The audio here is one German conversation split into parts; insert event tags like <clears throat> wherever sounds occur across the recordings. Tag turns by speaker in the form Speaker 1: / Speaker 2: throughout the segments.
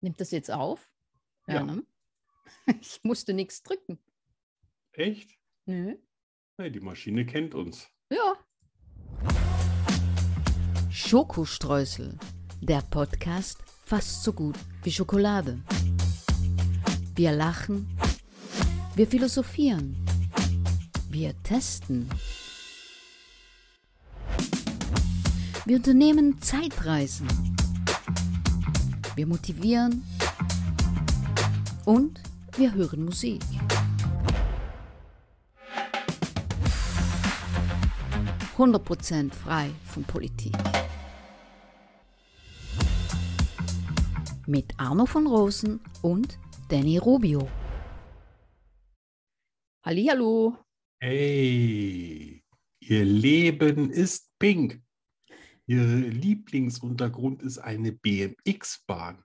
Speaker 1: Nimmt das jetzt auf? Ja.
Speaker 2: Ja.
Speaker 1: ne? <laughs> Ich musste nichts drücken.
Speaker 2: Echt?
Speaker 1: Nö.
Speaker 2: Nee, die Maschine kennt uns.
Speaker 1: Ja.
Speaker 3: Schokostreusel, der Podcast fast so gut wie Schokolade. Wir lachen, wir philosophieren, wir testen. Wir unternehmen Zeitreisen. Wir motivieren und wir hören Musik. Prozent frei von Politik. mit Arno von Rosen und Danny Rubio.
Speaker 1: Hallihallo.
Speaker 2: Hey, ihr Leben ist pink. Ihr Lieblingsuntergrund ist eine BMX-Bahn.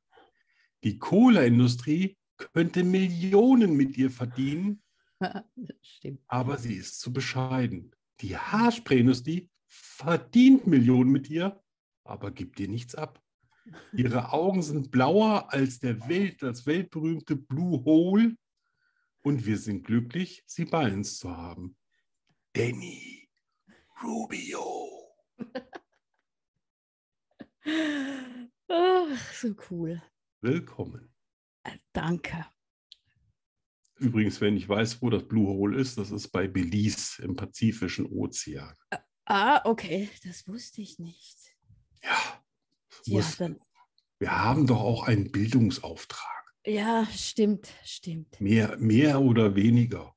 Speaker 2: Die Cola-Industrie könnte Millionen mit ihr verdienen,
Speaker 1: Stimmt.
Speaker 2: aber sie ist zu bescheiden. Die Haarspray-Industrie verdient Millionen mit ihr, aber gibt ihr nichts ab. Ihre Augen sind blauer als der Welt, das weltberühmte Blue Hole. Und wir sind glücklich, sie bei uns zu haben. Danny Rubio.
Speaker 1: Ach, so cool.
Speaker 2: Willkommen.
Speaker 1: Äh, Danke.
Speaker 2: Übrigens, wenn ich weiß, wo das Blue Hole ist, das ist bei Belize im Pazifischen Ozean.
Speaker 1: Ah, okay. Das wusste ich nicht.
Speaker 2: Ja,
Speaker 1: Ja,
Speaker 2: muss-
Speaker 1: dann,
Speaker 2: wir haben doch auch einen Bildungsauftrag.
Speaker 1: ja stimmt, stimmt. <laughs>
Speaker 2: Mehr, mehr oder weniger.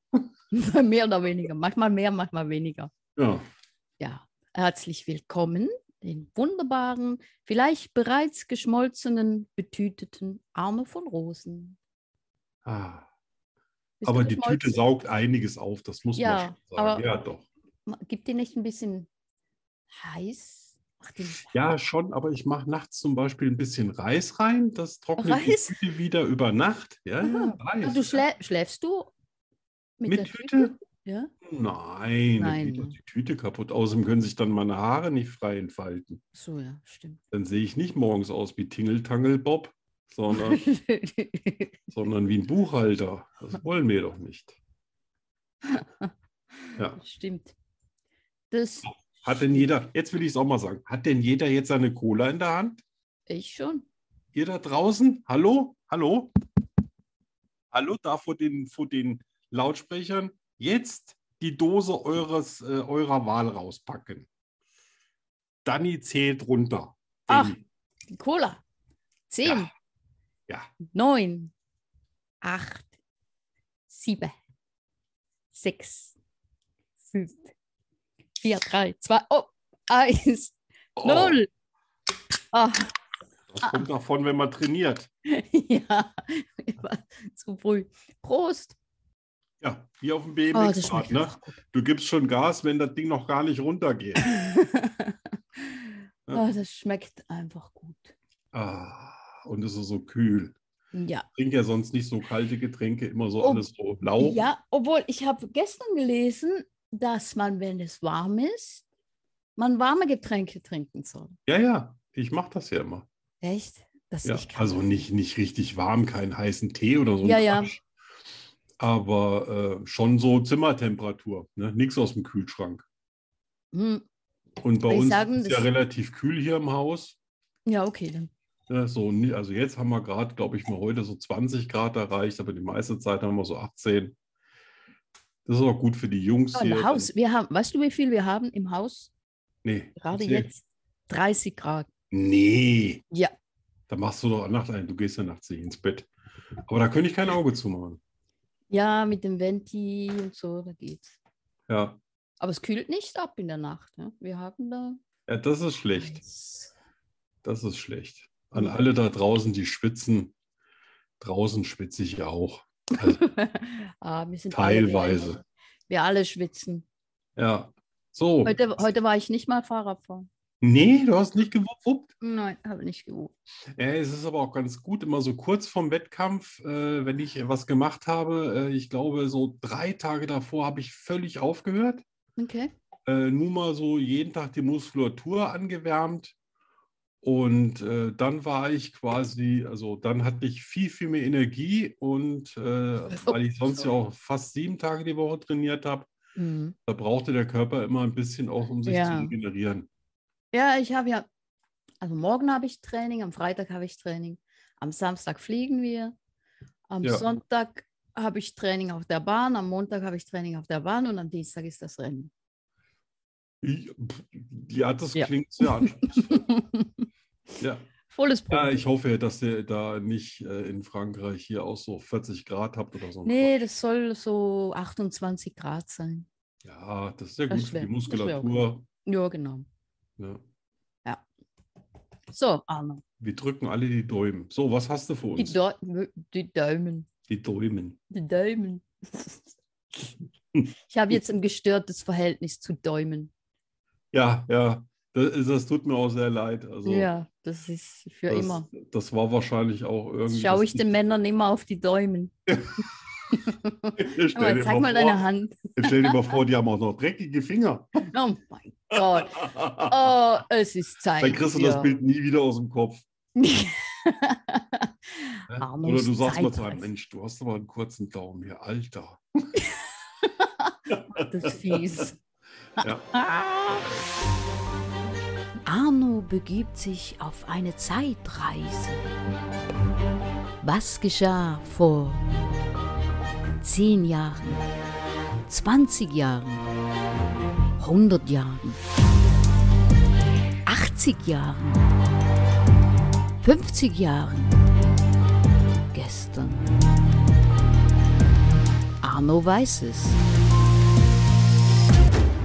Speaker 1: mehr oder weniger. Manchmal mehr, manchmal weniger.
Speaker 2: Ja.
Speaker 1: Ja, herzlich willkommen den wunderbaren, vielleicht bereits geschmolzenen, betüteten Arno von Rosen.
Speaker 2: Ah.
Speaker 1: Bist du
Speaker 2: Aber die
Speaker 1: geschmolzen?
Speaker 2: Tüte saugt einiges auf, das muss
Speaker 1: Ja,
Speaker 2: man schon sagen.
Speaker 1: aber-
Speaker 2: Ja, doch.
Speaker 1: Ma- Gibt dir nicht ein bisschen heiß? Macht die nicht
Speaker 2: Ja, schon, aber ich mache nachts zum Beispiel ein bisschen Reis rein. Das trocknet
Speaker 1: Reis?
Speaker 2: die Tüte wieder über Nacht. Ja, ja,
Speaker 1: Aha.
Speaker 2: Reis.
Speaker 1: heiß? Du schlä schläfst du
Speaker 2: Mit
Speaker 1: der
Speaker 2: Tüte?
Speaker 1: Ja?
Speaker 2: Nein, dann geht
Speaker 1: Nein.
Speaker 2: doch die Tüte kaputt. Außerdem können sich dann meine Haare nicht frei entfalten.
Speaker 1: So, ja, stimmt. <laughs>
Speaker 2: Dann sehe ich nicht morgens aus wie Tingeltangelbob,
Speaker 1: <laughs>
Speaker 2: sondern, sondern wie ein Buchhalter. Das wollen wir doch nicht. Ja.
Speaker 1: stimmt. Das
Speaker 2: Oh. Hat denn jeder, jetzt will ich es auch mal sagen, hat denn jeder jetzt seine Cola in der Hand?
Speaker 1: ich schon.
Speaker 2: Ihr da draußen? Hallo? Hallo? Hallo, da vor den, vor den Lautsprechern. Jetzt die Dose eures, äh, eurer Wahl rauspacken. Danny zählt runter.
Speaker 1: Ach.
Speaker 2: Den-
Speaker 1: Die Cola. Zehn,
Speaker 2: Ja,
Speaker 1: neun, acht, sieben, sechs, fünf, vier, drei, zwei, oh, eins,
Speaker 2: Oh,
Speaker 1: null. Ah, <laughs>
Speaker 2: Das kommt davon, wenn man trainiert.
Speaker 1: ja, war zu früh. Prost.
Speaker 2: Ja, wie auf dem
Speaker 1: Oh, das
Speaker 2: BMX-Rad.
Speaker 1: schmeckt
Speaker 2: Ne?
Speaker 1: einfach gut.
Speaker 2: Du gibst schon Gas, wenn das Ding noch gar nicht runtergeht.
Speaker 1: oh, das schmeckt einfach gut.
Speaker 2: ah, und es ist so kühl.
Speaker 1: Ja.
Speaker 2: Ich trinke ja sonst nicht so kalte Getränke, immer so
Speaker 1: Oh.
Speaker 2: alles so lau.
Speaker 1: Ja, obwohl ich habe gestern gelesen, dass man, wenn es warm ist, man warme Getränke trinken soll.
Speaker 2: ja, ja. Ich mache das ja immer.
Speaker 1: Echt? Das
Speaker 2: Ja,
Speaker 1: ich kann-
Speaker 2: also nicht, nicht richtig warm, keinen heißen Tee oder so. ein
Speaker 1: Ja, ja.
Speaker 2: Quatsch. Aber äh, schon so Zimmertemperatur, ne? nichts aus dem Kühlschrank.
Speaker 1: Hm.
Speaker 2: Und bei
Speaker 1: Soll ich
Speaker 2: uns
Speaker 1: sagen,
Speaker 2: ist ja
Speaker 1: das-
Speaker 2: relativ kühl hier im Haus.
Speaker 1: Ja, okay. Dann.
Speaker 2: Ne? So, ni- also jetzt haben wir gerade, glaube ich, mal heute so 20 Grad erreicht, aber die meiste Zeit haben wir so 18. Das ist auch gut für die Jungs
Speaker 1: Oh,
Speaker 2: hier. ähm,
Speaker 1: Im Haus, wir haben, weißt du, wie viel wir haben im Haus?
Speaker 2: Nee,
Speaker 1: Gerade
Speaker 2: erzähl.
Speaker 1: jetzt 30 Grad.
Speaker 2: Nee,
Speaker 1: Ja,
Speaker 2: da machst du doch Nacht ein. Du gehst ja nachts nicht ins Bett. Aber da könnte ich kein Auge zumachen.
Speaker 1: ja, mit dem Venti und so, da geht's.
Speaker 2: Ja,
Speaker 1: Aber es kühlt nicht ab in der Nacht. Ne? Wir haben da.
Speaker 2: ja das ist schlecht.
Speaker 1: Eis.
Speaker 2: Das ist schlecht. An alle da draußen, die schwitzen. Draußen schwitze ich auch. Also,
Speaker 1: <laughs> ah, wir sind alle-
Speaker 2: teilweise.
Speaker 1: wir alle schwitzen.
Speaker 2: Ja. So.
Speaker 1: Heute, heute war ich nicht mal Fahrradfahren.
Speaker 2: Nee, du hast nicht gewuppt.
Speaker 1: Nein, habe nicht gewusst.
Speaker 2: Ja, es ist aber auch ganz gut, immer so kurz vorm Wettkampf, äh, wenn ich was gemacht habe. Äh, ich glaube, so drei Tage davor habe ich völlig aufgehört.
Speaker 1: Okay.
Speaker 2: Äh, nur mal so jeden Tag die Muskulatur angewärmt. Und äh, dann war ich quasi, also dann hatte ich viel, viel mehr Energie und äh,
Speaker 1: <laughs>
Speaker 2: weil ich sonst ja auch fast sieben Tage die Woche trainiert habe,
Speaker 1: Mhm.
Speaker 2: da brauchte der Körper immer ein bisschen auch, um sich
Speaker 1: Ja.
Speaker 2: zu regenerieren.
Speaker 1: Ja, ich habe ja, also morgen habe ich Training, am Freitag habe ich Training, am Samstag fliegen wir, am
Speaker 2: Ja.
Speaker 1: Sonntag habe ich Training auf der Bahn, am Montag habe ich Training auf der Bahn und am Dienstag ist das Rennen.
Speaker 2: <laughs> Ich, pff, ja, das
Speaker 1: Ja.
Speaker 2: klingt
Speaker 1: <laughs>
Speaker 2: sehr anspruchsvoll. ja.
Speaker 1: Volles
Speaker 2: ja,
Speaker 1: Programm.
Speaker 2: ich hoffe, dass ihr da nicht äh, in Frankreich hier auch so 40 Grad habt oder so. ein
Speaker 1: Nee,
Speaker 2: Quatsch.
Speaker 1: das soll so 28 Grad sein.
Speaker 2: Ja, das ist ja
Speaker 1: das
Speaker 2: gut für
Speaker 1: wär-
Speaker 2: die
Speaker 1: das wär okay.
Speaker 2: Muskulatur.
Speaker 1: Ja, genau.
Speaker 2: Ja.
Speaker 1: So, Arno,
Speaker 2: Wir drücken alle die Däumen. So, was hast du für
Speaker 1: die,
Speaker 2: uns?
Speaker 1: Dau- die Däumen,
Speaker 2: die Däumen.
Speaker 1: die Däumen.
Speaker 2: <laughs>
Speaker 1: Ich habe jetzt ein gestörtes Verhältnis zu Däumen.
Speaker 2: Ja, ja, das, ist- das tut mir auch sehr leid. Also,
Speaker 1: Ja, das ist für
Speaker 2: das,
Speaker 1: immer.
Speaker 2: das war wahrscheinlich auch irgendwie.
Speaker 1: Jetzt schaue
Speaker 2: das-
Speaker 1: ich den Männern immer auf die Däumen.
Speaker 2: <laughs> Stell
Speaker 1: Schau mal,
Speaker 2: dir
Speaker 1: zeig
Speaker 2: mal
Speaker 1: mal
Speaker 2: vor,
Speaker 1: deine Hand.
Speaker 2: jetzt Stell dir mal vor, die haben auch noch dreckige Finger.
Speaker 1: Oh mein Gott.
Speaker 2: Dann
Speaker 1: <laughs> Oh, es ist Zeit.
Speaker 2: kriegst du
Speaker 1: für-
Speaker 2: das Bild nie wieder aus dem Kopf. ne?
Speaker 1: Armes
Speaker 2: Oder du sagst mal zu einem
Speaker 1: Zeitreisen.
Speaker 2: Mensch, du hast aber einen kurzen Daumen hier, Alter.
Speaker 1: <laughs> Das ist fies.
Speaker 2: Ja.
Speaker 3: Arno begibt sich auf eine Zeitreise. Was geschah vor 10 Jahren, 20 Jahren, 100 Jahren, 80 Jahren, 50 Jahren, gestern? Arno weiß es.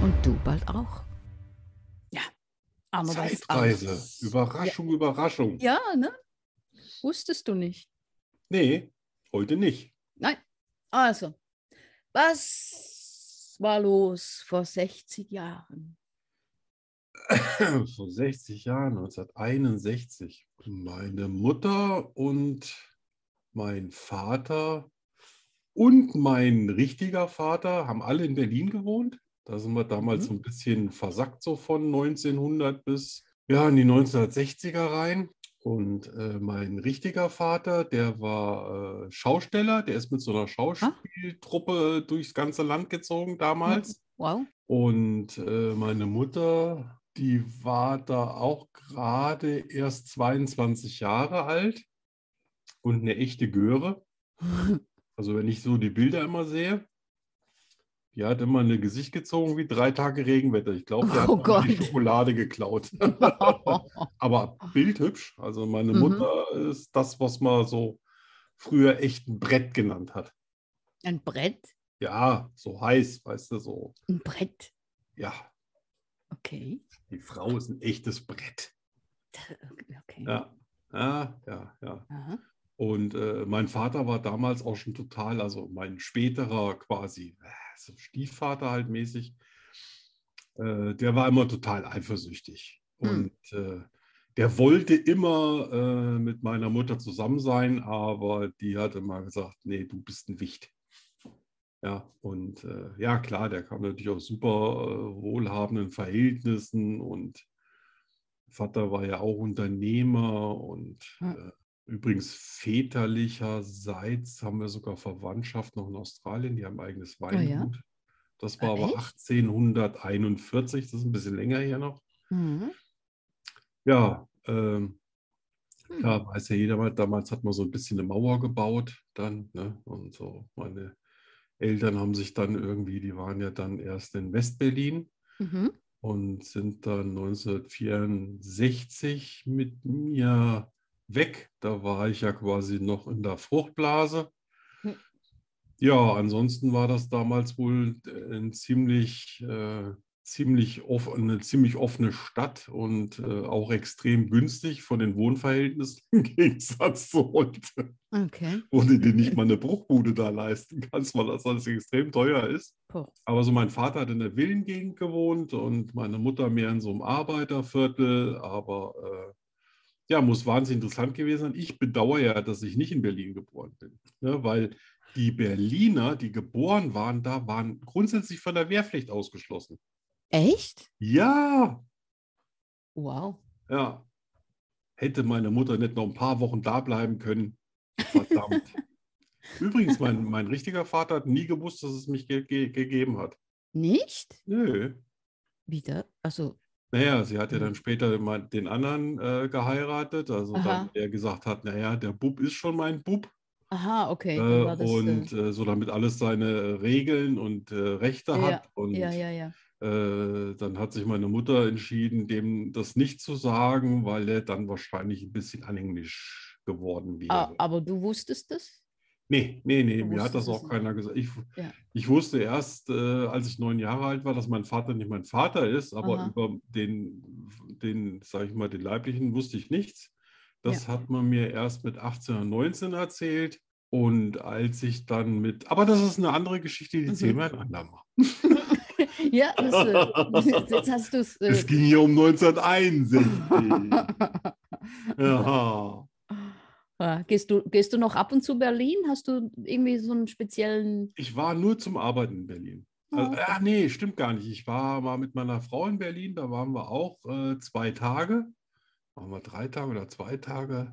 Speaker 3: Und du bald auch.
Speaker 1: Arno weiß alles.
Speaker 2: Zeitreise. Überraschung, Überraschung.
Speaker 1: Ja, ne? Wusstest du nicht.
Speaker 2: Nee, heute nicht.
Speaker 1: Nein. Also, was war los vor 60 Jahren?
Speaker 2: <laughs> Vor 60 Jahren, 1961. Meine Mutter und mein Vater und mein richtiger Vater haben alle in Berlin gewohnt. Da sind wir damals
Speaker 1: Mhm.
Speaker 2: so ein bisschen versackt, so von 1900 bis ja, in die 1960er rein. Und äh, mein richtiger Vater, der war äh, Schausteller, der ist mit so einer Schauspieltruppe durchs ganze Land gezogen damals.
Speaker 1: Wow. <laughs>
Speaker 2: Und äh, meine Mutter, die war da auch gerade erst 22 Jahre alt und eine echte Göre. Also wenn ich so die Bilder immer sehe, die hat immer ein Gesicht gezogen wie drei Tage Regenwetter. Ich glaube, die hat
Speaker 1: Oh
Speaker 2: immer die
Speaker 1: Gott.
Speaker 2: Schokolade
Speaker 1: <laughs>
Speaker 2: geklaut. Aber bildhübsch. Also meine
Speaker 1: Mhm.
Speaker 2: Mutter ist das, was man so früher echt ein Brett genannt hat.
Speaker 1: Ein Brett?
Speaker 2: Ja, so heiß, weißt du, so.
Speaker 1: Ein Brett?
Speaker 2: Ja,
Speaker 1: Okay.
Speaker 2: die Frau ist ein echtes Brett.
Speaker 1: okay.
Speaker 2: Ja, ja, ja, ja.
Speaker 1: Aha.
Speaker 2: Und äh, mein Vater war damals auch schon total, also mein späterer quasi, äh, so Stiefvater halt mäßig, äh, der war immer total eifersüchtig.
Speaker 1: Hm.
Speaker 2: Und äh, der wollte immer äh, mit meiner Mutter zusammen sein, aber die hat immer gesagt, nee, du bist ein Wicht. Ja, und äh, ja, klar, der kam natürlich aus super äh, wohlhabenden Verhältnissen und Vater war ja auch Unternehmer und
Speaker 1: Hm.
Speaker 2: äh, übrigens väterlicherseits haben wir sogar Verwandtschaft noch in Australien, die haben eigenes
Speaker 1: Oh ja?
Speaker 2: Weingut. Das war
Speaker 1: Ah,
Speaker 2: aber
Speaker 1: echt?
Speaker 2: 1841, das ist ein bisschen länger her noch.
Speaker 1: Mhm.
Speaker 2: Ja, ähm,
Speaker 1: Hm.
Speaker 2: ja, weiß ja jeder, mal, damals hat man so ein bisschen eine Mauer gebaut dann, ne? Und so meine Eltern haben sich dann irgendwie, die waren ja dann erst in Westberlin
Speaker 1: Mhm.
Speaker 2: und sind dann 1964 mit mir weg. Da war ich ja quasi noch in der Fruchtblase.
Speaker 1: Hm.
Speaker 2: Ja, ansonsten war das damals wohl äh, ein ziemlich, äh, ziemlich off eine ziemlich offene Stadt und äh, auch extrem günstig von den Wohnverhältnissen <laughs> im Gegensatz zu heute,
Speaker 1: Okay.
Speaker 2: wo du dir nicht mal eine Bruchbude da leisten kannst, weil das alles extrem teuer ist.
Speaker 1: Puh.
Speaker 2: Aber so mein Vater hat in der Villengegend gewohnt und meine Mutter mehr in so einem Arbeiterviertel. Aber äh, ja, muss wahnsinnig interessant gewesen sein. Ich bedauere ja, dass ich nicht in Berlin geboren bin, ne? weil die Berliner, die geboren waren da, waren grundsätzlich von der Wehrpflicht ausgeschlossen.
Speaker 1: Echt?
Speaker 2: Ja,
Speaker 1: Wow.
Speaker 2: ja. Hätte meine Mutter nicht noch ein paar Wochen da bleiben können. Verdammt.
Speaker 1: <laughs>
Speaker 2: Übrigens, mein, mein richtiger Vater hat nie gewusst, dass es mich ge ge gegeben hat.
Speaker 1: Nicht?
Speaker 2: Nö.
Speaker 1: Wieder? Also,
Speaker 2: Naja, sie hat ja
Speaker 1: Mhm.
Speaker 2: dann später mal den anderen äh, geheiratet, also
Speaker 1: Aha.
Speaker 2: dann, der gesagt hat, naja, der Bub ist schon mein Bub
Speaker 1: aha, okay.
Speaker 2: äh,
Speaker 1: dann war das, äh,
Speaker 2: und äh, so damit alles seine Regeln und äh, Rechte
Speaker 1: Ja,
Speaker 2: hat und
Speaker 1: ja, ja, ja.
Speaker 2: Äh, dann hat sich meine Mutter entschieden, dem das nicht zu sagen, weil er dann wahrscheinlich ein bisschen anhänglich geworden wäre.
Speaker 1: Ah, aber du wusstest das? <laughs>
Speaker 2: Nee, nee, nee,
Speaker 1: Du
Speaker 2: mir hat
Speaker 1: wusstest
Speaker 2: das
Speaker 1: es
Speaker 2: auch
Speaker 1: nicht.
Speaker 2: keiner gesagt. Ich,
Speaker 1: Ja.
Speaker 2: ich wusste erst, äh, als ich neun Jahre alt war, dass mein Vater nicht mein Vater ist, aber
Speaker 1: Aha.
Speaker 2: über den, den, sag ich mal, den leiblichen wusste ich nichts. Das hat man mir erst mit 18 oder 19 erzählt. Und als ich dann mit, aber das ist eine andere Geschichte, die
Speaker 1: Mhm.
Speaker 2: zählen wir ein andermal.
Speaker 1: Ja, das, äh, <laughs> jetzt hast du es.
Speaker 2: Es
Speaker 1: Äh,
Speaker 2: ging hier um 1961. ja.
Speaker 1: <laughs> Ah, Gehst du, gehst du noch ab und zu Berlin? Hast du irgendwie so einen speziellen.
Speaker 2: Ich war nur zum Arbeiten in Berlin. Also,
Speaker 1: Ah,
Speaker 2: ah, nee, stimmt gar nicht. Ich war mal mit meiner Frau in Berlin, da waren wir auch äh, zwei Tage. Waren wir drei Tage oder zwei Tage?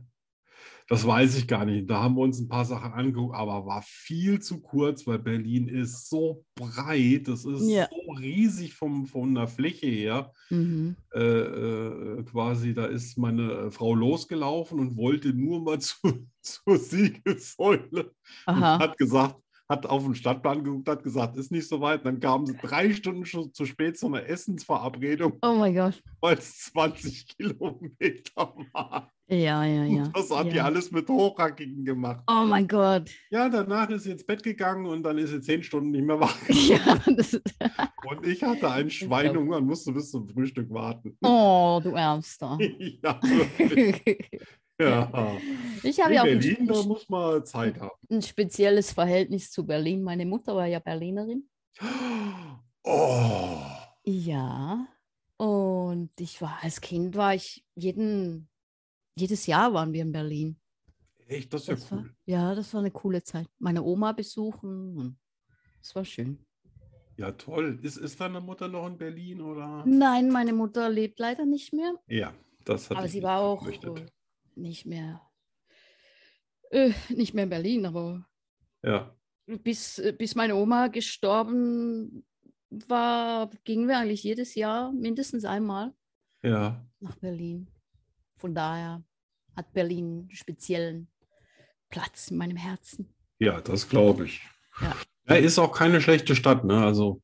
Speaker 2: Das weiß ich gar nicht. Da haben wir uns ein paar Sachen angeguckt, aber war viel zu kurz, weil Berlin ist so breit, das ist
Speaker 1: Ja.
Speaker 2: so riesig vom, von der Fläche her.
Speaker 1: mhm.
Speaker 2: Äh, äh, quasi, da ist meine äh, Frau losgelaufen und wollte nur mal <laughs> zu, zur Siegessäule und
Speaker 1: Aha.
Speaker 2: <laughs> hat gesagt, hat auf den Stadtplan geguckt, hat gesagt, ist nicht so weit. Dann kamen sie drei Stunden schon zu spät zu einer Essensverabredung, <laughs>
Speaker 1: Oh mein Gott.
Speaker 2: weil es 20 Kilometer waren.
Speaker 1: Ja, ja, ja.
Speaker 2: Das hat die
Speaker 1: ja.
Speaker 2: alles mit Hochhackigen gemacht.
Speaker 1: Oh mein Gott. <laughs>
Speaker 2: Ja, danach ist sie ins Bett gegangen und dann ist sie zehn Stunden nicht mehr wach. <laughs>
Speaker 1: Ja, das ist, <laughs>
Speaker 2: Und ich hatte einen Schweinhunger und musste bis zum Frühstück warten.
Speaker 1: oh, du Ärmster.
Speaker 2: <laughs>
Speaker 1: <laughs>
Speaker 2: ja, wirklich.
Speaker 1: ich
Speaker 2: ja.
Speaker 1: habe
Speaker 2: In
Speaker 1: ja auch ein,
Speaker 2: Berlin, da
Speaker 1: spe-
Speaker 2: muss man Zeit haben. <gasps>
Speaker 1: ein spezielles Verhältnis zu Berlin. Meine Mutter war ja Berlinerin.
Speaker 2: Oh,
Speaker 1: Ja. Und ich war als Kind war ich jeden, jedes Jahr waren wir in Berlin.
Speaker 2: echt, das ist ja
Speaker 1: Das war,
Speaker 2: cool.
Speaker 1: ja, das war eine coole Zeit. Meine Oma besuchen. und Das war schön.
Speaker 2: Ja, toll. Ist, ist deine Mutter noch in Berlin oder?
Speaker 1: Nein, meine Mutter lebt leider nicht mehr,
Speaker 2: Ja, das hat
Speaker 1: aber sie war auch äh, nicht mehr äh, nicht mehr in Berlin, aber
Speaker 2: Ja.
Speaker 1: bis, äh, bis meine Oma gestorben war, gingen wir eigentlich jedes Jahr mindestens einmal
Speaker 2: Ja,
Speaker 1: nach Berlin. Von daher hat Berlin einen speziellen Platz in meinem Herzen.
Speaker 2: ja, das glaube ich.
Speaker 1: Ja.
Speaker 2: Ja, ist auch keine schlechte Stadt, ne? Also,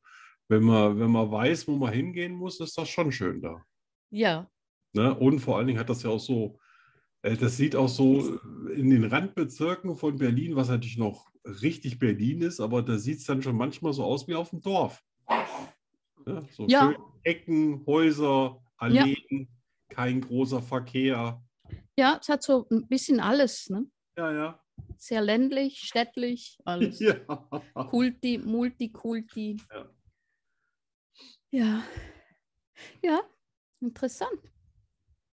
Speaker 2: wenn man, wenn man weiß, wo man hingehen muss, ist das schon schön da.
Speaker 1: Ja,
Speaker 2: Ne? Und vor allen Dingen hat das ja auch so, äh, das sieht auch so in den Randbezirken von Berlin, was natürlich noch richtig Berlin ist, aber da sieht es dann schon manchmal so aus wie auf dem Dorf. Ne? So
Speaker 1: Ja.
Speaker 2: schön Ecken, Häuser, Alleen, kein großer Verkehr.
Speaker 1: ja, es hat so ein bisschen alles, ne?
Speaker 2: Ja, ja.
Speaker 1: Sehr ländlich, städtlich, alles.
Speaker 2: <laughs> ja.
Speaker 1: Kulti, Multikulti.
Speaker 2: Ja.
Speaker 1: Ja. Ja, interessant.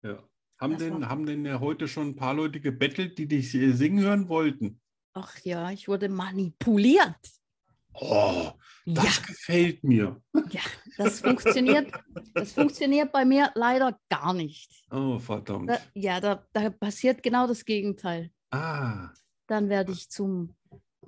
Speaker 2: Ja. Haben,
Speaker 1: Das
Speaker 2: denn,
Speaker 1: war-
Speaker 2: haben denn ja heute schon ein paar Leute gebettelt, die dich äh, singen hören wollten?
Speaker 1: Ach ja, ich wurde manipuliert.
Speaker 2: Oh,
Speaker 1: Ja,
Speaker 2: das gefällt mir. <laughs>
Speaker 1: das funktioniert. Das funktioniert bei mir leider gar nicht.
Speaker 2: Oh, verdammt.
Speaker 1: Da, ja, da, da passiert genau das Gegenteil.
Speaker 2: ah,
Speaker 1: Dann werde ich zum.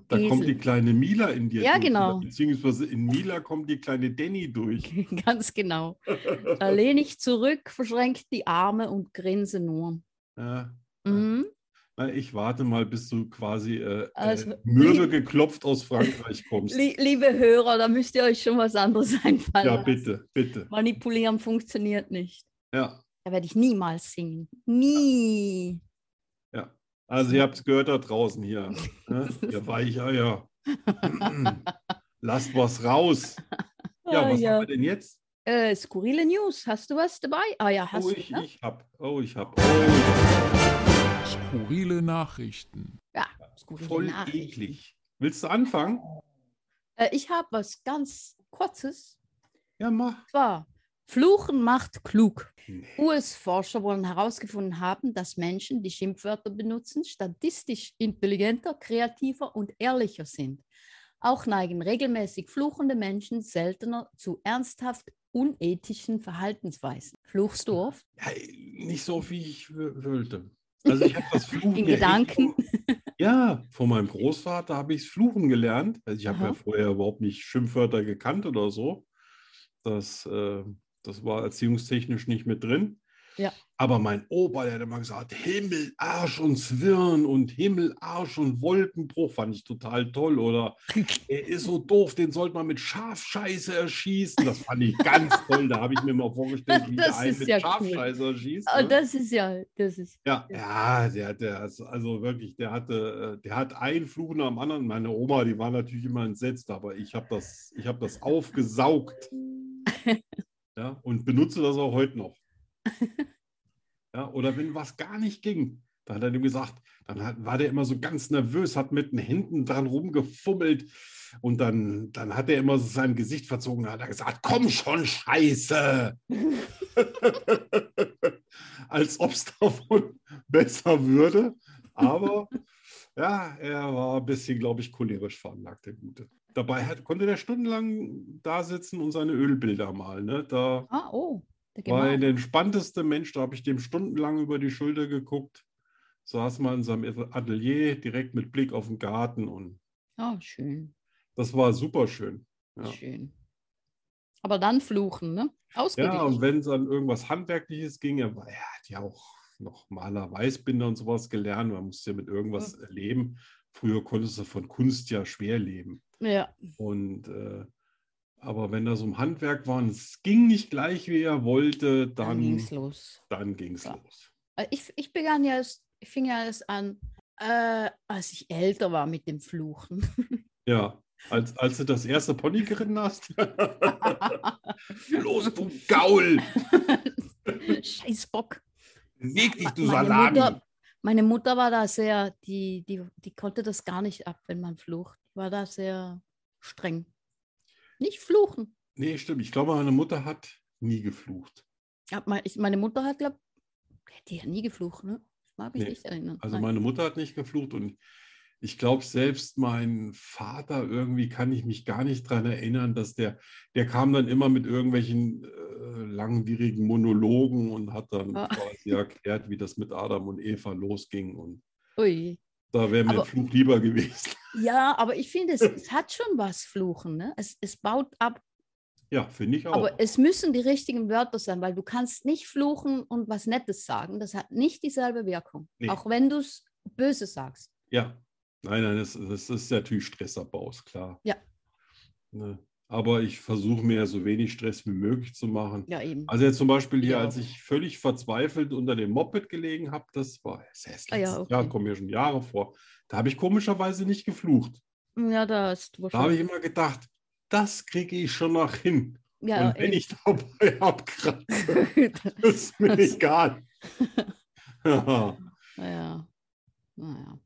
Speaker 2: da kommt
Speaker 1: Esel.
Speaker 2: die kleine Mila in dir
Speaker 1: Ja,
Speaker 2: durch.
Speaker 1: genau.
Speaker 2: Beziehungsweise in Mila kommt die kleine Danny durch.
Speaker 1: <laughs> Ganz genau.
Speaker 2: <laughs>
Speaker 1: Da lehne ich zurück, verschränke die Arme und grinse nur.
Speaker 2: Ja.
Speaker 1: Mhm.
Speaker 2: Na, Ich warte mal, bis du quasi äh,
Speaker 1: Also,
Speaker 2: äh, mürbe
Speaker 1: lieb-
Speaker 2: geklopft
Speaker 1: <laughs>
Speaker 2: aus Frankreich kommst.
Speaker 1: Lie- Liebe Hörer, da müsst ihr euch schon was anderes <laughs> einfallen.
Speaker 2: ja,
Speaker 1: lassen.
Speaker 2: bitte, bitte.
Speaker 1: Manipulieren funktioniert nicht.
Speaker 2: Ja,
Speaker 1: Da werde ich niemals singen. Nie.
Speaker 2: also ihr habt es gehört da
Speaker 1: <laughs>
Speaker 2: draußen hier. Ne? Ihr Weicheier. <clears throat> Lasst
Speaker 1: <laughs>
Speaker 2: was raus. Ja,
Speaker 1: Ah,
Speaker 2: was
Speaker 1: ja.
Speaker 2: haben wir denn jetzt?
Speaker 1: Äh, skurrile News. Hast du was dabei? Ah ja, hast
Speaker 2: oh,
Speaker 1: du.
Speaker 2: ich,
Speaker 1: Ne?
Speaker 2: ich hab. Oh, ich hab. Oh,
Speaker 4: Skurrile Nachrichten.
Speaker 1: Ja, skurrile
Speaker 2: voll
Speaker 1: Nachrichten.
Speaker 2: eklig. Willst du anfangen?
Speaker 1: Äh, ich habe was ganz Kurzes.
Speaker 2: Ja, mach.
Speaker 1: Und zwar, Fluchen macht klug.
Speaker 2: Nee.
Speaker 1: US-Forscher wollen herausgefunden haben, dass Menschen, die Schimpfwörter benutzen, statistisch intelligenter, kreativer und ehrlicher sind. Auch neigen regelmäßig fluchende Menschen seltener zu ernsthaft unethischen Verhaltensweisen. Fluchst du oft?
Speaker 2: Ja, nicht so, wie ich wö- wollte. Also ich habe das
Speaker 1: <laughs>
Speaker 2: Fluchen
Speaker 1: In
Speaker 2: ja echt
Speaker 1: Gedanken?
Speaker 2: Ja, von meinem Großvater habe ich es fluchen gelernt. Also ich habe ja
Speaker 1: Aha.
Speaker 2: vorher überhaupt nicht Schimpfwörter gekannt oder so. Das, äh, das war erziehungstechnisch nicht mit drin.
Speaker 1: Ja.
Speaker 2: Aber mein Opa, der hat immer gesagt, Himmel, Arsch und Zwirn und Himmel, Arsch und Wolkenbruch, fand ich total
Speaker 1: <laughs>
Speaker 2: toll. Oder er ist so doof, den sollte man mit Schafscheiße erschießen. Das fand ich ganz toll. Da habe ich mir mal vorgestellt, wie der
Speaker 1: Das
Speaker 2: einen
Speaker 1: ist
Speaker 2: mit
Speaker 1: ja cool.
Speaker 2: Schafscheiße erschießt.
Speaker 1: Ah,
Speaker 2: ne?
Speaker 1: das ist ja, das ist.
Speaker 2: Ja, ja, der hat, der hat, also wirklich, der hatte, äh, der hat einen Fluch nach dem anderen. Meine Oma, die war natürlich immer entsetzt, aber ich habe das, ich habe das aufgesaugt. Ja, und benutze das auch heute noch. Ja, oder wenn was gar nicht ging, dann hat er dem gesagt, dann hat, war der immer so ganz nervös, hat mit den Händen dran rumgefummelt und dann, dann hat er immer so sein Gesicht verzogen, dann hat er gesagt, komm schon, Scheiße! <laughs> Als ob es <laughs> davon besser würde. Aber ja, er war ein bisschen, glaube ich, cholerisch veranlagt, der Gute. Dabei hat, konnte der stundenlang da sitzen und seine Ölbilder malen. Ne? Da
Speaker 1: Ah, oh, der
Speaker 2: war er
Speaker 1: Gemahl.
Speaker 2: der entspannteste Mensch, da habe ich dem stundenlang über die Schulter geguckt, saß mal in seinem Atelier direkt mit Blick auf den Garten und
Speaker 1: Ah, schön,
Speaker 2: das war super schön. Ja.
Speaker 1: schön. Aber dann fluchen, ne?
Speaker 2: Ja,
Speaker 1: Ausgedehnt.
Speaker 2: und wenn es an irgendwas Handwerkliches ging, er, war, er hat ja auch noch Maler, Weißbinder und sowas gelernt. Man musste ja mit irgendwas
Speaker 1: Hm.
Speaker 2: leben. Früher konntest du von Kunst ja schwer leben.
Speaker 1: Ja,
Speaker 2: Und äh, aber wenn das um Handwerk war und es ging nicht gleich, wie er wollte,
Speaker 1: dann ging
Speaker 2: dann,
Speaker 1: es los.
Speaker 2: dann ging es
Speaker 1: Ja.
Speaker 2: los.
Speaker 1: Äh, Ich, ich begann ja erst, ich fing ja erst an, äh, als ich älter war mit dem Fluchen. <laughs>
Speaker 2: Ja, als, als du das erste Pony
Speaker 1: <laughs>
Speaker 2: geritten hast. Los, du Gaul!
Speaker 1: Scheiß Bock.
Speaker 2: Weg dich, du
Speaker 1: meine,
Speaker 2: Salami!
Speaker 1: Mutter, meine Mutter war da sehr, die, die, die konnte das gar nicht ab, wenn man flucht. Die war da sehr streng. Nicht fluchen.
Speaker 2: Nee, stimmt. Ich glaube, meine Mutter hat nie geflucht.
Speaker 1: Hab mal- ich- Meine Mutter hat, glaube die hat nie geflucht, ne? Ich mag mich
Speaker 2: Nee.
Speaker 1: nicht erinnern.
Speaker 2: Also
Speaker 1: Nein.
Speaker 2: meine Mutter hat nicht geflucht und ich glaube selbst mein Vater irgendwie kann ich mich gar nicht daran erinnern, dass der, der kam dann immer mit irgendwelchen äh, langwierigen Monologen und hat dann
Speaker 1: Ah. <laughs>
Speaker 2: quasi erklärt, wie das mit Adam und Eva losging. Und
Speaker 1: Ui.
Speaker 2: da wäre mir
Speaker 1: Aber-
Speaker 2: ein Fluch lieber gewesen. <laughs>
Speaker 1: Ja, aber ich finde, es, es hat schon was, Fluchen. Ne? Es, es baut ab,
Speaker 2: Ja, finde ich auch.
Speaker 1: aber es müssen die richtigen Wörter sein, weil du kannst nicht fluchen und was Nettes sagen. Das hat nicht dieselbe Wirkung.
Speaker 2: Nee.
Speaker 1: Auch wenn du es böse sagst.
Speaker 2: Ja, nein, nein, das, das ist natürlich Stressabbau, ist klar.
Speaker 1: Ja.
Speaker 2: Ne? Aber ich versuche mir ja so wenig Stress wie möglich zu machen.
Speaker 1: Ja, eben.
Speaker 2: Also jetzt zum Beispiel hier,
Speaker 1: Ja.
Speaker 2: als ich völlig verzweifelt unter dem Moped gelegen habe, das war das ist
Speaker 1: Ah ja,
Speaker 2: letztes
Speaker 1: okay.
Speaker 2: Jahr, kommen ja schon Jahre vor. Da habe ich komischerweise nicht geflucht.
Speaker 1: ja, da ist
Speaker 2: Da habe ich
Speaker 1: wahrscheinlich.
Speaker 2: immer gedacht, das kriege ich schon noch hin.
Speaker 1: Ja,
Speaker 2: Und wenn
Speaker 1: eben.
Speaker 2: ich dabei <laughs> abkratze, ist mir
Speaker 1: Das-
Speaker 2: egal. da
Speaker 1: <laughs> ja. Naja.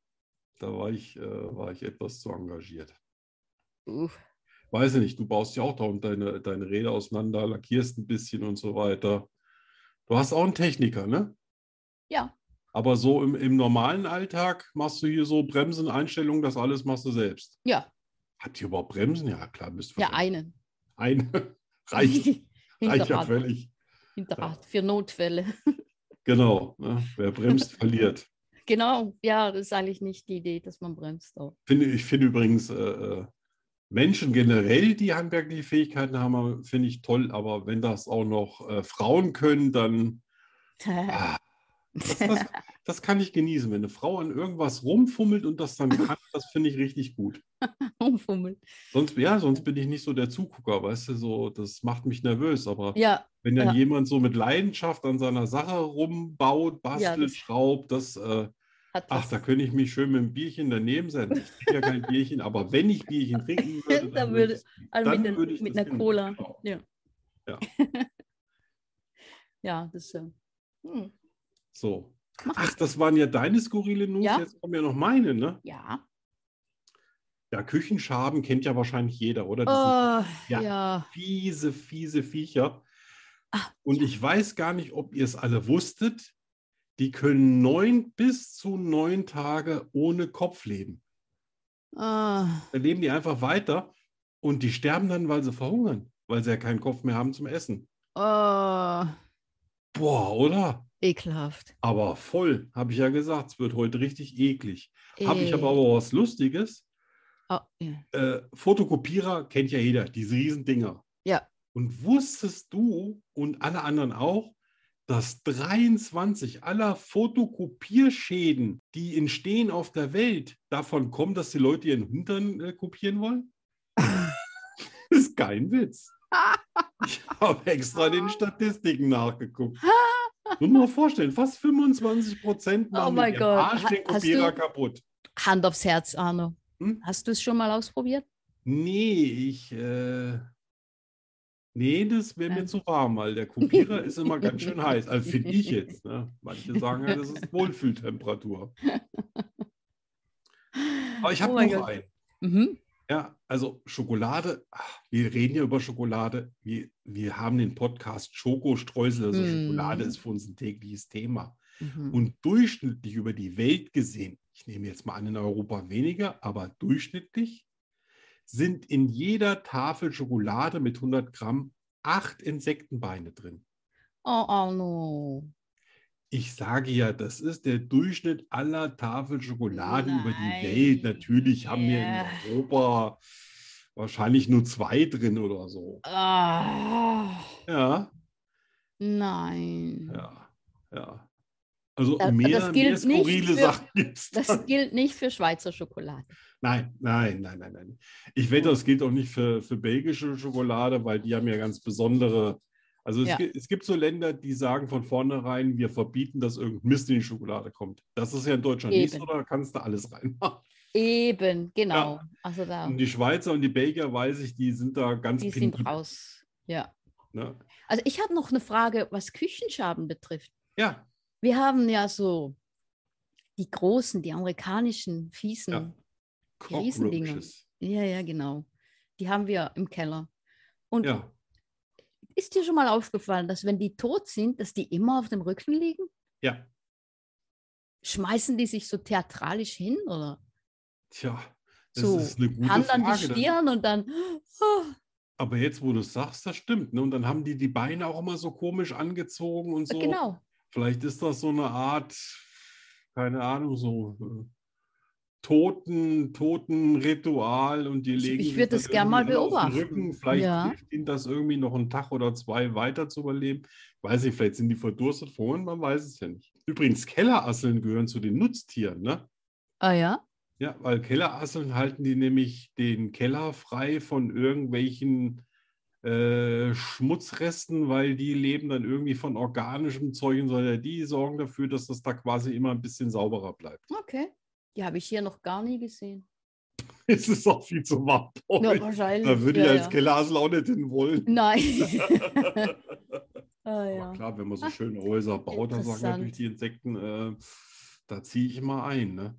Speaker 2: war ich, äh, war ich etwas zu engagiert.
Speaker 1: Uff.
Speaker 2: weiß ich nicht, du baust ja auch da und deine, deine Räder auseinander, lackierst ein bisschen und so weiter. Du hast auch einen Techniker, ne?
Speaker 1: Ja.
Speaker 2: Aber so im, im normalen Alltag machst du hier so Bremsen, Einstellungen, das alles machst du selbst.
Speaker 1: Ja,
Speaker 2: Habt ihr überhaupt Bremsen? Ja, klar, müsst ihr.
Speaker 1: ja, eine.
Speaker 2: Eine.
Speaker 1: <laughs>
Speaker 2: Reicht, reicht ja
Speaker 1: Hinterrad,
Speaker 2: völlig.
Speaker 1: Hinterrad für Notfälle. <laughs>
Speaker 2: Genau. Ne? Wer bremst, verliert.
Speaker 1: Genau, ja, das ist eigentlich nicht die Idee, dass man bremst. Aber.
Speaker 2: Finde, ich finde übrigens, äh, äh, Menschen generell, die handwerkliche Fähigkeiten haben, finde ich toll. Aber wenn das auch noch äh, Frauen können, dann
Speaker 1: <laughs>
Speaker 2: Ah, das, das, das kann ich genießen, wenn eine Frau an irgendwas rumfummelt und das dann kann, das finde ich richtig gut.
Speaker 1: Rumfummeln.
Speaker 2: Sonst, ja, sonst bin ich nicht so der Zugucker, weißt du, so, das macht mich nervös. Aber
Speaker 1: Ja,
Speaker 2: wenn dann
Speaker 1: ja.
Speaker 2: jemand so mit Leidenschaft an seiner Sache rumbaut, bastelt,
Speaker 1: das-
Speaker 2: schraubt, das, äh,
Speaker 1: hat
Speaker 2: ach,
Speaker 1: was.
Speaker 2: da könnte ich mich schön mit einem Bierchen daneben setzen. Ich trinke ja kein Bierchen, aber wenn ich Bierchen trinken
Speaker 1: <laughs>
Speaker 2: würde,
Speaker 1: Dann
Speaker 2: würde
Speaker 1: würde-
Speaker 2: ich es-
Speaker 1: also
Speaker 2: dann
Speaker 1: mit, den,
Speaker 2: würde ich
Speaker 1: mit
Speaker 2: das
Speaker 1: einer
Speaker 2: hin-
Speaker 1: Cola.
Speaker 2: Genau.
Speaker 1: Ja.
Speaker 2: Ja.
Speaker 1: ja, das ist. Äh, hm.
Speaker 2: So.
Speaker 1: Mach
Speaker 2: Ach, das waren ja deine skurrile News,
Speaker 1: Ja.
Speaker 2: jetzt kommen ja noch meine, ne?
Speaker 1: Ja.
Speaker 2: Ja, Küchenschaben kennt ja wahrscheinlich jeder, oder? Diesen
Speaker 1: Oh,
Speaker 2: Ja.
Speaker 1: ja.
Speaker 2: fiese, fiese Viecher.
Speaker 1: Ah,
Speaker 2: Und ich weiß gar nicht, ob ihr es alle wusstet. Die können neun bis zu neun Tage ohne Kopf leben.
Speaker 1: Ah,
Speaker 2: Da leben die einfach weiter und die sterben dann, weil sie verhungern. weil sie ja keinen Kopf mehr haben zum Essen.
Speaker 1: Oh,
Speaker 2: Boah, oder?
Speaker 1: ekelhaft.
Speaker 2: Aber voll, habe ich ja gesagt, es wird heute richtig eklig. Habe ich
Speaker 1: Ey.
Speaker 2: aber auch was Lustiges.
Speaker 1: Oh, ja.
Speaker 2: Äh, Fotokopierer kennt ja jeder, diese Riesendinger.
Speaker 1: Ja.
Speaker 2: Und wusstest du und alle anderen auch, dass 23 aller Fotokopierschäden, die entstehen auf der Welt, davon kommen, dass die Leute ihren Hintern äh,
Speaker 1: <laughs>
Speaker 2: kopieren wollen? das ist kein Witz. Ich habe extra
Speaker 1: Ah.
Speaker 2: den Statistiken nachgeguckt. Nur mal vorstellen, fast 25 Prozent
Speaker 1: Oh
Speaker 2: machen mit
Speaker 1: mein
Speaker 2: ihrem
Speaker 1: Gott.
Speaker 2: Arsch den
Speaker 1: Ha- hast
Speaker 2: Kopierer
Speaker 1: du-
Speaker 2: kaputt.
Speaker 1: Hand aufs Herz, Arno.
Speaker 2: Hm?
Speaker 1: Hast du es schon mal ausprobiert?
Speaker 2: Nee, ich. Äh, nee, das wäre mir
Speaker 1: Ähm.
Speaker 2: zu warm, weil
Speaker 1: <laughs>
Speaker 2: der Kopierer ist immer ganz schön heiß. Also finde ich jetzt. Ne? Manche sagen ja, das
Speaker 1: <laughs>
Speaker 2: ist Wohlfühltemperatur. Aber ich habe
Speaker 1: Oh mein
Speaker 2: noch
Speaker 1: Gott.
Speaker 2: einen.
Speaker 1: Mhm.
Speaker 2: Ja, also Schokolade. ach, Wir reden ja über Schokolade. Wir, wir haben den Podcast Schokostreusel. Also
Speaker 1: Mhm.
Speaker 2: Schokolade ist für uns ein tägliches Thema
Speaker 1: Mhm.
Speaker 2: und durchschnittlich über die Welt gesehen, ich nehme jetzt mal an, in Europa weniger, aber durchschnittlich sind in jeder Tafel Schokolade mit 100 Gramm acht Insektenbeine drin.
Speaker 1: Oh, Arno.
Speaker 2: Ich sage ja, das ist der Durchschnitt aller Tafeln Schokolade über
Speaker 1: Nein.
Speaker 2: die Welt. Natürlich haben
Speaker 1: Ja.
Speaker 2: wir in Europa wahrscheinlich nur zwei drin oder so.
Speaker 1: Ah,
Speaker 2: Ja,
Speaker 1: nein.
Speaker 2: ja, ja. Also
Speaker 1: Da- das
Speaker 2: mehr, mehr
Speaker 1: gilt nicht
Speaker 2: skurrile
Speaker 1: für-
Speaker 2: Sachen gibt es
Speaker 1: Das
Speaker 2: <laughs>
Speaker 1: gilt nicht für Schweizer Schokolade.
Speaker 2: Nein, nein, nein, nein, nein. Ich
Speaker 1: Oh.
Speaker 2: wette, das gilt auch nicht für, für belgische Schokolade, weil die haben ja ganz besondere. Also es,
Speaker 1: Ja.
Speaker 2: gi- es gibt so Länder, die sagen von vornherein, wir verbieten, dass irgendein Mist in die Schokolade kommt. Das ist ja in Deutschland nicht so,
Speaker 1: Eben.
Speaker 2: da kannst du alles reinmachen.
Speaker 1: Eben, genau. Also da,
Speaker 2: Und die Schweizer und die Belgier, weiß ich, die sind da ganz
Speaker 1: die sind
Speaker 2: penibel,
Speaker 1: raus. Ja.
Speaker 2: Ne?
Speaker 1: Also ich hatte noch eine Frage, was Küchenschaben betrifft.
Speaker 2: Ja,
Speaker 1: Wir haben ja so die großen, die amerikanischen, fiesen. Die Riesendinger.
Speaker 2: Cockroaches.
Speaker 1: Ja, ja, genau. Die haben wir im Keller. Und
Speaker 2: Ja.
Speaker 1: ist dir schon mal aufgefallen, dass wenn die tot sind, dass die immer auf dem Rücken liegen?
Speaker 2: Ja.
Speaker 1: Schmeißen die sich so theatralisch hin oder
Speaker 2: Tja, das
Speaker 1: so?
Speaker 2: ist eine gute
Speaker 1: Hand an die
Speaker 2: Frage. Das-
Speaker 1: Stirn und dann. Oh,
Speaker 2: Aber jetzt, wo du es sagst, das stimmt. Ne? Und dann haben die die Beine auch immer so komisch angezogen und so.
Speaker 1: Genau.
Speaker 2: Vielleicht ist das so eine Art, keine Ahnung, so äh, Toten, Totenritual und die
Speaker 1: Ich-
Speaker 2: legen
Speaker 1: ich
Speaker 2: sich
Speaker 1: würd
Speaker 2: dann
Speaker 1: das gern mal
Speaker 2: irgendwie alle auf den
Speaker 1: beobachten.
Speaker 2: Rücken. Vielleicht
Speaker 1: Ja.
Speaker 2: hilft ihnen das irgendwie noch einen Tag oder zwei weiter zu überleben. Weiß ich, vielleicht sind die verdurstet vorhin, man weiß es ja nicht. Übrigens, Kellerasseln gehören zu den Nutztieren, ne?
Speaker 1: Ah ja.
Speaker 2: Ja, weil Kellerasseln halten die nämlich den Keller frei von irgendwelchen äh, Schmutzresten, weil die leben dann irgendwie von organischem Zeug und so. weiter. Die sorgen dafür, dass das da quasi immer ein bisschen sauberer bleibt. <laughs>
Speaker 1: Okay. Die habe ich hier noch gar nie gesehen.
Speaker 2: Es ist auch viel zu warm. bei
Speaker 1: Ja,
Speaker 2: euch.
Speaker 1: wahrscheinlich.
Speaker 2: Oh, Da würde
Speaker 1: ja,
Speaker 2: ich als
Speaker 1: ja.
Speaker 2: Kellerassel auch nicht hin wollen.
Speaker 1: Nein. ah,
Speaker 2: <laughs> Aber
Speaker 1: ja.
Speaker 2: klar, wenn man so
Speaker 1: Ah,
Speaker 2: schöne Häuser baut, dann sagen natürlich
Speaker 1: interessant.
Speaker 2: die Insekten, äh, da ziehe ich mal ein. Ne?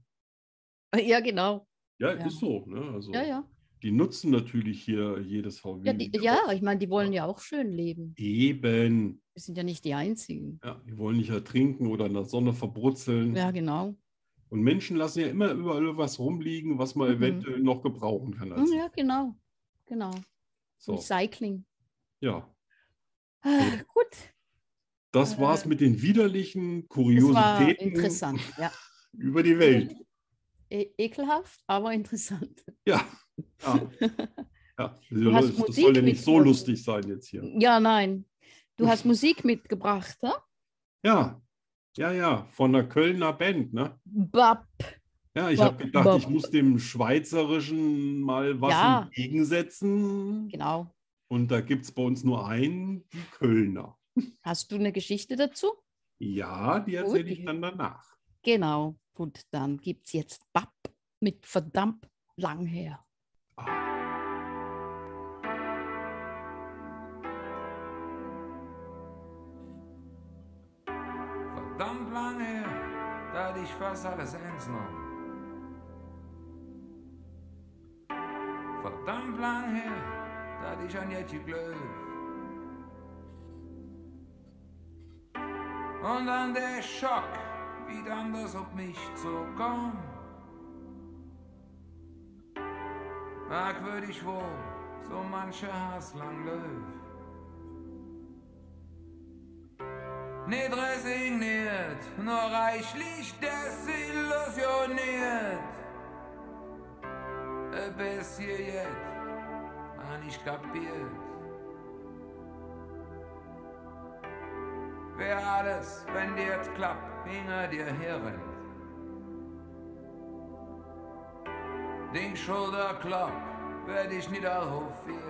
Speaker 1: ja, genau.
Speaker 2: Ja,
Speaker 1: Ja.
Speaker 2: ist so. Ne? Also,
Speaker 1: Ja, ja.
Speaker 2: Die nutzen natürlich hier jedes VW.
Speaker 1: Ja, die, ja ich meine, die wollen ja auch schön leben.
Speaker 2: Eben.
Speaker 1: Wir sind ja nicht die Einzigen.
Speaker 2: Ja, die wollen nicht ertrinken oder in der Sonne verbrutzeln.
Speaker 1: Ja, genau.
Speaker 2: Und Menschen lassen ja immer überall was rumliegen, was man
Speaker 1: Mhm.
Speaker 2: eventuell noch gebrauchen kann.
Speaker 1: Hm,
Speaker 2: Als
Speaker 1: Ja, genau. Genau.
Speaker 2: so.
Speaker 1: Recycling.
Speaker 2: Ja,
Speaker 1: Ah, Gut.
Speaker 2: das
Speaker 1: Äh,
Speaker 2: war's mit den widerlichen
Speaker 1: Das war
Speaker 2: Kuriositäten
Speaker 1: interessant. Ja.
Speaker 2: über die
Speaker 1: <laughs>
Speaker 2: Welt.
Speaker 1: E ekelhaft, aber interessant.
Speaker 2: Ja, ja. ja.
Speaker 1: hast
Speaker 2: Das, das
Speaker 1: Musik
Speaker 2: soll ja nicht so
Speaker 1: mitgebracht.
Speaker 2: lustig sein jetzt hier.
Speaker 1: Ja, nein. Du hast Musik mitgebracht, ha?
Speaker 2: Ja, ja, ja, von der Kölner Band, ne?
Speaker 1: Bap.
Speaker 2: Ja, ich
Speaker 1: Ba-
Speaker 2: habe gedacht,
Speaker 1: ba-
Speaker 2: ich muss dem Schweizerischen mal was
Speaker 1: Ja.
Speaker 2: entgegensetzen.
Speaker 1: Genau.
Speaker 2: Und da gibt es bei uns nur einen, die Kölner.
Speaker 1: Hast du eine Geschichte dazu?
Speaker 2: Ja, die
Speaker 1: Gut,
Speaker 2: erzähle
Speaker 1: die
Speaker 2: ich dann danach.
Speaker 1: Genau. Gut, dann gibt es jetzt Bap mit verdammt lang her.
Speaker 5: Verdammt lange her, da hatte ich fast alles eins noch. Verdammt lang her, da hatte ich an Jetje Glöf. Und dann der Schock, wie dann das auf mich so kam. Merkwürdig wohl, so manche Hass lang läuft. Nicht resigniert, nur reichlich desillusioniert. Bis hier jetzt, hab ich kapiert. Wer alles, wenn dir jetzt klappt, hinter dir herrennt. Den Schulterklapp werd ich niederhofiert.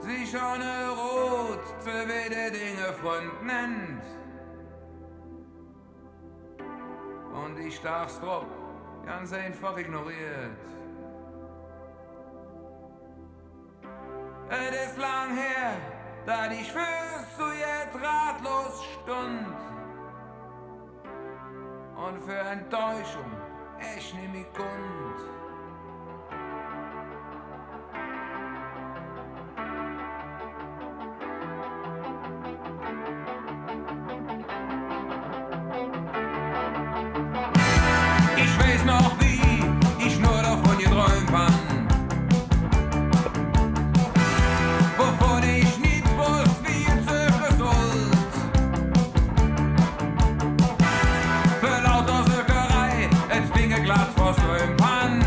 Speaker 5: Sich ohne Rot zu weder Dinge Freund nennt. Und ich darf's drauf ganz einfach ignoriert. Es ist lang her, da ich fürs so jetzt ratlos stund und für Enttäuschung ich nehm mich kund. Ich weiß noch wie ich nur davon geträumt hab. Wovon ich nicht wusste, wie es sich resultiert. Für lauter Sökerei entfinge glatt vor Strömpan.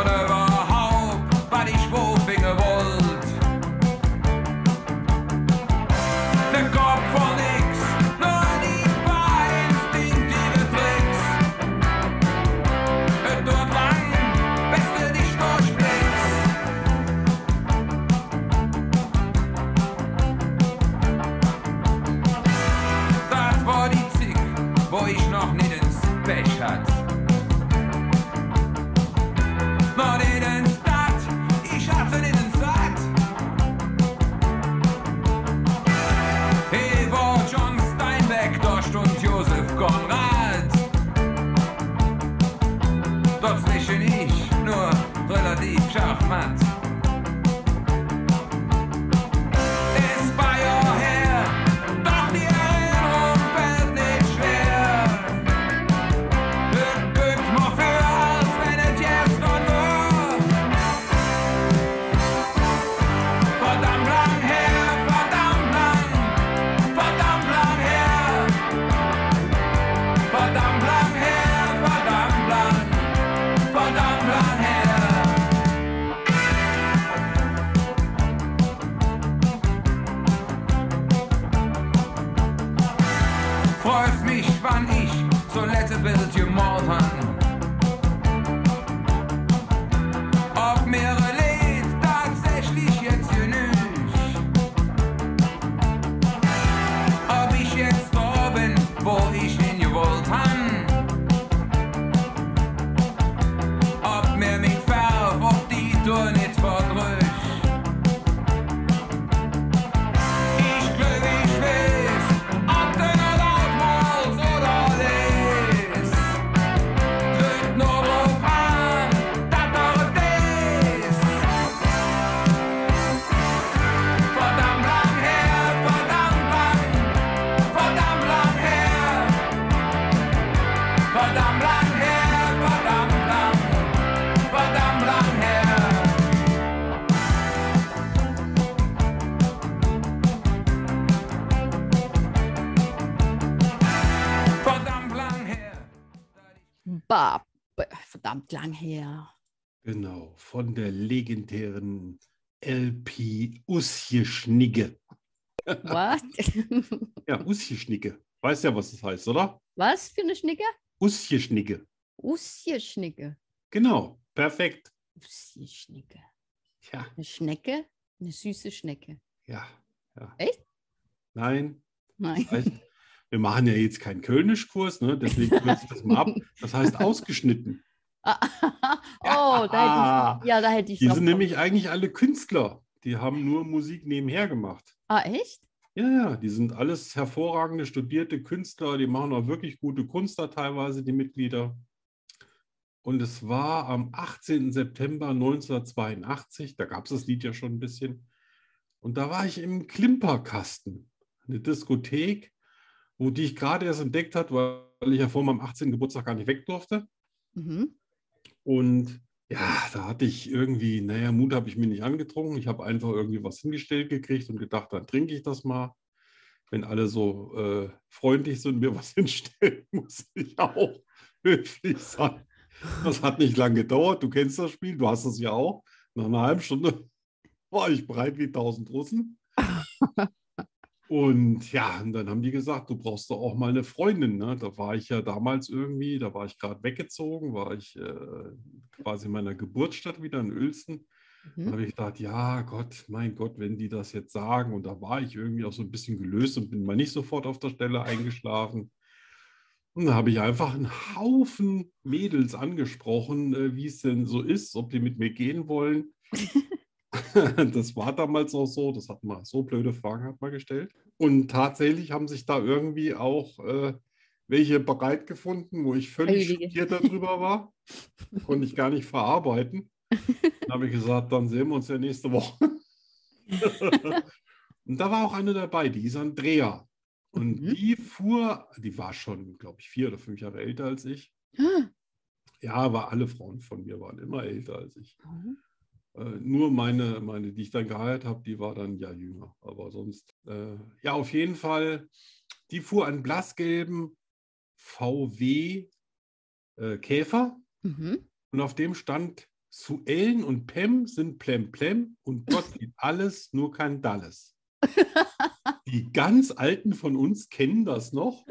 Speaker 5: Oder überhaupt, was ich wo finge wollt. Der Kopf von nix, nur die paar instinktive Tricks. Es dort lang, bis du dich durchblickst. Das war die Zick, wo ich noch nicht ins Pech hat. Noch nicht ins Stadt, ich hatte nicht ins Satt. Ich war John Steinbeck, Dost und Josef Konrad. Dazwischen ich nur relativ schachmatt. Ist bei ihr her, doch die Erinnerung fällt nicht schwer. Es gibt mehr für, als wenn es jetzt nur war. Verdammt lang her, verdammt lang, verdammt lang her. Verdammt lang her, verdammt lang, verdammt lang her. freust mich, wann ich so letzte Bild gemord han. Ob mir Lied tatsächlich jetzt genügt. Ob ich jetzt da bin, wo ich ihn gewollt han. Ob mir mich verf, ob die Tour nicht verdrückt. Ich glaube, ich weiß, ob denn er lautmals oder les. Tritt nur drauf an, dat er des. Verdammt lang her, verdammt lang, verdammt lang her. Verdammt lang her, verdammt lang, verdammt lang her. Verdammt lang her.
Speaker 1: Bah, b- verdammt lang her.
Speaker 2: Genau, von der legendären LP Usje Schnigge.
Speaker 1: What? <laughs>
Speaker 2: Ja, Usje Schnigge. Weißt ja, was das heißt, oder?
Speaker 1: Was für eine Schnicke?
Speaker 2: Usje Schnigge.
Speaker 1: Usje-Schnicke.
Speaker 2: Genau, perfekt.
Speaker 1: Usje-Schnicke.
Speaker 2: Ja,
Speaker 1: Eine Schnecke? Eine süße Schnecke.
Speaker 2: ja. ja.
Speaker 1: Echt?
Speaker 2: Nein,
Speaker 1: Nein. <laughs>
Speaker 2: heißt, wir machen ja jetzt keinen Kölnischkurs, ne? deswegen kürze ich das mal ab. Das heißt ausgeschnitten.
Speaker 1: oh, da hätte ich, ja, da hätte ich
Speaker 2: Ah. Die
Speaker 1: drauf kommen-
Speaker 2: sind nämlich eigentlich alle Künstler. Die haben nur Musik nebenher gemacht.
Speaker 1: Ah, echt?
Speaker 2: Ja, ja, die sind alles hervorragende, studierte Künstler. Die machen auch wirklich gute Kunst da teilweise, die Mitglieder. Und es war am 18. September 1982, da gab es das Lied ja schon ein bisschen. Und da war ich im Klimperkasten, eine Diskothek, wo die ich gerade erst entdeckt hat, weil weil ich ja vor meinem 18. Geburtstag gar nicht weg durfte.
Speaker 1: Mhm.
Speaker 2: Und ja, da hatte ich irgendwie, naja, Mut habe ich mir nicht angetrunken. Ich habe einfach irgendwie was hingestellt gekriegt und gedacht, dann trinke ich das mal. Wenn alle so äh, freundlich sind, mir <laughs> was hinstellen, muss ich auch höflich sein. Das hat nicht lange gedauert. Du kennst das Spiel, du hast es ja auch. Nach einer halben Stunde <laughs> war ich breit wie tausend Russen. Und ja, und dann haben die gesagt, du brauchst doch auch mal eine Freundin. Ne? Da war ich ja damals irgendwie, da war ich gerade weggezogen, war ich äh, quasi in meiner Geburtsstadt wieder in Uelzen. Da
Speaker 1: Mhm.
Speaker 2: habe ich gedacht, ja Gott, mein Gott, wenn die das jetzt sagen. Und da war ich irgendwie auch so ein bisschen gelöst und bin mal nicht sofort auf der Stelle eingeschlafen. Und da habe ich einfach einen Haufen Mädels angesprochen, äh, wie es denn so ist, ob die mit mir gehen wollen. das war damals auch so, das hat man so blöde Fragen hat man gestellt. Und tatsächlich haben sich da irgendwie auch äh, welche bereit gefunden, wo ich völlig
Speaker 1: Heilige.
Speaker 2: schockiert darüber war. Konnte ich gar nicht verarbeiten. Dann habe ich gesagt, dann sehen wir uns ja nächste Woche. <laughs> Und da war auch eine dabei, die ist Andrea. Und
Speaker 1: Mhm.
Speaker 2: die fuhr, die war schon, glaube ich, vier oder fünf Jahre älter als ich.
Speaker 1: Ah.
Speaker 2: Ja, aber alle Frauen von mir waren immer älter als ich.
Speaker 1: Mhm.
Speaker 2: Äh, nur meine, meine, die ich dann geheiratet habe, die war dann ja jünger. Aber sonst, äh, ja, auf jeden Fall, die fuhr einen blassgelben VW äh, Käfer
Speaker 1: Mhm.
Speaker 2: und auf dem stand Suellen und Pem sind Plem Plem und Gott sieht alles, nur kein Dalles. Die ganz Alten von uns kennen das noch.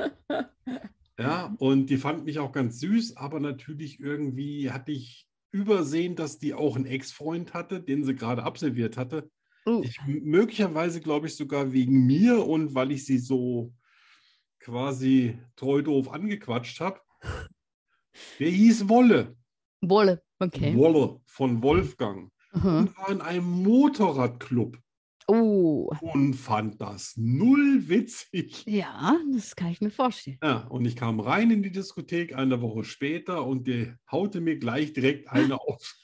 Speaker 2: Ja, und die fand mich auch ganz süß, aber natürlich irgendwie hatte ich übersehen, dass die auch einen Ex-Freund hatte, den sie gerade absolviert hatte.
Speaker 1: Oh.
Speaker 2: Ich, möglicherweise glaube ich sogar wegen mir und weil ich sie so quasi treu doof angequatscht habe. Der hieß Wolle.
Speaker 1: Wolle. Okay.
Speaker 2: Wolle von Wolfgang
Speaker 1: Aha.
Speaker 2: und war in einem Motorradclub
Speaker 1: Oh.
Speaker 2: und fand das null witzig.
Speaker 1: Ja, das kann ich mir vorstellen.
Speaker 2: Ja, und ich kam rein in die Diskothek eine Woche später und die haute mir gleich direkt
Speaker 1: <laughs>
Speaker 2: eine auf,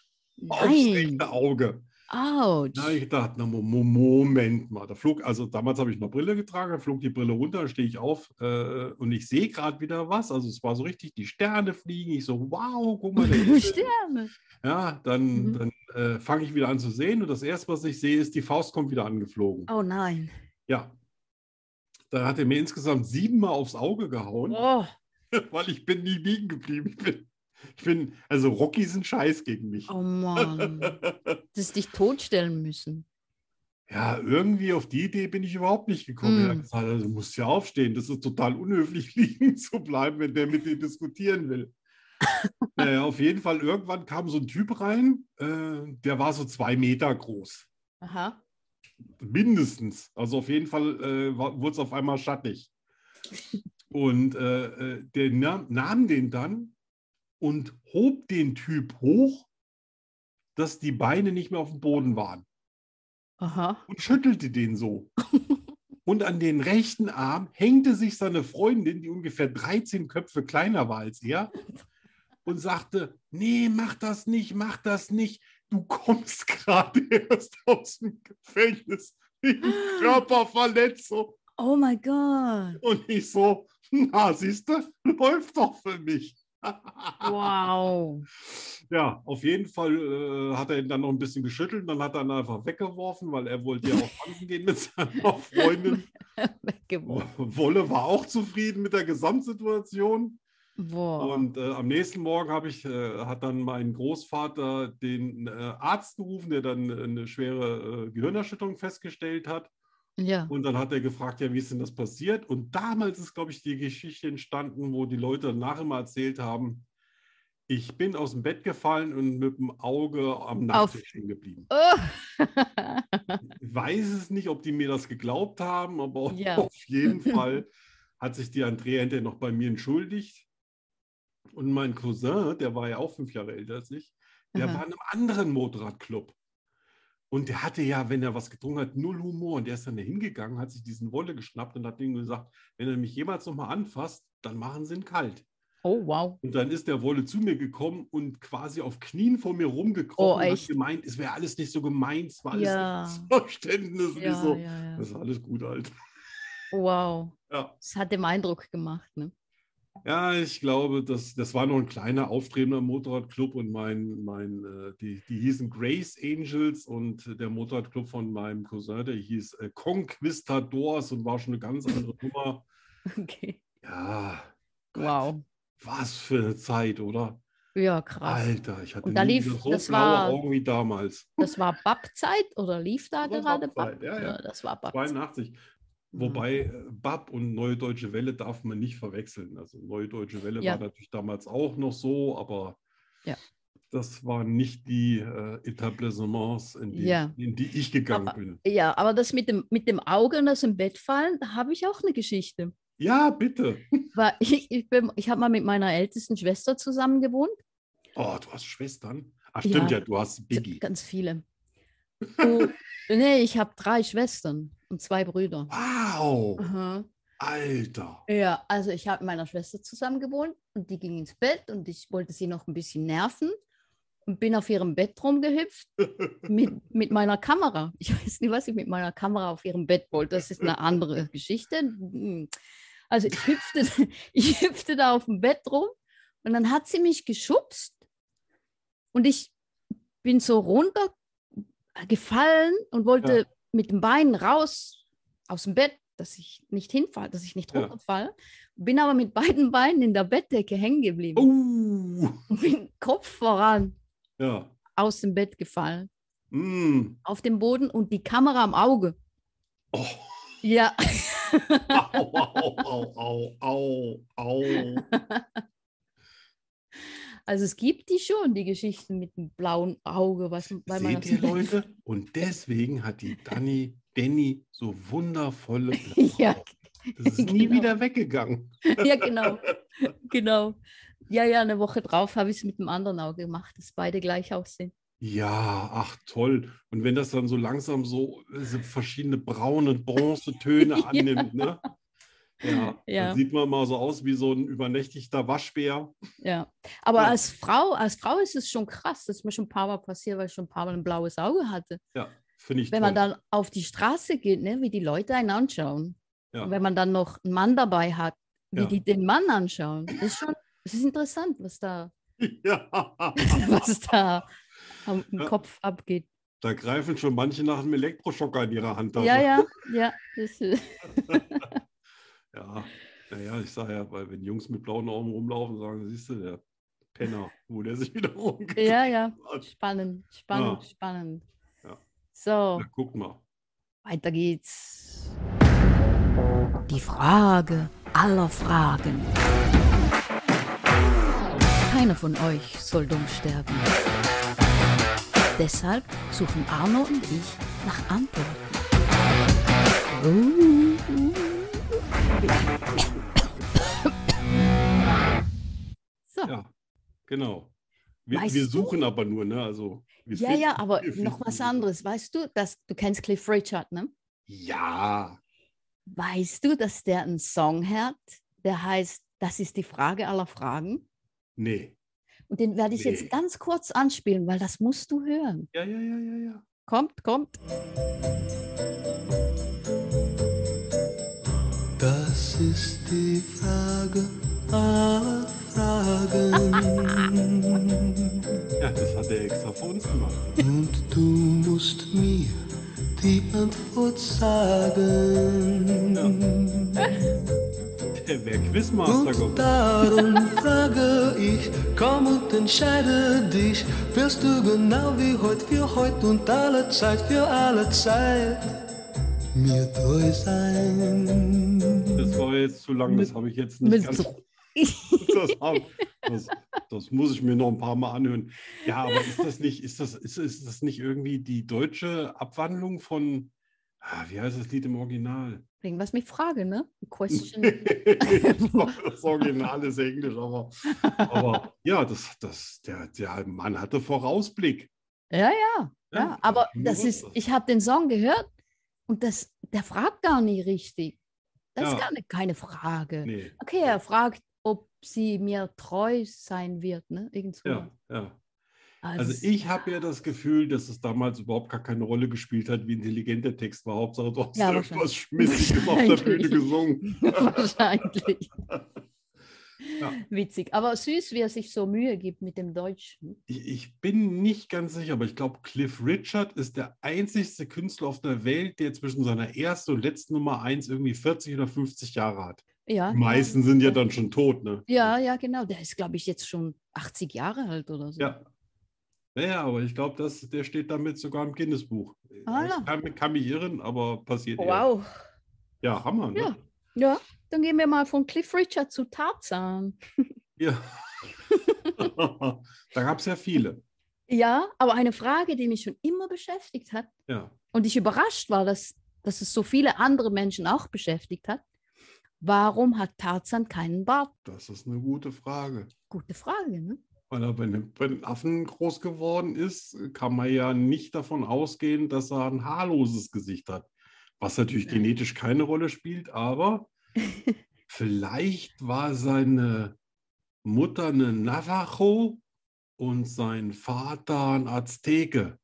Speaker 2: aufs
Speaker 1: Nein. Oh,
Speaker 2: rechte Auge. Da habe ich
Speaker 1: Ouch.
Speaker 2: gedacht, na, Mo- Mo- Moment mal, da flog, also damals habe ich noch Brille getragen, da flog die Brille runter, stehe ich auf äh, und ich sehe gerade wieder was. Also es war so richtig, die Sterne fliegen. Ich so, wow, guck
Speaker 1: <laughs>
Speaker 2: mal, der Himmel.
Speaker 1: Sterne.
Speaker 2: Ja, dann,
Speaker 1: Mhm.
Speaker 2: dann äh, fange ich wieder an zu sehen und das erste, was ich sehe, ist, die Faust kommt wieder angeflogen.
Speaker 1: Oh nein.
Speaker 2: Ja. Da hat er mir insgesamt siebenmal aufs Auge gehauen,
Speaker 1: Oh.
Speaker 2: <laughs> weil ich bin nie liegen geblieben. Ich bin, ich bin also Rocky sind scheiß gegen mich.
Speaker 1: Oh
Speaker 2: <laughs>
Speaker 1: Mann. Das ist dich totstellen müssen.
Speaker 2: Ja, irgendwie auf die Idee bin ich überhaupt nicht gekommen.
Speaker 1: Mm.
Speaker 2: Er hat gesagt, also, du musst ja aufstehen. Das ist total unhöflich, <laughs> liegen zu bleiben, wenn der mit dir
Speaker 1: <laughs>
Speaker 2: diskutieren will. naja, auf jeden Fall, irgendwann kam so ein Typ rein, äh, der war so zwei Meter groß.
Speaker 1: Aha.
Speaker 2: Mindestens. Also auf jeden Fall äh, wurde es auf einmal schattig. Und äh, äh, der na nahm den dann und hob den Typ hoch, dass die Beine nicht mehr auf dem Boden waren
Speaker 1: Aha.
Speaker 2: und schüttelte den so. Und an den rechten Arm hängte sich seine Freundin, die ungefähr 13 Köpfe kleiner war als er, und sagte, nee, mach das nicht, mach das nicht. Du kommst gerade <laughs> erst aus dem Gefängnis wegen Körperverletzung.
Speaker 1: Oh mein Gott.
Speaker 2: Und ich so, na, siehst du, läuft doch für mich. <laughs>
Speaker 1: <laughs> Wow.
Speaker 2: Ja, auf jeden Fall äh, hat er ihn dann noch ein bisschen geschüttelt und dann hat er ihn einfach weggeworfen, weil er wollte ja auch tanzen gehen mit seiner Freundin.
Speaker 1: Weggeworfen.
Speaker 2: <laughs> Wolle war auch zufrieden mit der Gesamtsituation.
Speaker 1: Boah.
Speaker 2: Und äh, am nächsten Morgen habe ich, äh, hat dann mein Großvater den äh, Arzt gerufen, der dann äh, eine schwere äh, Gehirnerschütterung festgestellt hat.
Speaker 1: ja.
Speaker 2: Und dann hat er gefragt, ja, wie ist denn das passiert? Und damals ist, glaube ich, die Geschichte entstanden, wo die Leute danach immer erzählt haben, ich bin aus dem Bett gefallen und mit dem Auge am Nachttisch hängen geblieben.
Speaker 1: Oh.
Speaker 2: Ich weiß es nicht, ob die mir das geglaubt haben, aber
Speaker 1: Ja.
Speaker 2: <laughs> auf
Speaker 1: <laughs>
Speaker 2: jeden Fall hat sich die Andrea hinterher noch bei mir entschuldigt. Und mein Cousin, der war ja auch fünf Jahre älter als ich, der
Speaker 1: Aha.
Speaker 2: war in einem anderen Motorradclub. Und der hatte ja, wenn er was getrunken hat, null Humor. Und der ist dann da hingegangen, hat sich diesen Wolle geschnappt und hat ihm gesagt, wenn er mich jemals nochmal anfasst, dann machen sie ihn kalt.
Speaker 1: <laughs> oh wow.
Speaker 2: Und dann ist der Wolle zu mir gekommen und quasi auf Knien vor mir rumgekrochen
Speaker 1: Oh,
Speaker 2: und hat
Speaker 1: echt?
Speaker 2: gemeint, es wäre alles nicht so gemein, es war alles
Speaker 1: Ja.
Speaker 2: nicht so <laughs> Verständnis. Und ich
Speaker 1: Ja,
Speaker 2: so,
Speaker 1: ja, ja.
Speaker 2: das ist alles gut, Alter.
Speaker 1: Wow.
Speaker 2: <laughs> Ja.
Speaker 1: Das hat dem Eindruck gemacht. Ne? <laughs>
Speaker 2: Ja, ich glaube, das, das war noch ein kleiner aufstrebender Motorradclub und mein, mein, äh, die, die hießen Grace Angels und der Motorradclub von meinem Cousin, der hieß äh, Conquistadors und war schon eine ganz
Speaker 1: <laughs>
Speaker 2: andere Nummer.
Speaker 1: Okay.
Speaker 2: Ja, Gott,
Speaker 1: Wow.
Speaker 2: was für eine Zeit, oder?
Speaker 1: Ja, krass.
Speaker 2: Alter, ich hatte
Speaker 1: Und da
Speaker 2: nie
Speaker 1: lief-
Speaker 2: wieder so
Speaker 1: das
Speaker 2: blaue
Speaker 1: war-
Speaker 2: Augen wie damals.
Speaker 1: Das war Bab-Zeit oder lief da
Speaker 2: Das war
Speaker 1: gerade
Speaker 2: Bab-Zeit, ja, ja.
Speaker 1: das war Bab.
Speaker 2: 82. Wobei
Speaker 1: Mhm.
Speaker 2: äh, BAP und Neue Deutsche Welle darf man nicht verwechseln. Also Neue Deutsche Welle
Speaker 1: Ja.
Speaker 2: war natürlich damals auch noch so, aber
Speaker 1: Ja.
Speaker 2: das waren nicht die äh, Etablissements, in die,
Speaker 1: Ja.
Speaker 2: in die ich gegangen
Speaker 1: Aber-
Speaker 2: bin.
Speaker 1: Ja, aber das mit dem, mit dem Auge und das im Bett fallen, da habe ich auch eine Geschichte.
Speaker 2: Ja, bitte.
Speaker 1: Weil <laughs> ich, ich, bin- ich habe mal mit meiner ältesten Schwester zusammen gewohnt.
Speaker 2: Oh, du hast Schwestern. Ach
Speaker 1: Ja.
Speaker 2: stimmt ja, du hast Biggie.
Speaker 1: Ganz viele. Du, nee, ich habe drei Schwestern und zwei Brüder.
Speaker 2: Wow,
Speaker 1: Aha.
Speaker 2: Alter.
Speaker 1: Ja, also ich habe mit meiner Schwester zusammen gewohnt und die ging ins Bett und ich wollte sie noch ein bisschen nerven und bin auf ihrem Bett rumgehüpft
Speaker 2: <laughs>
Speaker 1: mit, mit meiner Kamera. Ich weiß nicht, was ich mit meiner Kamera auf ihrem Bett wollte. Das ist eine andere Geschichte. Hm. Also ich hüpfte, <laughs> ich hüpfte da auf dem Bett rum und dann hat sie mich geschubst und ich bin so runtergefallen und wollte
Speaker 2: Ja.
Speaker 1: mit den Beinen raus aus dem Bett, dass ich nicht hinfall, dass ich nicht
Speaker 2: Ja.
Speaker 1: runterfalle. Bin aber mit beiden Beinen in der Bettdecke hängen geblieben
Speaker 2: Oh,
Speaker 1: und bin Kopf voran
Speaker 2: ja.
Speaker 1: aus dem Bett gefallen,
Speaker 2: Mm.
Speaker 1: auf den Boden und die Kamera am Auge.
Speaker 2: Oh. <laughs>
Speaker 1: Ja,
Speaker 2: Au, au, au, au, au, au.
Speaker 1: also es gibt die schon, die Geschichten mit dem blauen Auge, was weil man
Speaker 2: Seht
Speaker 1: aus
Speaker 2: ihr,
Speaker 1: dem Bett-
Speaker 2: Leute? Und deswegen hat die Dani, Danny so wundervolle blaue
Speaker 1: <laughs> <laughs> Ja,
Speaker 2: Augen. Das ist nie
Speaker 1: genau.
Speaker 2: wieder weggegangen.
Speaker 1: ja, genau. genau. Ja, ja, eine Woche drauf habe ich es mit dem anderen Auge gemacht, dass beide gleich aussehen.
Speaker 2: Ja, ach toll. Und wenn das dann so langsam so, äh, so verschiedene braune Bronzetöne
Speaker 1: <laughs> Ja.
Speaker 2: annimmt, ne? Ja,
Speaker 1: Ja.
Speaker 2: dann sieht man mal so aus wie so ein übernächtigter Waschbär.
Speaker 1: Ja. Aber
Speaker 2: Ja.
Speaker 1: als Frau, als Frau ist es schon krass, das ist mir schon ein paar Mal passiert, weil ich schon ein paar Mal ein blaues Auge hatte.
Speaker 2: Ja, finde ich
Speaker 1: Wenn
Speaker 2: toll.
Speaker 1: man dann auf die Straße geht, ne, wie die Leute einen anschauen.
Speaker 2: Ja.
Speaker 1: Und wenn man dann noch einen Mann dabei hat, wie
Speaker 2: Ja.
Speaker 1: die den Mann anschauen. Das ist schon, es ist interessant, was da,
Speaker 2: <laughs> ja,
Speaker 1: <laughs> was da am im
Speaker 2: Ja.
Speaker 1: Kopf abgeht.
Speaker 2: da greifen schon manche nach einem Elektroschocker in ihrer Handtasche.
Speaker 1: Ja, ja, ja. Das,
Speaker 2: <laughs>
Speaker 1: ist-
Speaker 2: Ja, naja, ich sage ja, weil wenn Jungs mit blauen Augen rumlaufen, sagen, siehst du, der Penner, wo der sich <laughs> wieder umgekehrt
Speaker 1: ja, ja.
Speaker 2: hat.
Speaker 1: Spannend, spannend,
Speaker 2: Ja.
Speaker 1: spannend.
Speaker 2: Ja.
Speaker 1: So,
Speaker 2: Na, guck mal.
Speaker 1: weiter geht's.
Speaker 3: Die Frage aller Fragen. Keiner von euch soll dumm sterben. Deshalb suchen Arno und ich nach Antworten.
Speaker 1: So.
Speaker 2: Ja, genau. Wir,
Speaker 1: Weißt
Speaker 2: wir
Speaker 1: du-
Speaker 2: suchen aber nur, ne? Also, wir
Speaker 1: Ja,
Speaker 2: finden-
Speaker 1: ja, aber
Speaker 2: wir
Speaker 1: noch
Speaker 2: finden
Speaker 1: was
Speaker 2: nur.
Speaker 1: anderes. Weißt du, dass du kennst Cliff Richard, ne?
Speaker 2: Ja,
Speaker 1: Weißt du, dass der einen Song hat, der heißt Das ist die Frage aller Fragen?
Speaker 2: nee.
Speaker 1: Und den werde ich
Speaker 2: Nee.
Speaker 1: jetzt ganz kurz anspielen, weil das musst du hören.
Speaker 2: Ja, ja, ja, ja, ja.
Speaker 1: Kommt, kommt. <laughs>
Speaker 6: Das ist die Frage aller Fragen.
Speaker 2: Ja, das hat er extra für uns gemacht.
Speaker 6: Und du musst mir die Antwort sagen.
Speaker 2: Der wäre Quizmaster
Speaker 6: Und
Speaker 2: geworden.
Speaker 6: darum frage ich, komm und entscheide dich. Wirst du genau wie heute für heute und alle Zeit für alle Zeit mir treu sein?
Speaker 2: Das war jetzt zu lang, das habe ich jetzt nicht
Speaker 1: Mit
Speaker 2: ganz
Speaker 1: so-
Speaker 2: <laughs> das, haben, das, das muss ich mir noch ein paar Mal anhören. Ja, aber ist das nicht, ist das, ist, ist das nicht irgendwie die deutsche Abwandlung von, ah, wie heißt das Lied im Original? <laughs>
Speaker 1: Irgendwas mit Frage, ne? Question.
Speaker 2: das Original ist Englisch, aber, aber ja, das, das, der, der Mann hatte Vorausblick.
Speaker 1: ja, ja, ja.
Speaker 2: das
Speaker 1: Aber
Speaker 2: hab ich schon
Speaker 1: das
Speaker 2: gewusst,
Speaker 1: ist,
Speaker 2: dass-
Speaker 1: ich habe den Song gehört und das, der fragt gar nicht richtig. Das
Speaker 2: Ja.
Speaker 1: ist gar nicht, keine Frage.
Speaker 2: Nee,
Speaker 1: Okay, er fragt, ob sie mir treu sein wird, ne? Irgend so.
Speaker 2: ja, ja.
Speaker 1: Ah, das <laughs> ist-
Speaker 2: Also ich habe ja das Gefühl, dass es damals überhaupt gar keine Rolle gespielt hat, wie intelligent der Text war. Hauptsache, du hast
Speaker 1: Ja,
Speaker 2: irgendwas Schmissiges auf der Bühne
Speaker 1: wahrscheinlich.
Speaker 2: gesungen.
Speaker 1: Wahrscheinlich.
Speaker 2: Ja.
Speaker 1: Witzig. Aber süß, wie er sich so Mühe gibt mit dem Deutschen.
Speaker 2: Ich, ich bin nicht ganz sicher, aber ich glaube, Cliff Richard ist der einzigste Künstler auf der Welt, der zwischen seiner ersten und letzten Nummer 1 irgendwie 40 oder 50 Jahre hat.
Speaker 1: Ja.
Speaker 2: Die meisten sind ja dann schon tot, ne?
Speaker 1: Ja, ja, genau. Der ist, glaube ich, jetzt schon 80 Jahre alt oder so.
Speaker 2: Ja. Naja, aber ich glaube, das- der steht damit sogar im Guinness-Buch. Also
Speaker 1: Ah, ja.
Speaker 2: Ich kann, kann mich irren, aber passiert eher.
Speaker 1: Wow.
Speaker 2: Ja, Hammer, ne?
Speaker 1: Ja. Ja, dann gehen wir mal von Cliff Richard zu Tarzan.
Speaker 2: Ja.
Speaker 1: <laughs>
Speaker 2: da gab es ja <laughs> viele.
Speaker 1: Ja, aber eine Frage, die mich schon immer beschäftigt hat
Speaker 2: Ja.
Speaker 1: und ich überrascht war, dass, dass es so viele andere Menschen auch beschäftigt hat. Warum hat Tarzan keinen Bart?
Speaker 2: Das ist eine gute Frage.
Speaker 1: Gute Frage, ne?
Speaker 2: Weil er bei den, bei den Affen groß geworden ist, kann man ja nicht davon ausgehen, dass er ein haarloses Gesicht hat. Was natürlich genetisch keine Rolle
Speaker 1: <laughs>
Speaker 2: spielt, aber vielleicht war seine Mutter eine Navajo und sein Vater ein Azteke.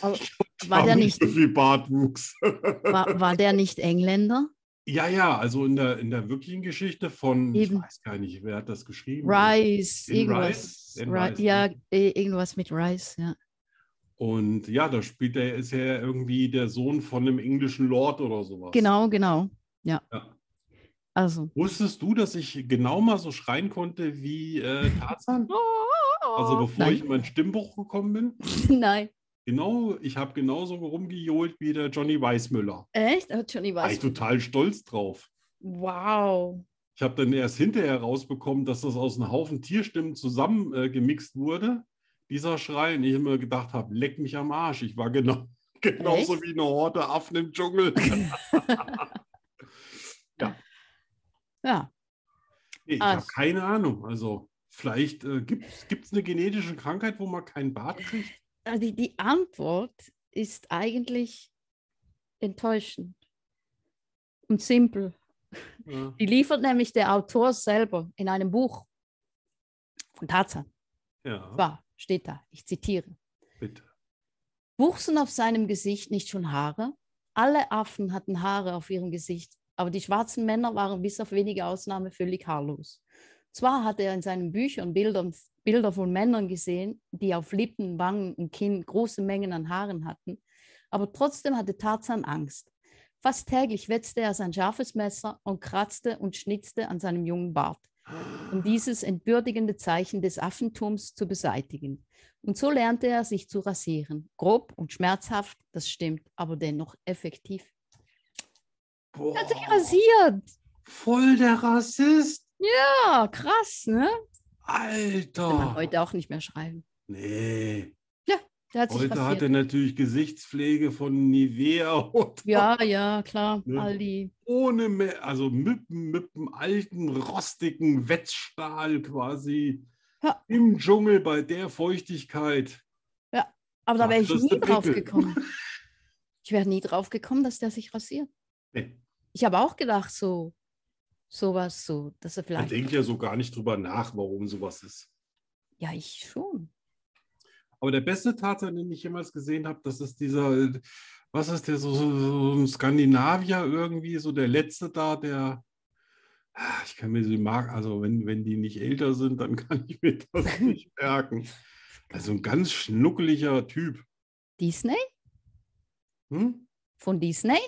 Speaker 1: Aber
Speaker 2: Ich
Speaker 1: war
Speaker 2: hab
Speaker 1: der
Speaker 2: so viel Bartwuchs? <laughs>
Speaker 1: War, war der nicht Engländer?
Speaker 2: ja, ja, also in der, in der wirklichen Geschichte von,
Speaker 1: Eben.
Speaker 2: ich weiß gar nicht, wer hat das geschrieben?
Speaker 1: Rice,
Speaker 2: In
Speaker 1: irgendwas.
Speaker 2: Rice? In
Speaker 1: Ri-
Speaker 2: Rice,
Speaker 1: ja,
Speaker 2: ne?
Speaker 1: eh, irgendwas mit Rice, ja.
Speaker 2: Und ja, da spielt er, ist er ja irgendwie der Sohn von einem englischen Lord oder sowas.
Speaker 1: Genau, genau. Ja.
Speaker 2: Ja. <laughs>
Speaker 1: Also.
Speaker 2: Wusstest du, dass ich genau mal so schreien konnte wie äh,
Speaker 1: <laughs>
Speaker 2: Tarzan? Also bevor
Speaker 1: Nein.
Speaker 2: ich in mein Stimmbuch gekommen bin?
Speaker 1: Nein.
Speaker 2: Genau, ich habe genauso rumgejohlt wie der Johnny Weissmüller.
Speaker 1: Echt? Hat Johnny
Speaker 2: War ich
Speaker 1: Weiss.
Speaker 2: total stolz drauf.
Speaker 1: Wow.
Speaker 2: Ich habe dann erst hinterher rausbekommen, dass das aus einem Haufen Tierstimmen zusammen äh, gemixt wurde. Dieser Schrei, und ich immer gedacht habe, leck mich am Arsch. Ich war genau, <laughs> genauso
Speaker 1: Echt?
Speaker 2: wie eine Horde Affen
Speaker 1: <laughs>
Speaker 2: im Dschungel.
Speaker 1: Ja.
Speaker 2: Nee, ich
Speaker 1: Ah,
Speaker 2: habe
Speaker 1: s-
Speaker 2: keine Ahnung. Also vielleicht äh, gibt es eine genetische Krankheit, wo man keinen Bart kriegt.
Speaker 1: Also die, die Antwort ist eigentlich enttäuschend und simpel.
Speaker 2: Ja.
Speaker 1: Die liefert nämlich der Autor selber in einem Buch von Tarzan.
Speaker 2: ja,
Speaker 1: War, steht da, ich zitiere.
Speaker 2: bitte.
Speaker 1: Wuchsen auf seinem Gesicht nicht schon Haare? Alle Affen hatten Haare auf ihrem Gesicht, aber die schwarzen Männer waren bis auf wenige Ausnahmen völlig haarlos. Zwar hatte er in seinen Büchern Bildern, Bilder von Männern gesehen, die auf Lippen, Wangen und Kinn große Mengen an Haaren hatten, aber trotzdem hatte Tarzan Angst. Fast täglich wetzte er sein scharfes Messer und kratzte und schnitzte an seinem jungen Bart, um dieses entbürdigende Zeichen des Affentums zu beseitigen. Und so lernte er sich zu rasieren. Grob und schmerzhaft, das stimmt, aber dennoch effektiv.
Speaker 2: Boah,
Speaker 1: Er hat sich rasiert.
Speaker 2: voll der Rassist.
Speaker 1: Ja, krass, ne? Kann man
Speaker 2: Alter.
Speaker 1: heute auch nicht mehr schreiben.
Speaker 2: Nee.
Speaker 1: Der hat sich ne?
Speaker 2: Heute hat
Speaker 1: rasiert.
Speaker 2: er natürlich Gesichtspflege von Nivea <laughs> und
Speaker 1: ja, ja, klar.
Speaker 2: Ne?
Speaker 1: All die.
Speaker 2: ohne mehr, also Müppen, Müppen, alten, rostigen Wetzstahl quasi
Speaker 1: Ja.
Speaker 2: im Dschungel bei der Feuchtigkeit.
Speaker 1: Aber da
Speaker 2: Ach,
Speaker 1: wäre ich
Speaker 2: das ist
Speaker 1: nie
Speaker 2: der
Speaker 1: drauf
Speaker 2: Pickel.
Speaker 1: gekommen. Ich wäre nie drauf gekommen, dass der sich rasiert.
Speaker 2: Nee.
Speaker 1: Ich habe auch gedacht, so sowas, so, dass er
Speaker 2: Man
Speaker 1: vielleicht.
Speaker 2: denkt ja so gar nicht drüber nach, warum sowas ist.
Speaker 1: Ja, ich schon.
Speaker 2: Aber der beste Tarzan, den ich jemals gesehen habe, das ist dieser, äh, was ist der, so, so, so ein Skandinavier irgendwie, so der letzte da, der, Ah, ich kann mir die Marken, also wenn, wenn die nicht älter sind, dann <laughs> kann ich mir
Speaker 1: <laughs>
Speaker 2: das nicht merken. Also ein ganz schnuckeliger Typ.
Speaker 1: Disney?
Speaker 2: Hm?
Speaker 1: Von Disney?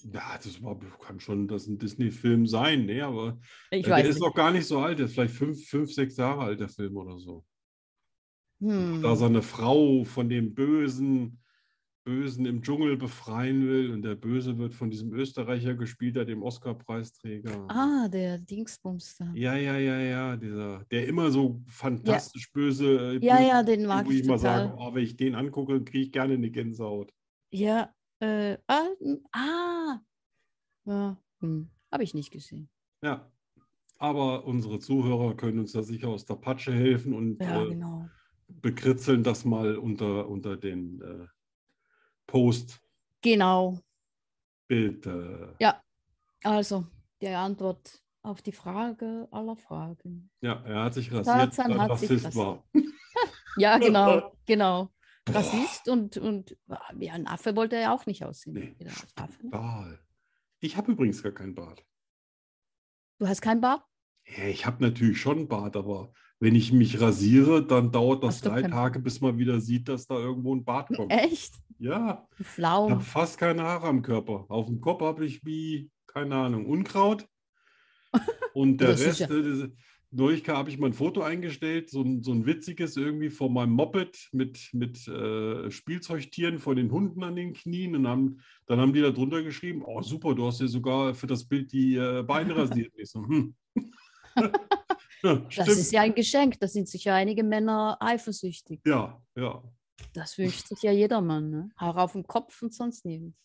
Speaker 2: Ja, das war, kann schon das ein Disney-Film sein, ne? Aber
Speaker 1: Ich
Speaker 2: äh, der
Speaker 1: weiß
Speaker 2: ist
Speaker 1: nicht.
Speaker 2: noch gar nicht so alt, der ist vielleicht fünf, fünf, sechs Jahre alt, der Film oder so. da
Speaker 1: Hm.
Speaker 2: seine Frau von dem Bösen, Bösen im Dschungel befreien will und der Böse wird von diesem Österreicher gespielt, der dem Oscar-Preisträger.
Speaker 1: Ah, der Dingsbums da.
Speaker 2: Ja, ja, ja, ja, dieser, der immer so fantastisch böse. äh,
Speaker 1: Ja,
Speaker 2: böse
Speaker 1: ja, den mag
Speaker 2: wo
Speaker 1: ich
Speaker 2: ich immer
Speaker 1: total.
Speaker 2: sage, oh, wenn ich den angucke, kriege ich gerne eine Gänsehaut.
Speaker 1: Ja, äh, ah, n- ah. Ja, hm, habe ich nicht gesehen.
Speaker 2: Ja. Aber unsere Zuhörer können uns da sicher aus der Patsche helfen und
Speaker 1: Ja,
Speaker 2: äh,
Speaker 1: genau.
Speaker 2: bekritzeln das mal unter, unter den äh, Post.
Speaker 1: Genau.
Speaker 2: Bitte.
Speaker 1: Also, die Antwort auf die Frage aller Fragen.
Speaker 2: Ja, er hat sich rasiert,
Speaker 1: Tarzan
Speaker 2: weil er
Speaker 1: hat sich
Speaker 2: Rassist war. <laughs>
Speaker 1: Ja, genau, genau. Rassist und, und wie ein Affe wollte er ja auch nicht aussehen.
Speaker 2: Nee,
Speaker 1: Wieder als Affe.
Speaker 2: Ball. Ich habe übrigens gar keinen Bart.
Speaker 1: Du hast kein Bart?
Speaker 2: Ja, ich habe natürlich schon einen Bart, aber wenn ich mich rasiere, dann dauert das
Speaker 1: Hast du
Speaker 2: drei
Speaker 1: keinen- äh,
Speaker 2: Tage, bis man wieder sieht, dass da irgendwo ein Bart kommt.
Speaker 1: Echt?
Speaker 2: Ja,
Speaker 1: Du
Speaker 2: ich
Speaker 1: Flau.
Speaker 2: habe fast keine Haare am Körper. Auf dem Kopf habe ich wie, keine
Speaker 1: <laughs>
Speaker 2: Ahnung, Unkraut. Und der
Speaker 1: Das ist
Speaker 2: Rest,
Speaker 1: ja-
Speaker 2: äh, neulich habe ich mal ein Foto eingestellt, so ein, so ein witziges irgendwie von meinem Moped mit, mit äh, Spielzeugtieren von den Hunden an den Knien. Und haben, dann haben die da drunter geschrieben: Oh, super, du hast dir sogar für das Bild die äh,
Speaker 1: <laughs>
Speaker 2: Beine rasiert. Und Ich so, hm. ja,
Speaker 1: Das
Speaker 2: stimmt.
Speaker 1: ist ja ein Geschenk. Da sind sicher einige Männer eifersüchtig.
Speaker 2: ja, ja.
Speaker 1: Das wünscht sich ja jedermann. Ne? Haare auf dem Kopf und sonst nirgends.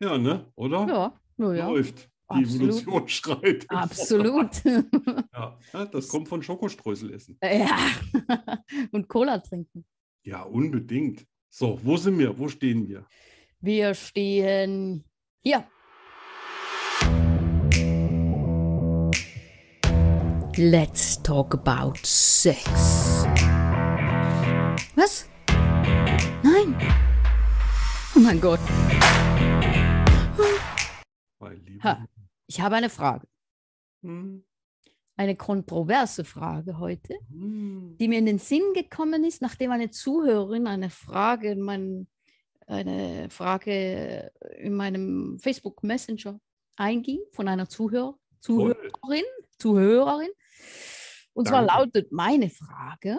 Speaker 2: Ja, ne? Oder?
Speaker 1: Ja, naja.
Speaker 2: Läuft. Die
Speaker 1: Absolut.
Speaker 2: Evolution schreit.
Speaker 1: Absolut. <laughs>
Speaker 2: Ja, ja, das kommt von Schokostreusel essen.
Speaker 1: ja. <laughs> Und Cola trinken.
Speaker 2: Ja, unbedingt. So, wo sind wir? Wo stehen wir?
Speaker 1: Wir stehen hier.
Speaker 3: Let's talk about sex. Was? Nein.
Speaker 1: Oh mein Gott.
Speaker 2: Mein lieber.
Speaker 1: Ha. Ich habe eine Frage.
Speaker 2: Hm,
Speaker 1: Eine kontroverse Frage heute,
Speaker 2: hm.
Speaker 1: die mir in den Sinn gekommen ist, nachdem eine Zuhörerin eine Frage in meinem, eine Frage in meinem Facebook Messenger einging von einer Zuhör
Speaker 2: Toll.
Speaker 1: Zuhörerin, Zuhörerin. Und zwar
Speaker 2: Danke.
Speaker 1: lautet meine Frage: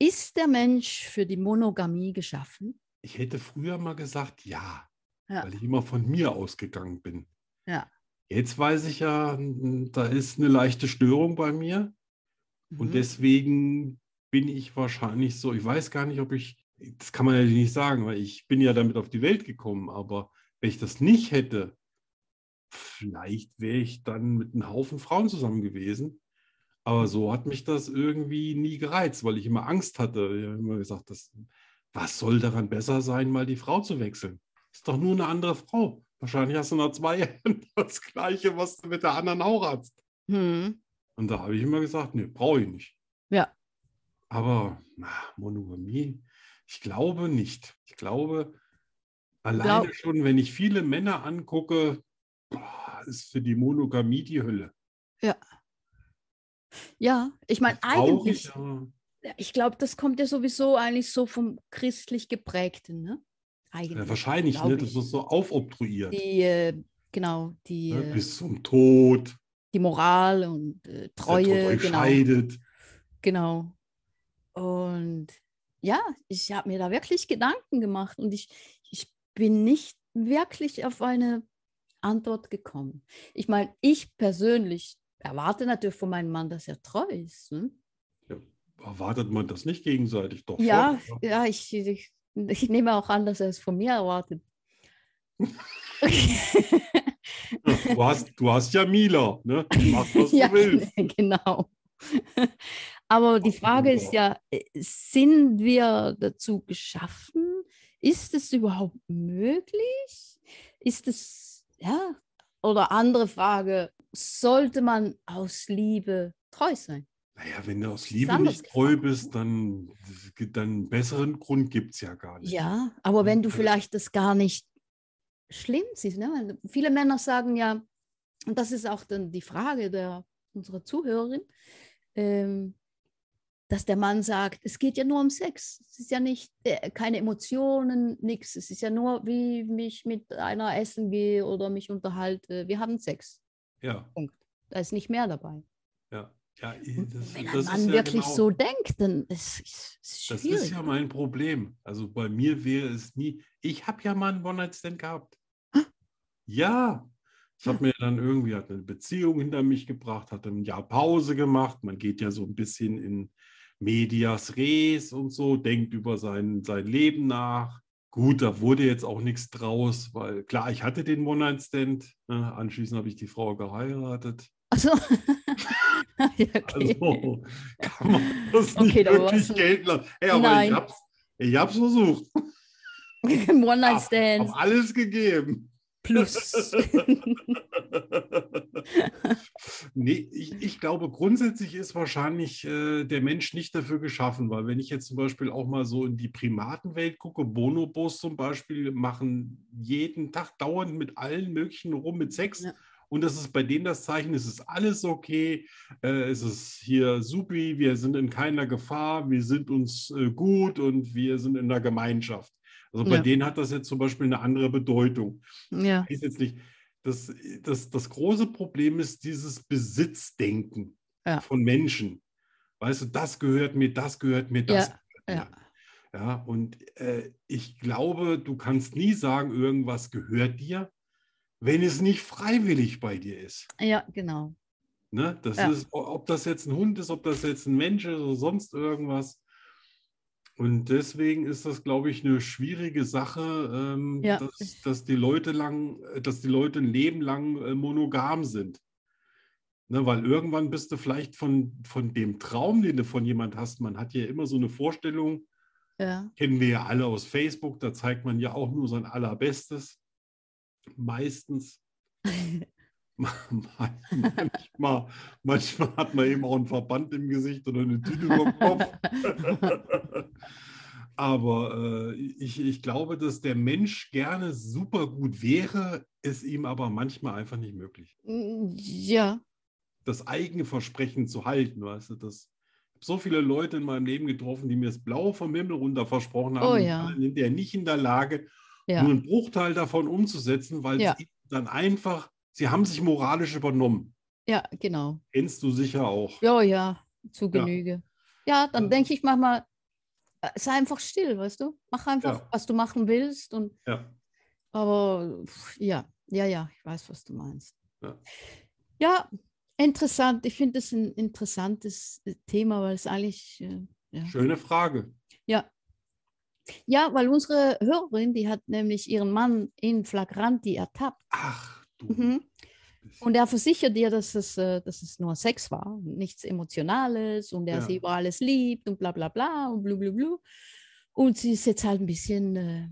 Speaker 1: Ist der Mensch für die Monogamie geschaffen?
Speaker 2: Ich hätte früher mal gesagt, ja,
Speaker 1: Ja.
Speaker 2: weil ich immer von mir ausgegangen bin.
Speaker 1: Ja.
Speaker 2: Jetzt weiß ich ja, hm, da ist eine leichte Störung bei mir
Speaker 3: Mhm.
Speaker 2: und deswegen bin ich wahrscheinlich so, ich weiß gar nicht, ob ich, das kann man ja nicht sagen, weil ich bin ja damit auf die Welt gekommen, aber wenn ich das nicht hätte, vielleicht wäre ich dann mit einem Haufen Frauen zusammen gewesen. Aber so hat mich das irgendwie nie gereizt, weil ich immer Angst hatte. Ich habe immer gesagt, das, was soll daran besser sein, mal die Frau zu wechseln? Ist doch nur eine andere Frau. Wahrscheinlich hast du nach zwei <laughs> Jahren das Gleiche, was du mit der anderen auch hast.
Speaker 1: Hm.
Speaker 2: Und da habe ich immer gesagt, nee, brauche ich nicht.
Speaker 1: Ja.
Speaker 2: Aber na, Monogamie, ich glaube nicht. Ich glaube,
Speaker 1: glaub-
Speaker 2: alleine schon, wenn ich viele Männer angucke, boah, ist für die Monogamie die Hölle.
Speaker 1: Ja, ich meine, eigentlich.
Speaker 2: Traurig, aber
Speaker 1: Ja, Ich glaube, das kommt ja sowieso eigentlich so vom christlich geprägten, ne? Eigentlich.
Speaker 2: ja, wahrscheinlich,
Speaker 1: glaub
Speaker 2: ne,
Speaker 1: ich.
Speaker 2: das ist so aufobtruiert.
Speaker 1: Die, äh, genau, die,
Speaker 2: ne,
Speaker 1: äh,
Speaker 2: bis zum Tod, dass
Speaker 1: die Moral und äh,
Speaker 2: der
Speaker 1: Treue,
Speaker 2: Tod euch
Speaker 1: genau,
Speaker 2: scheidet.
Speaker 1: genau. Und ja, ich habe mir da wirklich Gedanken gemacht und ich, ich bin nicht wirklich auf eine Antwort gekommen. Ich meine, ich persönlich erwarte natürlich von meinem Mann, dass er treu ist. Ne?
Speaker 2: Erwartet man das nicht gegenseitig doch
Speaker 1: Ja,
Speaker 2: schon,
Speaker 1: ja, ich, ich, ich nehme auch an, dass er es von mir
Speaker 2: <laughs>
Speaker 1: erwartet.
Speaker 2: ne? Du hast, du hast ja Mila, ne? Du
Speaker 1: <laughs>
Speaker 2: machst, was
Speaker 1: ja,
Speaker 2: du willst.
Speaker 1: gen- genau. Aber die
Speaker 2: Auf jeden
Speaker 1: Frage ist
Speaker 2: Fall.
Speaker 1: ja, äh, sind wir dazu geschaffen? Ist es überhaupt möglich? Ist es, ja, oder andere Frage, sollte man aus Liebe treu sein?
Speaker 2: Naja, wenn du aus
Speaker 1: Ist
Speaker 2: Liebe
Speaker 1: anders
Speaker 2: nicht treu
Speaker 1: gefragt,
Speaker 2: bist, dann, dann einen besseren Grund gibt es ja gar nicht.
Speaker 1: Ja, aber wenn du
Speaker 2: Also-
Speaker 1: vielleicht das gar nicht schlimm siehst, ne? Weil viele Männer sagen ja, und das ist auch dann die Frage der, unserer Zuhörerin, ähm, dass der Mann sagt, es geht ja nur um Sex, es ist ja nicht, äh, keine Emotionen, nichts, es ist ja nur, wie mich mit einer essen gehe oder mich unterhalte, wir haben Sex,
Speaker 2: Ja,
Speaker 1: da ist nicht mehr dabei.
Speaker 2: ja. ja
Speaker 1: Und
Speaker 2: das,
Speaker 1: wenn ein
Speaker 2: das
Speaker 1: Mann
Speaker 2: ist ja
Speaker 1: wirklich
Speaker 2: genau,
Speaker 1: so denkt, dann ist es
Speaker 2: Das
Speaker 1: schwierig.
Speaker 2: ist ja mein Problem. Also bei mir wäre es nie. Ich habe ja mal einen One-Night-Stand gehabt. Ja. Ich habe mir dann irgendwie hat eine Beziehung hinter mich gebracht, hatte ein Jahr Pause gemacht. Man geht ja so ein bisschen in Medias Res und so, denkt über sein, sein Leben nach. Gut, da wurde jetzt auch nichts draus, weil klar, ich hatte den One-Night-Stand. Ne? Anschließend habe ich die Frau geheiratet.
Speaker 1: Also, <laughs> ja, okay. <laughs>
Speaker 2: Also kann man das
Speaker 1: Okay,
Speaker 2: nicht
Speaker 1: da war's
Speaker 2: wirklich
Speaker 1: ein-
Speaker 2: gelten lassen. Hey, aber
Speaker 1: Nein.
Speaker 2: ich hab's, ich hab's versucht. Hab
Speaker 1: One-Night-Stand
Speaker 2: alles gegeben.
Speaker 1: plus.
Speaker 2: nee, ich, ich glaube, grundsätzlich ist wahrscheinlich äh, der Mensch nicht dafür geschaffen, weil wenn ich jetzt zum Beispiel auch mal so in die Primatenwelt gucke, Bonobos zum Beispiel machen jeden Tag dauernd mit allen möglichen rum mit Sex.
Speaker 1: Ja.
Speaker 2: Und das ist bei denen das Zeichen, es ist alles okay, äh, es ist hier supi, wir sind in keiner Gefahr, wir sind uns äh, gut und wir sind in der Gemeinschaft. Also bei
Speaker 1: Ja.
Speaker 2: denen hat das jetzt zum Beispiel eine andere Bedeutung.
Speaker 1: <laughs> Ja.
Speaker 2: Ich weiß jetzt nicht. Das, das, das große Problem ist dieses Besitzdenken
Speaker 1: Ja.
Speaker 2: von Menschen. Weißt du, das gehört mir, das gehört mir, das
Speaker 1: Ja,
Speaker 2: gehört mir. Ja, und äh, ich glaube, du kannst nie sagen, irgendwas gehört dir, wenn es nicht freiwillig bei dir ist.
Speaker 1: Ja, genau.
Speaker 2: Ne? Das
Speaker 1: Ja.
Speaker 2: ist, o- ob das jetzt ein Hund ist, ob das jetzt ein Mensch ist oder sonst irgendwas. Und deswegen ist das, glaube ich, eine schwierige Sache, ähm,
Speaker 1: Ja.
Speaker 2: dass, dass die Leute lang, äh, dass die Leute ein Leben lang äh, monogam sind. Ne, weil irgendwann bist du vielleicht von, von dem Traum, den du von jemand hast. Man hat ja immer so eine Vorstellung,
Speaker 1: Ja.
Speaker 2: kennen wir ja alle aus Facebook, da zeigt man ja auch nur sein Allerbestes. Meistens. manchmal, manchmal hat man eben auch einen Verband im Gesicht oder eine Tüte über dem Kopf. aber äh, ich, ich glaube, dass der Mensch gerne super gut wäre, es ihm aber manchmal einfach nicht möglich.
Speaker 1: Ja.
Speaker 2: Das eigene Versprechen zu halten, weißt du, das. Ich habe so viele Leute in meinem Leben getroffen, die mir das Blaue vom Himmel runter versprochen haben,
Speaker 1: Oh
Speaker 2: und
Speaker 1: ja.
Speaker 2: waren hinterher nicht in der Lage, nur
Speaker 1: Ja.
Speaker 2: einen Bruchteil davon umzusetzen, weil
Speaker 1: Ja.
Speaker 2: sie dann einfach, sie haben sich moralisch übernommen.
Speaker 1: Ja, genau.
Speaker 2: Kennst du sicher auch.
Speaker 1: Ja, ja. Zu
Speaker 2: Ja.
Speaker 1: Genüge. Ja, dann
Speaker 2: Ja.
Speaker 1: denke ich manchmal, äh, sei einfach still, weißt du? Mach einfach,
Speaker 2: Ja.
Speaker 1: was du machen willst und
Speaker 2: Ja.
Speaker 1: Aber pf, ja, ja, ja, ich weiß, was du meinst.
Speaker 2: Ja.
Speaker 1: Ja, interessant. Ich finde es ein interessantes äh, Thema, weil es eigentlich, äh,
Speaker 2: Schöne Frage.
Speaker 1: ja, weil unsere Hörerin, die hat nämlich ihren Mann in Flagranti ertappt.
Speaker 2: Ach du.
Speaker 1: Mhm.
Speaker 2: Mist.
Speaker 1: Und er versichert ihr, dass es, äh, dass es nur Sex war, und nichts Emotionales und er
Speaker 2: Ja.
Speaker 1: sie über alles liebt und bla bla bla und blu blu blu. Und sie ist jetzt halt ein bisschen äh,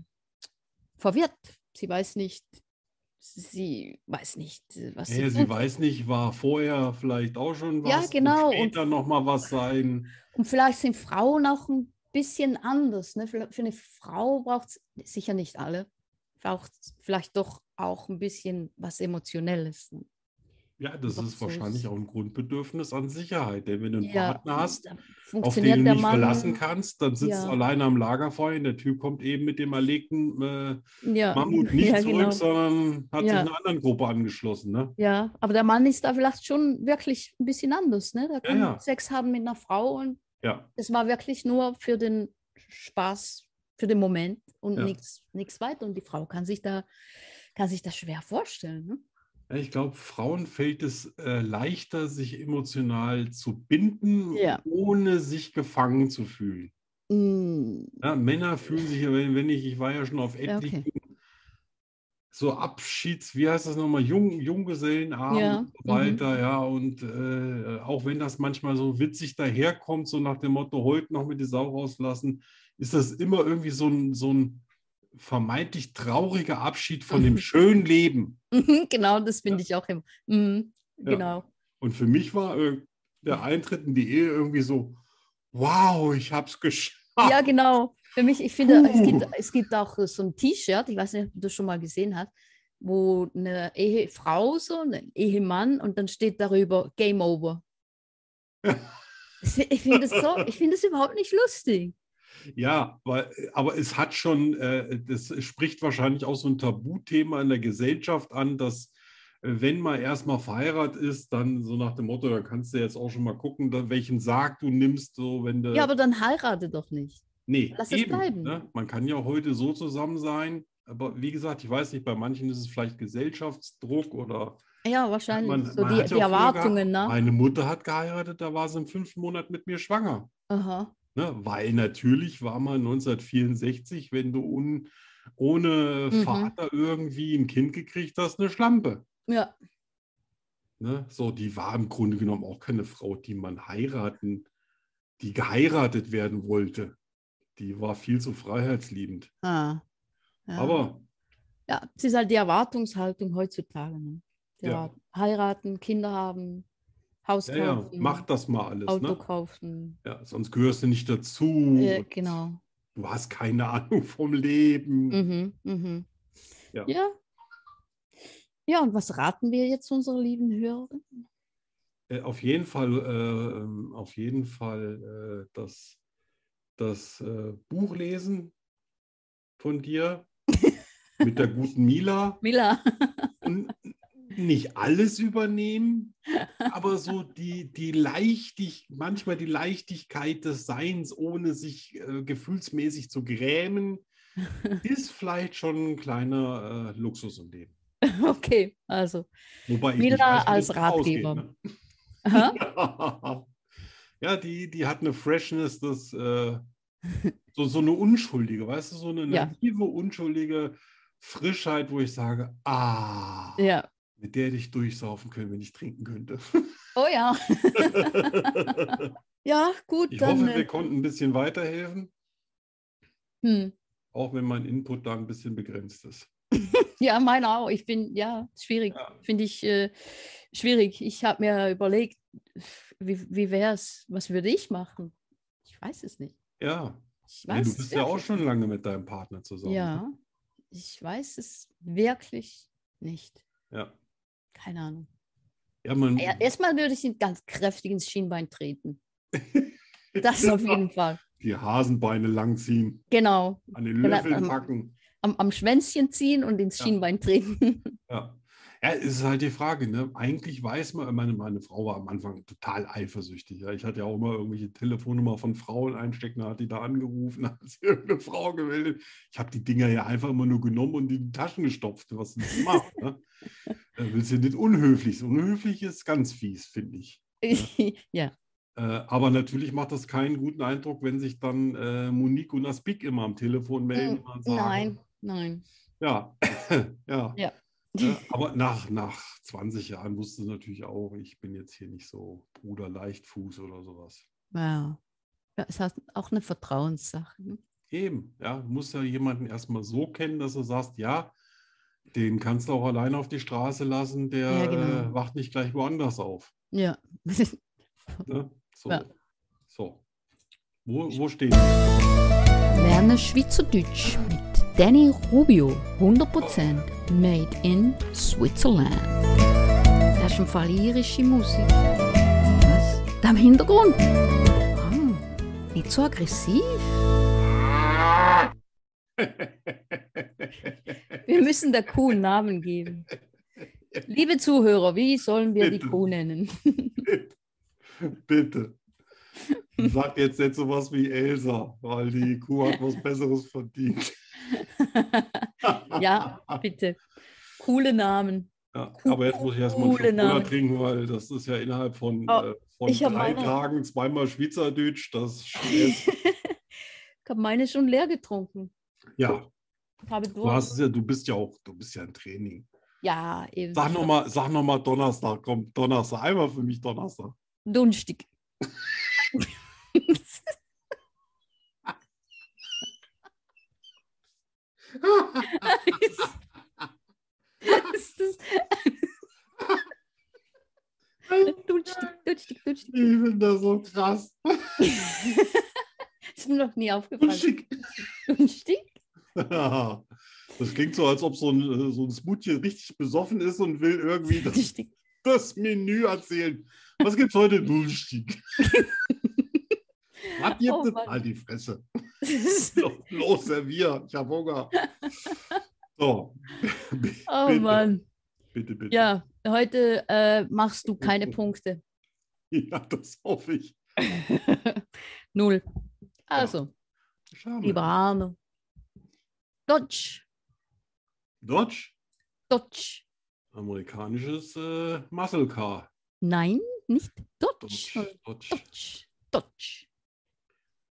Speaker 1: verwirrt. Sie weiß nicht, sie weiß nicht, äh, was
Speaker 2: ja, ja,
Speaker 1: tun
Speaker 2: sie weiß nicht, war vorher vielleicht auch schon was.
Speaker 1: Ja, genau,
Speaker 2: Und
Speaker 1: und-
Speaker 2: später nochmal was sein.
Speaker 1: Und vielleicht sind Frauen auch ein bisschen anders. Ne? Vielleicht- Für eine Frau braucht es sicher nicht alle. Braucht vielleicht doch auch ein bisschen was Emotionelles. Ne?
Speaker 2: Ja, das
Speaker 1: Doch,
Speaker 2: ist
Speaker 1: so
Speaker 2: wahrscheinlich
Speaker 1: ist-
Speaker 2: auch ein Grundbedürfnis an Sicherheit. Denn wenn du einen Partner hast,
Speaker 1: da
Speaker 2: auf den du
Speaker 1: funktioniert der
Speaker 2: nicht
Speaker 1: Mann.
Speaker 2: verlassen kannst, dann sitzt
Speaker 1: Ja.
Speaker 2: du alleine am Lagerfeuer und der Typ kommt eben mit dem erlegten äh,
Speaker 1: Ja, <laughs>
Speaker 2: Mammut nicht
Speaker 1: ja,
Speaker 2: zurück,
Speaker 1: genau.
Speaker 2: sondern hat sich
Speaker 1: Ja.
Speaker 2: einer anderen Gruppe angeschlossen. Ne?
Speaker 1: Ja, aber der Mann ist da vielleicht schon wirklich ein bisschen anders. Ne? Der kann
Speaker 2: ja.
Speaker 1: Sex haben mit einer Frau und
Speaker 2: Ja,
Speaker 1: es war wirklich nur für den Spaß, für den Moment und
Speaker 2: Ja.
Speaker 1: nichts nichts weiter. Und die Frau kann sich da, kann sich das schwer vorstellen. Ne?
Speaker 2: Ja, ich glaube, Frauen fällt es äh, leichter, sich emotional zu binden,
Speaker 1: Ja.
Speaker 2: ohne sich gefangen zu fühlen.
Speaker 1: Mm,
Speaker 2: Ja, Männer fühlen sich, ja, wenn, wenn ich, ich war ja schon auf
Speaker 1: Ja, okay.
Speaker 2: etlichen so Abschieds, wie heißt das nochmal, Jung, Junggesellenabend
Speaker 1: Ja,
Speaker 2: und so
Speaker 1: mhm.
Speaker 2: weiter, ja, und äh, auch wenn das manchmal so witzig daherkommt, so nach dem Motto, heute noch mit die Sau rauslassen, ist das immer irgendwie so ein, so ein vermeintlich trauriger Abschied
Speaker 1: <laughs>
Speaker 2: von dem schönen Leben.
Speaker 1: genau, das finde ich auch immer. Mm, genau.
Speaker 2: Und für mich war äh, der Eintritt in die Ehe irgendwie so, wow, ich hab's geschafft. <laughs>
Speaker 1: Ja, genau. Für mich, ich finde, es gibt,
Speaker 2: Puh.
Speaker 1: es gibt auch so ein T-Shirt, ich weiß nicht, ob du das schon mal gesehen hast, wo eine Ehefrau so, ein Ehemann und dann steht darüber Game Over. <laughs> Das- Ich finde das, so, ich finde das überhaupt nicht lustig.
Speaker 2: Ja, weil, äh, aber es hat schon, äh, das spricht wahrscheinlich auch so ein Tabuthema in der Gesellschaft an, dass äh, wenn man erstmal verheiratet ist, dann so nach dem Motto, da kannst du jetzt auch schon mal gucken, da, welchen Sarg du nimmst, so wenn du.
Speaker 1: Ja, aber dann heirate doch nicht.
Speaker 2: nee,
Speaker 1: lass es bleiben.
Speaker 2: Ne? Man kann ja heute so zusammen sein, aber wie gesagt, ich weiß nicht, bei manchen ist es vielleicht Gesellschaftsdruck oder
Speaker 1: Ja, wahrscheinlich.
Speaker 2: Man-
Speaker 1: so die,
Speaker 2: man hat ja
Speaker 1: die
Speaker 2: früher gehabt,
Speaker 1: Erwartungen, ne?
Speaker 2: Meine Mutter hat geheiratet, da war sie im fünften Monat mit mir schwanger.
Speaker 1: Aha.
Speaker 2: Ne? Weil natürlich war man 1964, wenn du un, ohne
Speaker 1: Mhm.
Speaker 2: Vater irgendwie ein Kind gekriegt hast, eine Schlampe.
Speaker 1: Ja,
Speaker 2: Ne? So, die war im Grunde genommen auch keine Frau, die man heiraten, die geheiratet werden wollte. Die war viel zu freiheitsliebend.
Speaker 1: ah. ja.
Speaker 2: Aber
Speaker 1: Ja, es ist halt die Erwartungshaltung heutzutage. Ne? Die
Speaker 2: Ja.
Speaker 1: Erwart- Heiraten, Kinder haben, Haus
Speaker 2: ja, ja,
Speaker 1: kaufen,
Speaker 2: mach das mal alles.
Speaker 1: Auto
Speaker 2: Ne? Mhm.
Speaker 1: kaufen.
Speaker 2: Ja, sonst gehörst du nicht dazu.
Speaker 1: Äh,
Speaker 2: und
Speaker 1: genau.
Speaker 2: Du hast keine Ahnung vom Leben.
Speaker 1: Mhm, mhm.
Speaker 2: Ja.
Speaker 1: Ja. mhm. Ja, und was raten wir jetzt unsere lieben Hörer?
Speaker 2: Äh, auf jeden Fall, äh, ähm, auf jeden Fall äh, das, das äh, Buch lesen von dir mit der guten Mila.
Speaker 1: Mila, <laughs>
Speaker 2: N- Nicht alles übernehmen, aber so die, die Leichtig, manchmal die Leichtigkeit des Seins, ohne sich äh, gefühlsmäßig zu grämen, ist vielleicht schon ein kleiner äh, Luxus im Leben.
Speaker 1: okay, also.
Speaker 2: Wobei ich
Speaker 1: Mila
Speaker 2: nicht weiß, wie
Speaker 1: als
Speaker 2: das ausgeht,
Speaker 1: Ratgeber.
Speaker 2: ne?
Speaker 1: Aha.
Speaker 2: <laughs> Ja, die, die hat eine Freshness, das äh, so, so eine unschuldige, weißt du, so eine
Speaker 1: Ja.
Speaker 2: naive, unschuldige Frischheit, wo ich sage, ah,
Speaker 1: Ja.
Speaker 2: mit der hätte ich durchsaufen können, wenn ich trinken könnte. <laughs>
Speaker 1: Oh ja. Ja, gut,
Speaker 2: ich
Speaker 1: dann.
Speaker 2: hoffe, wir
Speaker 1: äh,
Speaker 2: konnten ein bisschen weiterhelfen,
Speaker 1: hm.
Speaker 2: auch wenn mein Input da ein bisschen begrenzt ist.
Speaker 1: Ja, meiner auch. Ich bin, ja, schwierig.
Speaker 2: Ja.
Speaker 1: Finde ich äh, schwierig. Ich habe mir überlegt, wie, wie wäre es, was würde ich machen? Ich weiß es nicht.
Speaker 2: Ja,
Speaker 1: Ich
Speaker 2: ja
Speaker 1: weiß
Speaker 2: du
Speaker 1: es
Speaker 2: bist ja auch
Speaker 1: wirklich
Speaker 2: schon lange mit deinem Partner zusammen. ne?
Speaker 1: Ja, ich weiß es wirklich nicht.
Speaker 2: Ja,
Speaker 1: Keine Ahnung.
Speaker 2: ja man,
Speaker 1: Ja, erstmal würde ich ihn ganz kräftig ins Schienbein
Speaker 2: <laughs>
Speaker 1: treten. Das
Speaker 2: Genau.
Speaker 1: auf jeden Fall.
Speaker 2: die Hasenbeine langziehen,
Speaker 1: Genau.
Speaker 2: an den
Speaker 1: Genau,
Speaker 2: Löffeln
Speaker 1: ähm,
Speaker 2: packen.
Speaker 1: Am, am Schwänzchen ziehen und ins
Speaker 2: Ja.
Speaker 1: Schienbein treten. <laughs>
Speaker 2: Ja. ja, es ist halt die Frage, ne? Eigentlich weiß man, meine, meine Frau war am Anfang total eifersüchtig. Ja? Ich hatte ja auch immer irgendwelche Telefonnummer von Frauen einstecken, da hat die da angerufen, <laughs> hat sie irgendeine Frau gemeldet. Ich habe die Dinger ja einfach immer nur genommen und in die Taschen gestopft, was sie macht. Ne? Da willst du nicht unhöflich. sein. Unhöflich ist ganz fies, finde ich.
Speaker 1: ja.
Speaker 2: Äh, aber natürlich macht das keinen guten Eindruck, wenn sich dann äh, Monique und Aspik immer am Telefon melden und dann sagen,
Speaker 1: Nein, nein.
Speaker 2: ja, <laughs> ja.
Speaker 1: Ja. <laughs>
Speaker 2: Ja, aber nach, nach 20 Jahren wusste sie natürlich auch, ich bin jetzt hier nicht so Bruder Leichtfuß oder sowas.
Speaker 1: Wow. Ja, es hat auch eine Vertrauenssache. ne?
Speaker 2: Eben, ja, du musst ja jemanden erstmal so kennen, dass du sagst, ja, den kannst du auch alleine auf die Straße lassen, der
Speaker 1: Ja, genau.
Speaker 2: äh, wacht nicht gleich woanders auf.
Speaker 1: Ja. <laughs>
Speaker 2: Ne? So.
Speaker 1: Ja.
Speaker 2: so. Wo, wo stehen wir?
Speaker 3: Lerne Schweizerdeutsch mit Danny Rubio. 100% made in Switzerland. Das ist im Fall irische Musik. Was? Da im Hintergrund? Ah, nicht so aggressiv.
Speaker 1: Wir müssen der Kuh einen Namen
Speaker 2: <laughs>
Speaker 1: geben. Liebe Zuhörer, wie sollen wir die
Speaker 2: Bitte.
Speaker 1: Kuh nennen?
Speaker 2: <laughs> Bitte.
Speaker 1: <laughs>
Speaker 2: Sag jetzt nicht sowas wie Elsa, weil die Kuh hat was Besseres verdient.
Speaker 1: <laughs> ja, bitte. Coole Namen.
Speaker 2: Ja,
Speaker 1: Cool-
Speaker 2: aber jetzt muss ich erstmal
Speaker 1: coole
Speaker 2: einen Schluck Cola
Speaker 1: Namen.
Speaker 2: trinken, weil das ist ja innerhalb von,
Speaker 1: Oh,
Speaker 2: äh, von
Speaker 1: ich hab
Speaker 2: drei
Speaker 1: meine-
Speaker 2: Tagen zweimal Schweizerdeutsch. Das ist,
Speaker 1: Ich habe meine schon leer getrunken.
Speaker 2: ja,
Speaker 1: Habe
Speaker 2: du,
Speaker 1: durch.
Speaker 2: hast es ja, du bist ja auch, du bist ja im Training.
Speaker 1: Ja, eben.
Speaker 2: Sag nochmal sag noch mal Donnerstag, komm, Donnerstag, einmal für mich Donnerstag.
Speaker 1: Dunstig. Ist das- Dunstig, dunstig,
Speaker 2: Ich
Speaker 1: dunstig.
Speaker 2: bin da so krass.
Speaker 1: Ist mir noch nie aufgefallen.
Speaker 2: Schick.
Speaker 1: Dunstig?
Speaker 2: <laughs> Das klingt so, als ob so ein, äh, so ein Smoothie richtig besoffen ist und
Speaker 1: <laughs>
Speaker 2: will irgendwie das,
Speaker 1: Dunstig.
Speaker 2: das Menü erzählen. Was gibt's
Speaker 1: <laughs>
Speaker 2: heute? Dunstig. Was gibt
Speaker 1: Oh
Speaker 2: es?
Speaker 1: Mann.
Speaker 2: Halt die Fresse.
Speaker 1: Das ist-
Speaker 2: Los, los servier. Ich habe
Speaker 1: <laughs>
Speaker 2: Hunger. So. <laughs>
Speaker 1: Oh
Speaker 2: bitte,
Speaker 1: Mann.
Speaker 2: Bitte, bitte.
Speaker 1: Ja, heute äh, machst du keine Punkte.
Speaker 2: Ja, das hoffe ich.
Speaker 1: Null. Also,
Speaker 2: Schade.
Speaker 1: lieber Arno. Dodge,
Speaker 2: Dodge,
Speaker 1: Dodge.
Speaker 2: amerikanisches äh, Muscle Car.
Speaker 1: Nein, nicht Dodge,
Speaker 2: Dodge,
Speaker 1: sondern
Speaker 2: Dodge,
Speaker 1: Dodge, Dodge.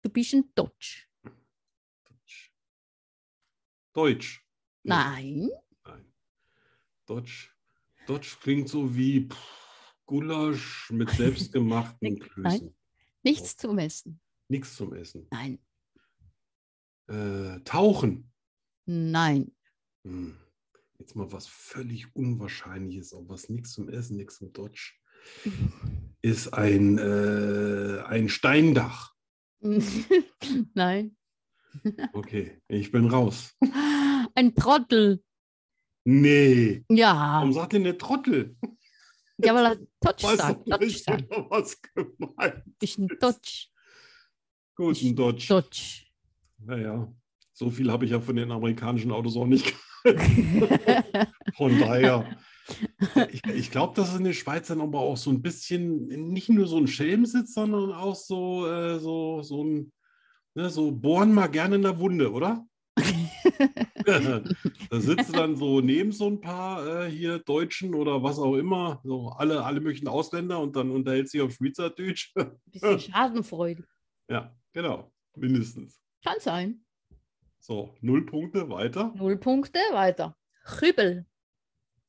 Speaker 1: Du bist ein Dodge.
Speaker 2: Dodge. Deutsch. Ja.
Speaker 1: Nein,
Speaker 2: Nein. Dodge. Dodge klingt so wie pff,
Speaker 1: <laughs>
Speaker 2: Gulasch mit selbstgemachten Klößen.
Speaker 1: nichts zu messen.
Speaker 2: Nichts zum Essen.
Speaker 1: Nein,
Speaker 2: Äh, tauchen.
Speaker 1: nein. <laughs>
Speaker 2: Hm. Jetzt mal was völlig Unwahrscheinliches, auch was nichts zum Essen, nichts zum Dodge. Ist ein, äh, ein Steindach.
Speaker 1: nein.
Speaker 2: Okay, ich bin raus.
Speaker 1: Ein Trottel.
Speaker 2: Nee.
Speaker 1: Ja,
Speaker 2: Warum sagt denn der Trottel?
Speaker 1: ja, weil er Touch
Speaker 2: Weiß
Speaker 1: sagt.
Speaker 2: doch
Speaker 1: Touch
Speaker 2: nicht
Speaker 1: sagt.
Speaker 2: genau, was gemeint
Speaker 1: Ist ein Touch.
Speaker 2: Gut, ein Dodge.
Speaker 1: Touch.
Speaker 2: Naja, so viel habe ich ja von den amerikanischen Autos auch nicht. Von daher. Ich, ich glaube, dass in der Schweiz dann aber auch so ein bisschen nicht nur so ein Schelm sitzt, sondern auch so, äh, so, so ein, ne, so bohren mal gerne in der Wunde, oder? <laughs> da sitzt dann so neben so ein paar äh, hier Deutschen oder was auch immer, so alle, alle möglichen Ausländer und dann unterhält sich auf Schweizerdeutsch. <laughs>
Speaker 1: Bisschen Schadenfreude.
Speaker 2: ja, genau, mindestens.
Speaker 1: Kann sein.
Speaker 2: So, null Punkte, weiter.
Speaker 1: Null Punkte, weiter. Krübel.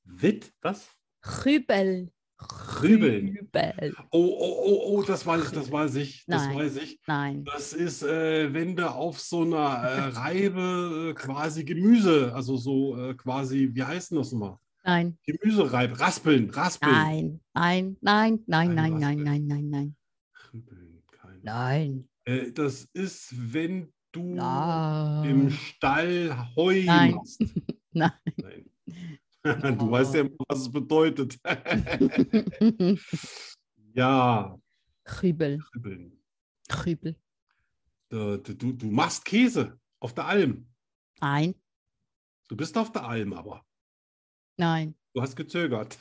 Speaker 2: Witt, was?
Speaker 1: Krübel.
Speaker 2: Krübeln.
Speaker 1: Krübel.
Speaker 2: Oh, oh, oh, oh, das weiß ich, das weiß ich, das
Speaker 1: Nein.
Speaker 2: weiß ich.
Speaker 1: Nein.
Speaker 2: Das ist, äh, wenn du auf so einer äh, Reibe äh, quasi Gemüse, also so äh, quasi, wie heißt denn das nochmal?
Speaker 1: Nein.
Speaker 2: Gemüse reiben, raspeln, raspeln.
Speaker 1: Nein. Nein. Nein. Nein. Nein.
Speaker 2: Nein, was
Speaker 1: Nein.
Speaker 2: denn?
Speaker 1: Nein. Nein. Nein.
Speaker 2: Krübeln, keine-
Speaker 1: Nein.
Speaker 2: Äh, das ist, wenn du im
Speaker 1: Nein.
Speaker 2: Stall Heu
Speaker 1: Nein.
Speaker 2: machst.
Speaker 1: <laughs> Nein.
Speaker 2: Nein. <laughs> du weißt ja, was es bedeutet. <laughs> ja,
Speaker 1: <laughs> Krübel.
Speaker 2: Krübeln.
Speaker 1: Krübel.
Speaker 2: Du, du, du machst Käse auf der Alm.
Speaker 1: Nein.
Speaker 2: Du bist auf der Alm, aber <laughs>
Speaker 1: Nein.
Speaker 2: du
Speaker 1: <laughs>
Speaker 2: hast gezögert.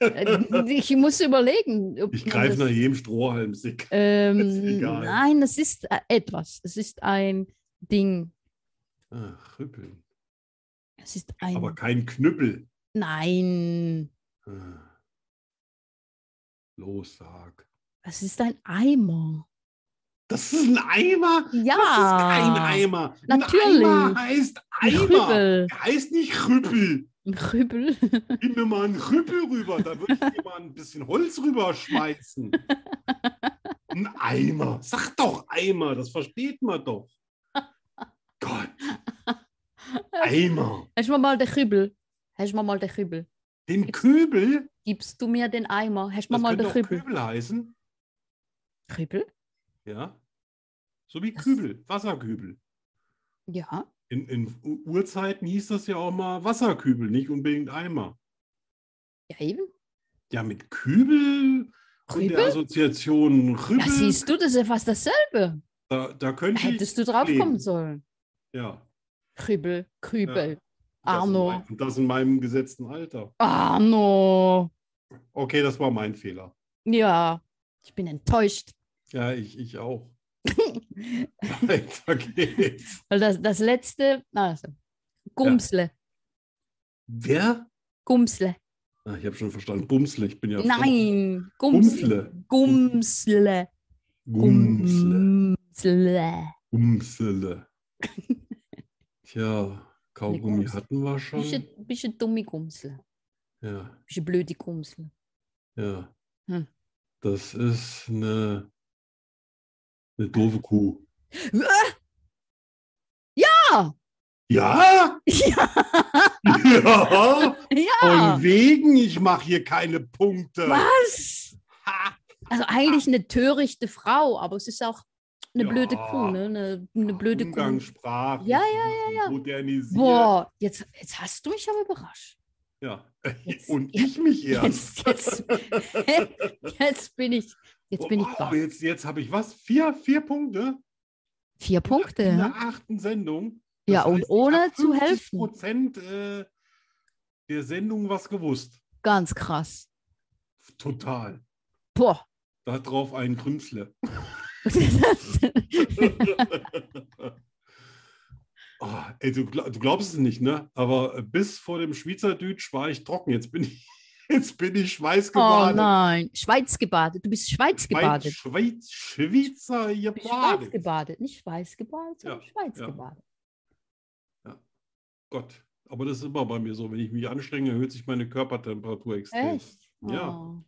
Speaker 1: Äh, Ich muss überlegen. Ob
Speaker 2: Ich
Speaker 1: man
Speaker 2: greife
Speaker 1: das-
Speaker 2: nach jedem Strohhalm. Sick.
Speaker 1: Ähm,
Speaker 2: egal.
Speaker 1: nein, es ist äh, etwas. Es ist ein Ding.
Speaker 2: Ah, Krüppeln.
Speaker 1: Es ist ein.
Speaker 2: Aber kein Knüppel.
Speaker 1: nein.
Speaker 2: Ah. Los, sag.
Speaker 1: Es ist ein Eimer.
Speaker 2: Das ist ein Eimer?
Speaker 1: Ja.
Speaker 2: Das ist kein Eimer.
Speaker 1: Natürlich.
Speaker 2: Ein Eimer heißt
Speaker 1: Ein
Speaker 2: Eimer.
Speaker 1: Krübel.
Speaker 2: Der heißt nicht Krüppel.
Speaker 1: Ein Krübel. <laughs>
Speaker 2: Gib mir mal einen Krüppel rüber. Da würde ich dir mal ein bisschen Holz rüberschmeißen. Ein Eimer. Sag doch Eimer. Das versteht man doch. Gott. Eimer.
Speaker 1: Hast du mir mal den Krübel? Hast du mir mal den Krübel?
Speaker 2: Den Köbel.
Speaker 1: Gibst du mir den Eimer? Hast du mir
Speaker 2: Das
Speaker 1: mal
Speaker 2: könnte
Speaker 1: den
Speaker 2: auch
Speaker 1: Krübel?
Speaker 2: Köbel heißen.
Speaker 1: Krübel?
Speaker 2: Ja. So wie
Speaker 1: Das-
Speaker 2: Kübel. Wasserkübel.
Speaker 1: Ja.
Speaker 2: In, in U- Urzeiten hieß das ja auch mal Wasserkübel, nicht unbedingt Eimer.
Speaker 1: Ja, eben.
Speaker 2: Ja, mit Kübel und
Speaker 1: Krübel?
Speaker 2: der Assoziation
Speaker 1: Ja,
Speaker 2: Rübel,
Speaker 1: siehst du, das ist ja fast dasselbe.
Speaker 2: da, da könnte ich.
Speaker 1: Hättest du drauf kommen
Speaker 2: leben.
Speaker 1: sollen.
Speaker 2: Ja.
Speaker 1: Krübel, Krübel.
Speaker 2: Das
Speaker 1: Arno.
Speaker 2: in, mein, das in meinem gesetzten Alter.
Speaker 1: Arno.
Speaker 2: Okay, das war mein Fehler.
Speaker 1: Ja. Ich bin enttäuscht.
Speaker 2: Ja, ich,
Speaker 1: <laughs>
Speaker 2: ich auch. Weiter geht's.
Speaker 1: Weil das, das letzte, also, Gumsle,
Speaker 2: Wer?
Speaker 1: Gumsle.
Speaker 2: Ah, ich habe schon verstanden. Bumsle, ich bin ja.
Speaker 1: Nein, Gumsle.
Speaker 2: Bumsle.
Speaker 1: Gumsle.
Speaker 2: Gumsle.
Speaker 1: Gumsle.
Speaker 2: Gumsle.
Speaker 1: <laughs>
Speaker 2: Tja, Kaugummi
Speaker 1: Gums.
Speaker 2: hatten wir schon.
Speaker 1: Bisschen, bisschen dumme Gumsle.
Speaker 2: Ja,
Speaker 1: Bisschen blöde Gumsle.
Speaker 2: ja.
Speaker 1: Hm.
Speaker 2: Das ist eine, eine doofe Kuh.
Speaker 1: Äh? Ja!
Speaker 2: Ja?
Speaker 1: Ja!
Speaker 2: Ja!
Speaker 1: ja.
Speaker 2: Von wegen, ich mache hier keine Punkte.
Speaker 1: Was?
Speaker 2: Ha!
Speaker 1: Also eigentlich eine törichte Frau, aber es ist auch eine
Speaker 2: Ah. Ja.
Speaker 1: blöde Kuh, ne? Eine, eine blöde Kuh.
Speaker 2: Umgangssprache.
Speaker 1: Ja, ja, ja, ja.
Speaker 2: Modernisiert.
Speaker 1: Boah, jetzt, jetzt hast du mich aber überrascht.
Speaker 2: Ja.
Speaker 1: Jetzt-
Speaker 2: Und ich mich
Speaker 1: <laughs>
Speaker 2: erst.
Speaker 1: Jetzt, jetzt, jetzt bin ich, jetzt bin ich
Speaker 2: Wow,
Speaker 1: baff.
Speaker 2: jetzt jetzt habe ich was? Vier, vier Punkte
Speaker 1: Vier
Speaker 2: in
Speaker 1: Punkte.
Speaker 2: der
Speaker 1: ne?
Speaker 2: achten Sendung.
Speaker 1: Ja, und ohne zu helfen.
Speaker 2: Prozent äh, der Sendung was gewusst.
Speaker 1: Ganz krass.
Speaker 2: Total.
Speaker 1: Boah. <laughs>
Speaker 2: Darauf ein Grünsle. <laughs> oh, ey, du, gla- du glaubst es nicht, ne? Aber bis vor dem Schweizerdeutsch war ich trocken. Jetzt bin ich, <laughs> jetzt bin ich
Speaker 1: oh
Speaker 2: schweißgebadet.
Speaker 1: nein. Schweiz gebadet. Du bist Schweiz gebadet.
Speaker 2: Schweiz, Schweizer
Speaker 1: Du bist Schweiz
Speaker 2: gebadet.
Speaker 1: gebadet. Nicht Schweiß gebadet, sondern
Speaker 2: Ja,
Speaker 1: Schweiz
Speaker 2: ja.
Speaker 1: gebadet.
Speaker 2: Gott, aber das ist immer bei mir so. Wenn ich mich anstrenge, erhöht sich meine Körpertemperatur extrem.
Speaker 1: Echt?
Speaker 2: Ja.
Speaker 1: Oh.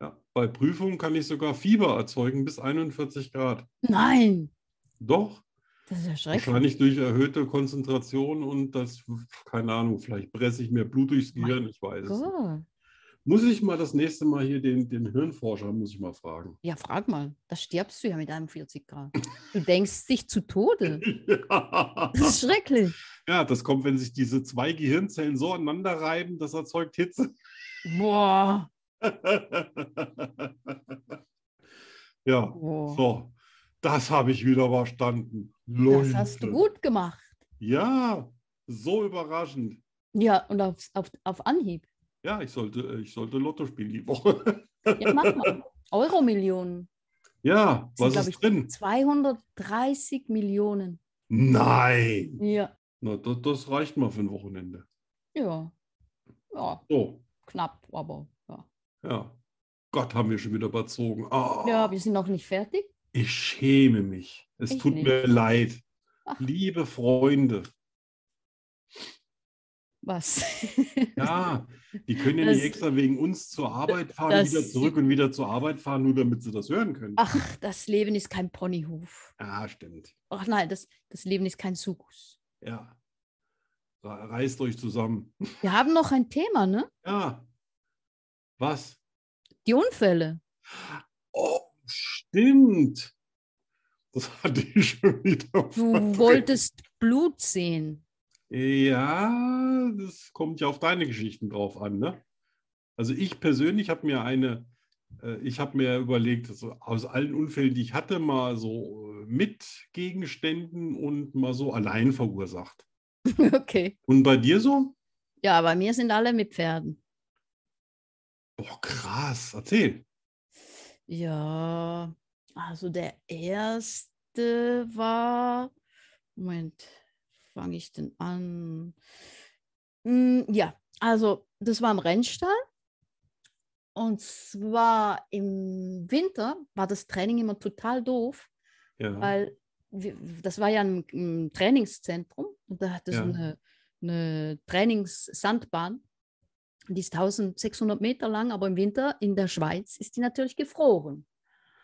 Speaker 2: Ja. Bei Prüfungen kann ich sogar Fieber erzeugen bis 41 Grad.
Speaker 1: Nein.
Speaker 2: Doch,
Speaker 1: Das ist ja schrecklich.
Speaker 2: wahrscheinlich durch erhöhte Konzentration und das, keine Ahnung, vielleicht presse ich mir Blut durchs
Speaker 1: Mein
Speaker 2: Gehirn, ich weiß es. nicht.
Speaker 1: Gott.
Speaker 2: Muss ich mal das nächste Mal hier den, den Hirnforscher, muss ich mal fragen. <laughs>
Speaker 1: Ja, frag mal. Da stirbst du ja mit einem 40 Grad. Du denkst dich zu Tode.
Speaker 2: ja,
Speaker 1: Das ist schrecklich.
Speaker 2: das kommt, wenn sich diese zwei Gehirnzellen so aneinander reiben, das erzeugt Hitze. <laughs>
Speaker 1: Boah.
Speaker 2: ja,
Speaker 1: Boah.
Speaker 2: so. Das habe ich wieder verstanden.
Speaker 1: Das hast du
Speaker 2: Leute.
Speaker 1: gut gemacht.
Speaker 2: Ja, so überraschend.
Speaker 1: Ja, und auf, auf, auf Anhieb.
Speaker 2: Ja, ich sollte, äh, ich sollte Lotto spielen die Woche. <laughs>
Speaker 1: Ja, mach mal. Euro-Millionen.
Speaker 2: Ja,
Speaker 1: Sind,
Speaker 2: was
Speaker 1: glaub
Speaker 2: ist
Speaker 1: ich,
Speaker 2: drin?
Speaker 1: 230 Millionen.
Speaker 2: Nein.
Speaker 1: Ja.
Speaker 2: Na, das, das reicht mal für ein Wochenende.
Speaker 1: Ja. Ja,
Speaker 2: So,
Speaker 1: knapp, aber ja.
Speaker 2: ja. Gott, haben wir schon wieder überzogen. Ah,
Speaker 1: Ja, wir sind noch nicht fertig.
Speaker 2: Ich schäme mich. Es
Speaker 1: Ich
Speaker 2: tut
Speaker 1: nicht.
Speaker 2: mir leid.
Speaker 1: Ach.
Speaker 2: Liebe Freunde,
Speaker 1: Was?
Speaker 2: ja, die können ja
Speaker 1: Das-
Speaker 2: nicht extra wegen uns zur Arbeit fahren,
Speaker 1: das- Ah.
Speaker 2: wieder zurück und wieder zur Arbeit fahren, nur damit sie das hören können.
Speaker 1: <laughs> Ach, das Leben ist kein Ponyhof.
Speaker 2: Ja, stimmt.
Speaker 1: Ach nein, das, das Leben ist kein Sukus.
Speaker 2: Ja. Re- Reißt euch zusammen.
Speaker 1: Wir haben noch ein Thema, ne?
Speaker 2: Ja. Was?
Speaker 1: Die Unfälle.
Speaker 2: Oh, stimmt. Das hatte ich <laughs> schon wieder. <laughs>
Speaker 1: Du
Speaker 2: verdrängt.
Speaker 1: wolltest Blut sehen.
Speaker 2: Ja, das kommt ja auf deine Geschichten drauf an, ne? Also ich persönlich habe mir eine, äh, ich habe mir überlegt, so aus allen Unfällen, die ich hatte, mal so äh, mit Gegenständen und mal so allein verursacht.
Speaker 1: Okay.
Speaker 2: Und bei dir so?
Speaker 1: Ja, bei mir sind alle mit Pferden.
Speaker 2: Boah, krass, erzähl.
Speaker 1: Ja, also der erste war. Moment, fange ich denn an? Mm, ja, also das war im Rennstall. Und zwar im Winter war das Training immer total doof,
Speaker 2: Ja.
Speaker 1: weil wir, das war ja im, im Trainingszentrum und da hatte es
Speaker 2: Ja.
Speaker 1: eine, eine Trainingssandbahn. Die ist 1600 Meter lang, aber im Winter in der Schweiz ist die natürlich gefroren.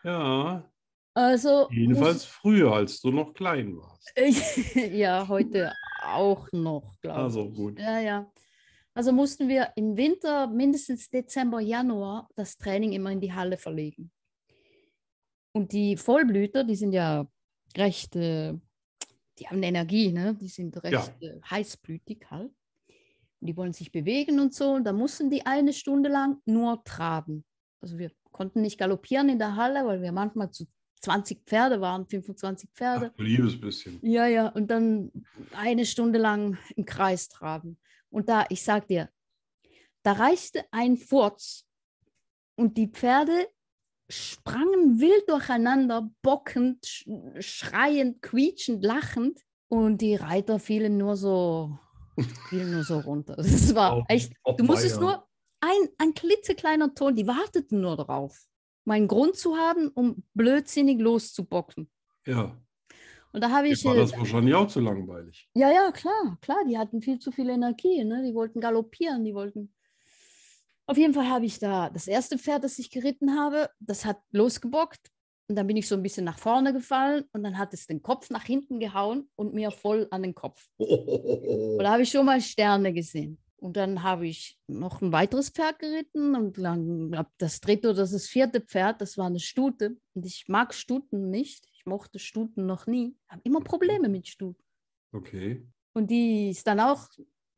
Speaker 2: Ja,
Speaker 1: Also
Speaker 2: jedenfalls früher, als du noch klein warst.
Speaker 1: muss, <laughs> ja, heute auch noch, glaube ich.
Speaker 2: Also gut.
Speaker 1: Ja, ja. Also mussten wir im Winter, mindestens Dezember, Januar, das Training immer in die Halle verlegen. Und die Vollblüter, die sind ja recht, äh, die haben Energie, ne? die sind recht äh, heißblütig halt. Und die wollen sich bewegen und so. Und da mussten die eine Stunde lang nur traben. Also wir konnten nicht galoppieren in der Halle, weil wir manchmal zu 20 Pferde waren, 25
Speaker 2: Ach,
Speaker 1: Pferde.
Speaker 2: du liebes bisschen.
Speaker 1: Ja, ja, und dann eine Stunde lang im Kreis traben. Und da, ich sag dir, da reichte ein Furz und die Pferde sprangen wild durcheinander, bockend, sch schreiend, quietschend, lachend. Und die Reiter fielen nur so, fielen nur so runter. <laughs> Das war
Speaker 2: Auf-
Speaker 1: echt,
Speaker 2: auf
Speaker 1: du musstest
Speaker 2: Meier.
Speaker 1: nur ein, ein klitzekleiner Ton, die warteten nur darauf, meinen Grund zu haben, um blödsinnig loszubocken.
Speaker 2: Ja,
Speaker 1: Und da habe
Speaker 2: mir
Speaker 1: ich.
Speaker 2: war
Speaker 1: äh,
Speaker 2: das wahrscheinlich auch zu langweilig.
Speaker 1: ja, ja, klar, klar, die hatten viel zu viel Energie, ne? Die wollten galoppieren, die wollten. Auf jeden Fall habe ich da das erste Pferd, das ich geritten habe, das hat losgebockt und dann bin ich so ein bisschen nach vorne gefallen und dann hat es den Kopf nach hinten gehauen und mir voll an den Kopf. Und da habe ich schon mal Sterne gesehen. Und dann habe ich noch ein weiteres Pferd geritten und dann ab das dritte oder das vierte Pferd, das war eine Stute. Und ich mag Stuten nicht. Ich mochte Stuten noch nie. Ich habe immer Probleme mit Stuten.
Speaker 2: Okay.
Speaker 1: Und die ist dann auch,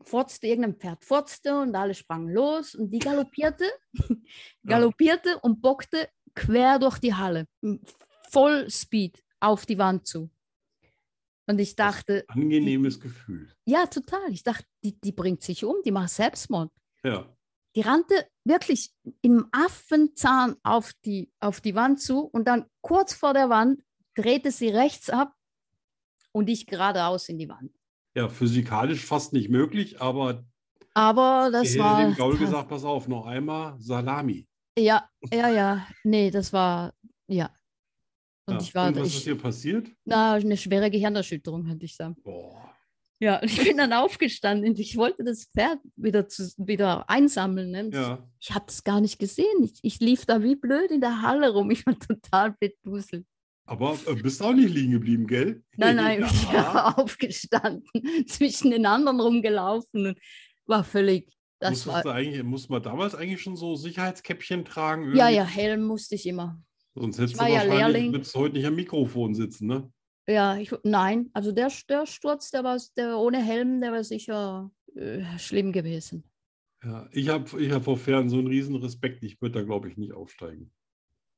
Speaker 1: furzte, irgendein Pferd furzte und alle sprangen los und die
Speaker 2: <laughs>
Speaker 1: galoppierte, galoppierte und bockte quer durch die Halle. m- Voll Speed auf die Wand zu. Und ich
Speaker 2: Das-
Speaker 1: dachte,
Speaker 2: Angenehmes Gefühl.
Speaker 1: ja, total. Ich dachte, die, die bringt sich um, die macht Selbstmord.
Speaker 2: Ja.
Speaker 1: Die rannte wirklich im Affenzahn auf die, auf die Wand zu und dann kurz vor der Wand drehte sie rechts ab und ich geradeaus in die Wand.
Speaker 2: Ja, physikalisch fast nicht möglich, aber
Speaker 1: Aber das
Speaker 2: ich
Speaker 1: war.
Speaker 2: hätte dem Gaul gesagt, pass auf, noch einmal Salami.
Speaker 1: Ja, ja, ja. Nee, das war, ja. Und
Speaker 2: ja.
Speaker 1: ich war,
Speaker 2: Und was ist
Speaker 1: ich,
Speaker 2: hier passiert?
Speaker 1: na, eine schwere Gehirnerschütterung hatte ich da.
Speaker 2: Boah.
Speaker 1: Ja, <laughs> und ich bin dann aufgestanden. Ich wollte das Pferd wieder, zu, wieder einsammeln. Ne?
Speaker 2: Ja.
Speaker 1: Ich habe es gar nicht gesehen. Ich, ich lief da wie blöd in der Halle rum. Ich war total beduselt.
Speaker 2: Aber äh, bist auch nicht liegen geblieben, gell?
Speaker 1: Nein, <laughs> nein,
Speaker 2: <laughs> Ja.
Speaker 1: <laughs> ich war aufgestanden, zwischen den anderen rumgelaufen und war völlig Das
Speaker 2: Musstest
Speaker 1: war,
Speaker 2: du eigentlich, musste man damals eigentlich schon so Sicherheitskäppchen tragen?
Speaker 1: ja,
Speaker 2: irgendwie?
Speaker 1: ja, Helm musste ich immer.
Speaker 2: Sonst hättest
Speaker 1: Ich
Speaker 2: du
Speaker 1: war ja
Speaker 2: wahrscheinlich
Speaker 1: Lehrling.
Speaker 2: würdest du heute nicht am Mikrofon sitzen, ne?
Speaker 1: Ja, ich, nein, also der, der Sturz, der war der ohne Helm, der war sicher äh, schlimm gewesen.
Speaker 2: Ja, ich habe ich hab vor Fern so einen riesen Respekt. Ich würde da, glaube ich, nicht aufsteigen.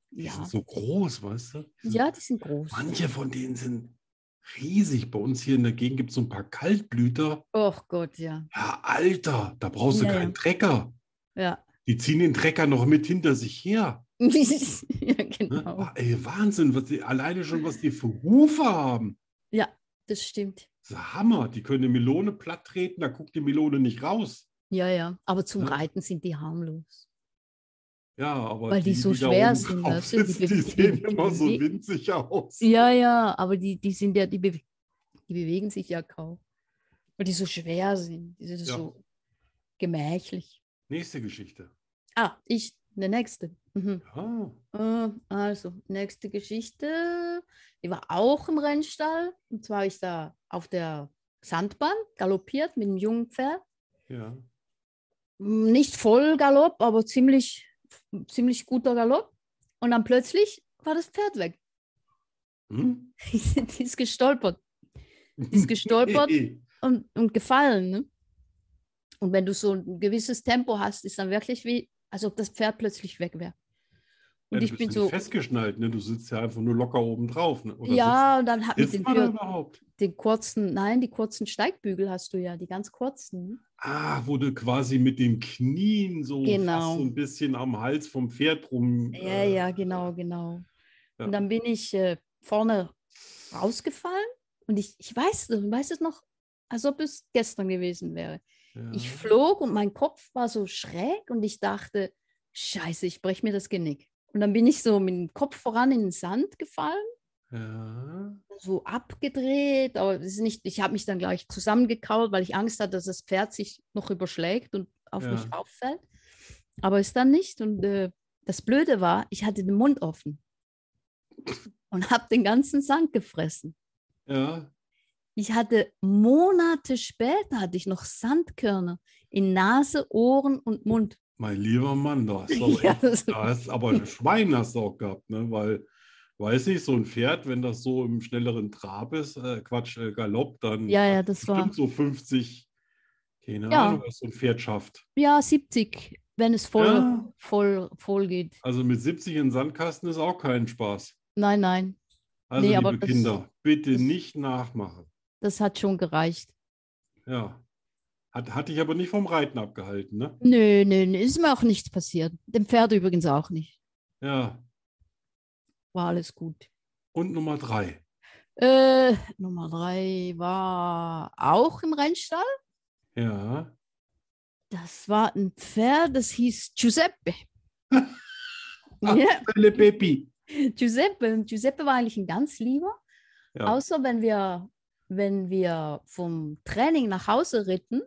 Speaker 2: Die
Speaker 1: Ja.
Speaker 2: sind so groß, weißt du? Die sind-
Speaker 1: ja, die sind groß.
Speaker 2: Manche von denen sind riesig. Bei uns hier in der Gegend gibt es so ein paar Kaltblüter.
Speaker 1: Och Gott, ja.
Speaker 2: Ja, Alter, da brauchst du
Speaker 1: Ja, ja.
Speaker 2: keinen Trecker.
Speaker 1: Ja, <laughs>
Speaker 2: Die ziehen den Trecker noch mit hinter sich her.
Speaker 1: ja
Speaker 2: Ne?
Speaker 1: genau.
Speaker 2: Ah, Ey, Wahnsinn, was die, alleine schon, was die für Rufe haben.
Speaker 1: Das stimmt.
Speaker 2: Das ist ein Hammer. Die können eine Melone platt treten, da guckt die Melone nicht raus.
Speaker 1: Ja, ja. Aber zum
Speaker 2: Ja.
Speaker 1: Reiten sind die harmlos.
Speaker 2: Ja, aber
Speaker 1: Weil die so
Speaker 2: da
Speaker 1: schwer
Speaker 2: oben
Speaker 1: sind,
Speaker 2: drauf
Speaker 1: weißt du, die
Speaker 2: sitzen, die
Speaker 1: be- die
Speaker 2: sehen
Speaker 1: be-
Speaker 2: immer so
Speaker 1: die-
Speaker 2: winzig aus.
Speaker 1: Ja, ja, aber die, die sind ja, die, bewe- die bewegen sich ja kaum. Weil die so schwer sind. Die sind
Speaker 2: Ja.
Speaker 1: so gemächlich.
Speaker 2: Nächste Geschichte.
Speaker 1: Ah, ich, der nächste. Mhm.
Speaker 2: Ja.
Speaker 1: Äh, Also, nächste Geschichte. Die war auch im Rennstall. Und zwar ist da auf der Sandbahn galoppiert mit einem jungen Pferd.
Speaker 2: ja.
Speaker 1: m, nicht voll Galopp, aber ziemlich, ziemlich guter Galopp. Und dann plötzlich war das Pferd weg. <laughs>
Speaker 2: Hm?
Speaker 1: Die ist gestolpert ist
Speaker 2: <laughs>
Speaker 1: gestolpert. und, und gefallen. Ne? Und wenn du so ein gewisses Tempo hast, ist dann wirklich wie, als ob das Pferd plötzlich weg wäre.
Speaker 2: Ja,
Speaker 1: Und
Speaker 2: du
Speaker 1: ich
Speaker 2: bist
Speaker 1: bin
Speaker 2: nicht
Speaker 1: so,
Speaker 2: festgeschnallt, ne? Du sitzt ja einfach nur locker oben drauf. Ne? Oder
Speaker 1: ja, und dann hat mit
Speaker 2: sitzt,
Speaker 1: den,
Speaker 2: sitzt man da
Speaker 1: Kür-
Speaker 2: überhaupt?
Speaker 1: den kurzen, nein, die kurzen Steigbügel hast du ja, die ganz kurzen.
Speaker 2: Ah, wo du quasi mit den Knien so
Speaker 1: Genau.
Speaker 2: fast so ein bisschen am Hals vom Pferd rum.
Speaker 1: Ja,
Speaker 2: äh,
Speaker 1: ja, genau, genau.
Speaker 2: ja.
Speaker 1: Und dann bin ich äh, vorne rausgefallen und ich, ich weiß, ich weiß es noch, als ob es gestern gewesen wäre.
Speaker 2: ja.
Speaker 1: Ich flog und mein Kopf war so schräg und ich dachte, scheiße, ich breche mir das Genick. Und dann bin ich so mit dem Kopf voran in den Sand gefallen,
Speaker 2: ja.
Speaker 1: so abgedreht, aber es ist nicht, ich habe mich dann gleich zusammengekaut, weil ich Angst hatte, dass das Pferd sich noch überschlägt und auf
Speaker 2: Ja.
Speaker 1: mich auffällt. Aber ist dann nicht. Und äh, das Blöde war, ich hatte den Mund
Speaker 2: <laughs>
Speaker 1: offen und habe den ganzen Sand gefressen.
Speaker 2: ja.
Speaker 1: Ich hatte Monate später hatte ich noch Sandkörner in Nase, Ohren und Mund.
Speaker 2: Mein lieber Mann, da hast du
Speaker 1: <laughs>
Speaker 2: aber,
Speaker 1: Ja,
Speaker 2: echt,
Speaker 1: das-
Speaker 2: da hast du aber ein Schwein hast du auch gehabt, ne? Weil, weiß nicht, so ein Pferd, wenn das so im schnelleren Trab ist, äh, Quatsch, äh, Galopp, dann
Speaker 1: Ja, ja,
Speaker 2: hat
Speaker 1: das
Speaker 2: bestimmt
Speaker 1: war
Speaker 2: so 50, keine
Speaker 1: Ja.
Speaker 2: Ahnung, was so ein Pferd schafft.
Speaker 1: ja 70, wenn es voll,
Speaker 2: Ja.
Speaker 1: voll, voll geht.
Speaker 2: Also mit 70 in den Sandkasten ist auch kein Spaß.
Speaker 1: Nein, nein,
Speaker 2: Also,
Speaker 1: Nee,
Speaker 2: liebe
Speaker 1: aber das-
Speaker 2: Kinder, bitte
Speaker 1: das-
Speaker 2: nicht nachmachen.
Speaker 1: das hat schon gereicht.
Speaker 2: Ja. Hat, hat dich aber nicht vom Reiten abgehalten, ne?
Speaker 1: Nö, nö, nö, ist mir auch nichts passiert. Dem Pferd übrigens auch nicht.
Speaker 2: Ja.
Speaker 1: War alles gut.
Speaker 2: Und Nummer drei.
Speaker 1: Äh, Nummer drei war auch im Rennstall.
Speaker 2: Ja.
Speaker 1: Das war ein Pferd, das hieß
Speaker 2: <laughs>
Speaker 1: Giuseppe.
Speaker 2: Ah.
Speaker 1: ja,
Speaker 2: Pelle Peppi.
Speaker 1: Giuseppe. Und Giuseppe war eigentlich ein ganz lieber.
Speaker 2: Ja.
Speaker 1: Außer wenn wir, wenn wir vom Training nach Hause ritten,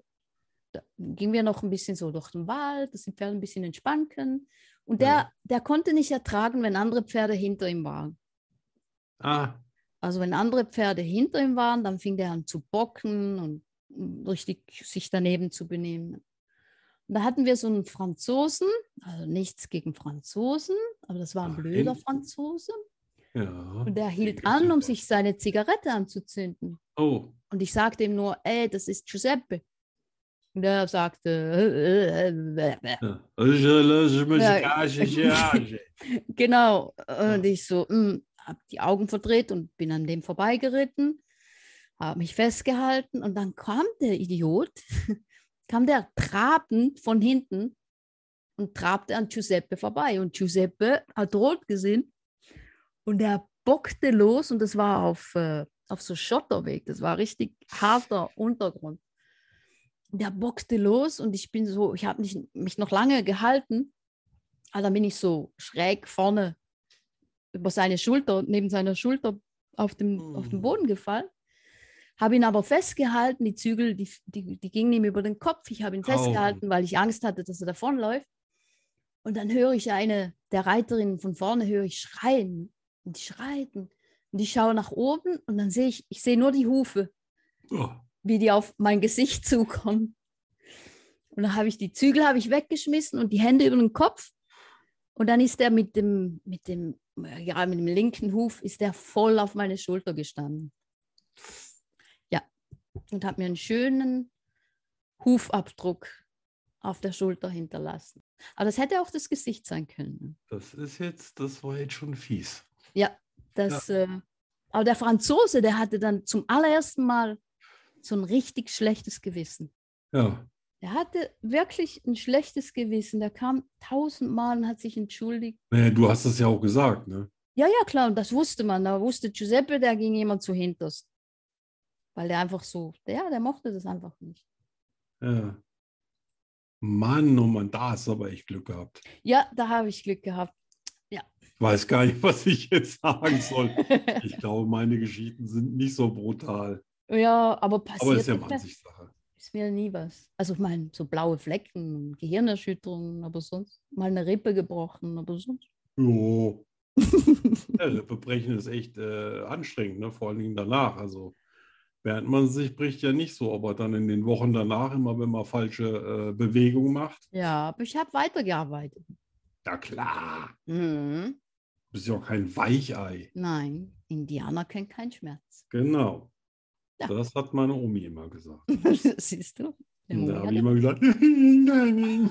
Speaker 1: da gingen wir noch ein bisschen so durch den Wald, dass die Pferde ein bisschen entspannen können. Und der,
Speaker 2: Ja.
Speaker 1: der konnte nicht ertragen, wenn andere Pferde hinter ihm waren.
Speaker 2: Ah,
Speaker 1: Also wenn andere Pferde hinter ihm waren, dann fing der an zu bocken und mm, richtig sich daneben zu benehmen. Und da hatten wir so einen Franzosen, also nichts gegen Franzosen, aber das war ein
Speaker 2: Nein.
Speaker 1: blöder Franzose.
Speaker 2: ja.
Speaker 1: Und der hielt
Speaker 2: gibt's
Speaker 1: an, um
Speaker 2: überall.
Speaker 1: sich seine Zigarette anzuzünden.
Speaker 2: Oh,
Speaker 1: Und ich sagte ihm nur, ey, das ist Giuseppe. Und er sagte, <laughs> äh, äh, äh, äh.
Speaker 2: ja. Also, Ja.
Speaker 1: <laughs> genau. Und ich so, habe die Augen verdreht und bin an dem vorbeigeritten, habe mich festgehalten und dann kam der Idiot, <laughs> kam der trabend von hinten und trabte an Giuseppe vorbei. Und Giuseppe hat rot gesehen und er bockte los und das war auf, äh, auf so Schotterweg, das war richtig harter Untergrund. Der bockte los und ich bin so, ich habe mich, mich noch lange gehalten Ah, dann bin ich so schräg vorne über seine Schulter, neben seiner Schulter auf dem, auf den
Speaker 2: Mm.
Speaker 1: Boden gefallen. Habe ihn aber festgehalten, die Zügel, die, die, die gingen ihm über den Kopf. Ich habe ihn festgehalten, weil ich Angst hatte, dass er davonläuft. Und dann höre ich eine der Reiterinnen von vorne, höre ich schreien. Und die schreiten. Und ich schaue nach oben und dann sehe ich, ich sehe nur die Hufe
Speaker 2: Oh,
Speaker 1: <laughs> wie die auf mein Gesicht zukommen. Und dann habe ich die Zügel habe ich weggeschmissen und die Hände über den Kopf. Und dann ist er mit dem, mit dem, ja, mit dem linken Huf ist er voll auf meine Schulter gestanden. Ja. Und hat mir einen schönen Hufabdruck auf der Schulter hinterlassen. Aber das hätte auch das Gesicht sein können.
Speaker 2: Das ist jetzt, das war jetzt schon fies.
Speaker 1: Das, äh, aber der Franzose, der hatte dann zum allerersten Mal so ein richtig schlechtes Gewissen.
Speaker 2: Ja.
Speaker 1: Er hatte wirklich ein schlechtes Gewissen. Der kam tausendmal und hat sich entschuldigt.
Speaker 2: Naja, du hast es ja auch gesagt, ne?
Speaker 1: Ja, ja, klar, und das wusste man. Da wusste Giuseppe, da ging jemand zu hinterst. Weil der einfach so, ja, der mochte das einfach nicht.
Speaker 2: Ja. Mann, oh Mann, da hast du aber echt Glück gehabt.
Speaker 1: Ja, da habe ich Glück gehabt.
Speaker 2: Ich weiß gar nicht, <laughs> was ich jetzt sagen soll. Ich glaube, meine Geschichten sind nicht so brutal.
Speaker 1: ja, aber passiert
Speaker 2: Aber es ist ja
Speaker 1: mir-
Speaker 2: Ansichtssache.
Speaker 1: ist mir nie was. Also ich meine, so blaue Flecken, Gehirnerschütterungen, aber sonst mal eine Rippe gebrochen, aber sonst.
Speaker 2: Jo. Ja, Rippe brechen ist echt äh, anstrengend, ne? vor allen Dingen danach. Also, während man sich bricht, ja nicht so, aber dann in den Wochen danach immer, wenn man falsche äh, Bewegungen macht.
Speaker 1: Ja, aber ich habe weitergearbeitet.
Speaker 2: Ja, klar.
Speaker 1: Mhm.
Speaker 2: Du bist ja auch kein Weichei.
Speaker 1: Nein, Indianer kennen keinen
Speaker 2: <laughs>
Speaker 1: Schmerz. <laughs>
Speaker 2: Genau.
Speaker 1: Ja.
Speaker 2: Das hat meine Omi immer gesagt.
Speaker 1: Siehst du? Der
Speaker 2: Und
Speaker 1: Moni
Speaker 2: da
Speaker 1: hat
Speaker 2: habe ich
Speaker 1: ja-
Speaker 2: immer
Speaker 1: <laughs>
Speaker 2: gesagt, <laughs> nein,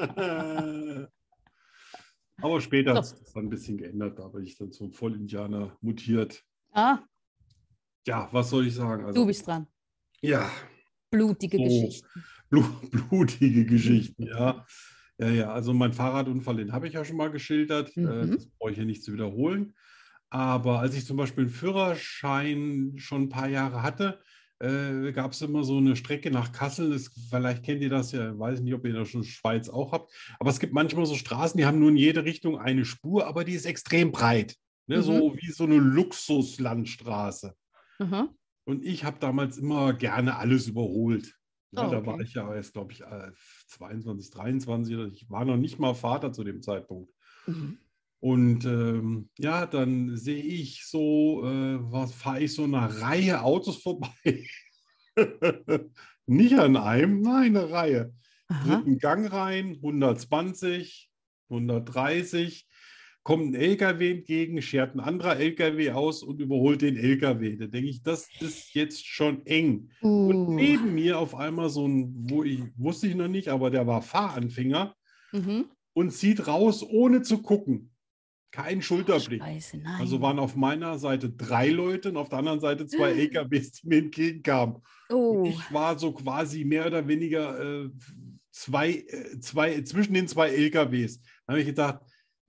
Speaker 2: ja. aber später hat
Speaker 1: So.
Speaker 2: sich das dann ein bisschen geändert, da bin ich dann zum Vollindianer mutiert.
Speaker 1: Ah,
Speaker 2: Ja, was soll ich sagen? Also, Oh.
Speaker 1: du bist dran.
Speaker 2: ja,
Speaker 1: Blutige
Speaker 2: So.
Speaker 1: Geschichten.
Speaker 2: blu- <laughs> blutige Geschichten, ja. Ja, ja, also mein Fahrradunfall, den habe ich ja schon mal geschildert. Äh,
Speaker 1: Mhm.
Speaker 2: das brauche ich hier nicht zu wiederholen. Aber als ich zum Beispiel einen Führerschein schon ein paar Jahre hatte, äh, gab es immer so eine Strecke nach Kassel. Das, vielleicht kennt ihr das ja, weiß nicht, ob ihr das schon in der Schweiz auch habt. Aber es gibt manchmal so Straßen, die haben nur in jede Richtung eine Spur, aber die ist extrem breit. Ne?
Speaker 1: Mhm.
Speaker 2: So wie so eine Luxuslandstraße.
Speaker 1: Aha.
Speaker 2: Und ich habe damals immer gerne alles überholt. Ja,
Speaker 1: Oh,
Speaker 2: da
Speaker 1: okay.
Speaker 2: war ich ja jetzt, glaube ich, äh, 22, 23. oder Ich war noch nicht mal Vater zu dem Zeitpunkt.
Speaker 1: Mhm.
Speaker 2: Und ähm, ja, dann sehe ich so, äh, was fahre ich so eine Reihe Autos vorbei. <laughs> nicht an einem, nein, eine Reihe.
Speaker 1: Aha.
Speaker 2: Dritten Gang rein, 120, 130. Kommt ein LKW entgegen, schert ein anderer LKW aus und überholt den LKW. Da denke ich, das ist jetzt schon eng. Und
Speaker 1: Uh.
Speaker 2: neben mir auf einmal so ein, wo ich wusste ich noch nicht, aber der war Fahranfänger
Speaker 1: Mhm.
Speaker 2: und zieht raus, ohne zu gucken. Kein Schulterblick.
Speaker 1: Scheiße, nein.
Speaker 2: also waren auf meiner Seite drei Leute und auf der anderen
Speaker 1: <laughs>
Speaker 2: Seite zwei LKWs, die mir entgegenkamen. Und
Speaker 1: oh.
Speaker 2: ich war so quasi mehr oder weniger äh, zwei, äh, zwei, zwischen den zwei LKWs. Da habe ich gedacht,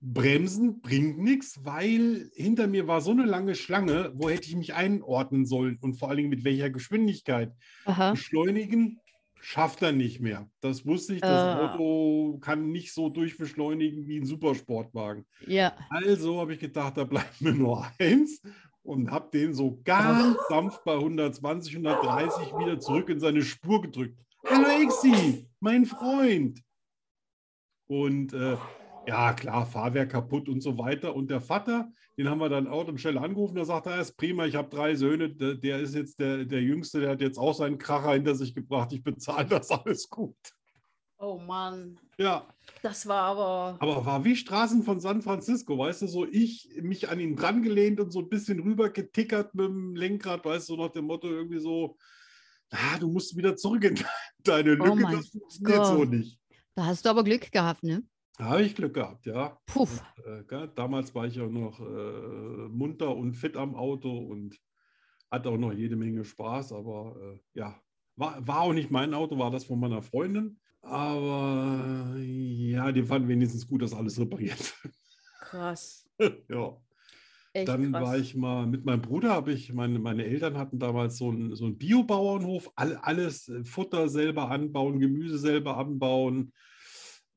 Speaker 2: Bremsen bringt nichts, weil hinter mir war so eine lange Schlange, wo hätte ich mich einordnen sollen und vor allen Dingen mit welcher Geschwindigkeit.
Speaker 1: Aha.
Speaker 2: Beschleunigen schafft er nicht mehr. Das wusste ich. Das
Speaker 1: Ah.
Speaker 2: Auto kann nicht so durchbeschleunigen wie ein Supersportwagen.
Speaker 1: Ja.
Speaker 2: Also habe ich gedacht, da bleibt mir nur eins und habe den so ganz sanft bei 120, 130 wieder zurück in seine Spur gedrückt. Hallo Exi, mein Freund. Und äh, ja, klar, Fahrwerk kaputt und so weiter. Und der Vater, den haben wir dann auch im Stelle angerufen, da sagt er, er ist prima, ich habe drei Söhne, der, der ist jetzt der, der Jüngste, der hat jetzt auch seinen Kracher hinter sich gebracht, ich bezahle das alles gut.
Speaker 1: Oh Mann,
Speaker 2: Ja,
Speaker 1: das war aber.
Speaker 2: aber war wie Straßen von San Francisco, weißt du, so ich mich an ihn dran gelehnt und so ein bisschen rüber getickert mit dem Lenkrad, weißt du, nach dem Motto irgendwie so, ah, du musst wieder zurück in <laughs> deine
Speaker 1: Oh
Speaker 2: Lücke,
Speaker 1: mein
Speaker 2: das funktioniert so
Speaker 1: Gott.
Speaker 2: nicht.
Speaker 1: Da hast du aber Glück gehabt, ne?
Speaker 2: Da habe ich Glück gehabt, ja.
Speaker 1: Puff.
Speaker 2: Äh, gell, damals war ich auch noch äh, munter und fit am Auto und hatte auch noch jede Menge Spaß, aber äh, ja, war, war auch nicht mein Auto, war das von meiner Freundin. Aber äh, ja, die fanden wenigstens gut, dass alles repariert. <laughs>
Speaker 1: Krass.
Speaker 2: ja.
Speaker 1: Echt
Speaker 2: Dann
Speaker 1: krass.
Speaker 2: war ich mal mit meinem Bruder, habe ich, meine, meine Eltern hatten damals so einen, so einen Biobauernhof, all, alles äh, Futter selber anbauen, Gemüse selber anbauen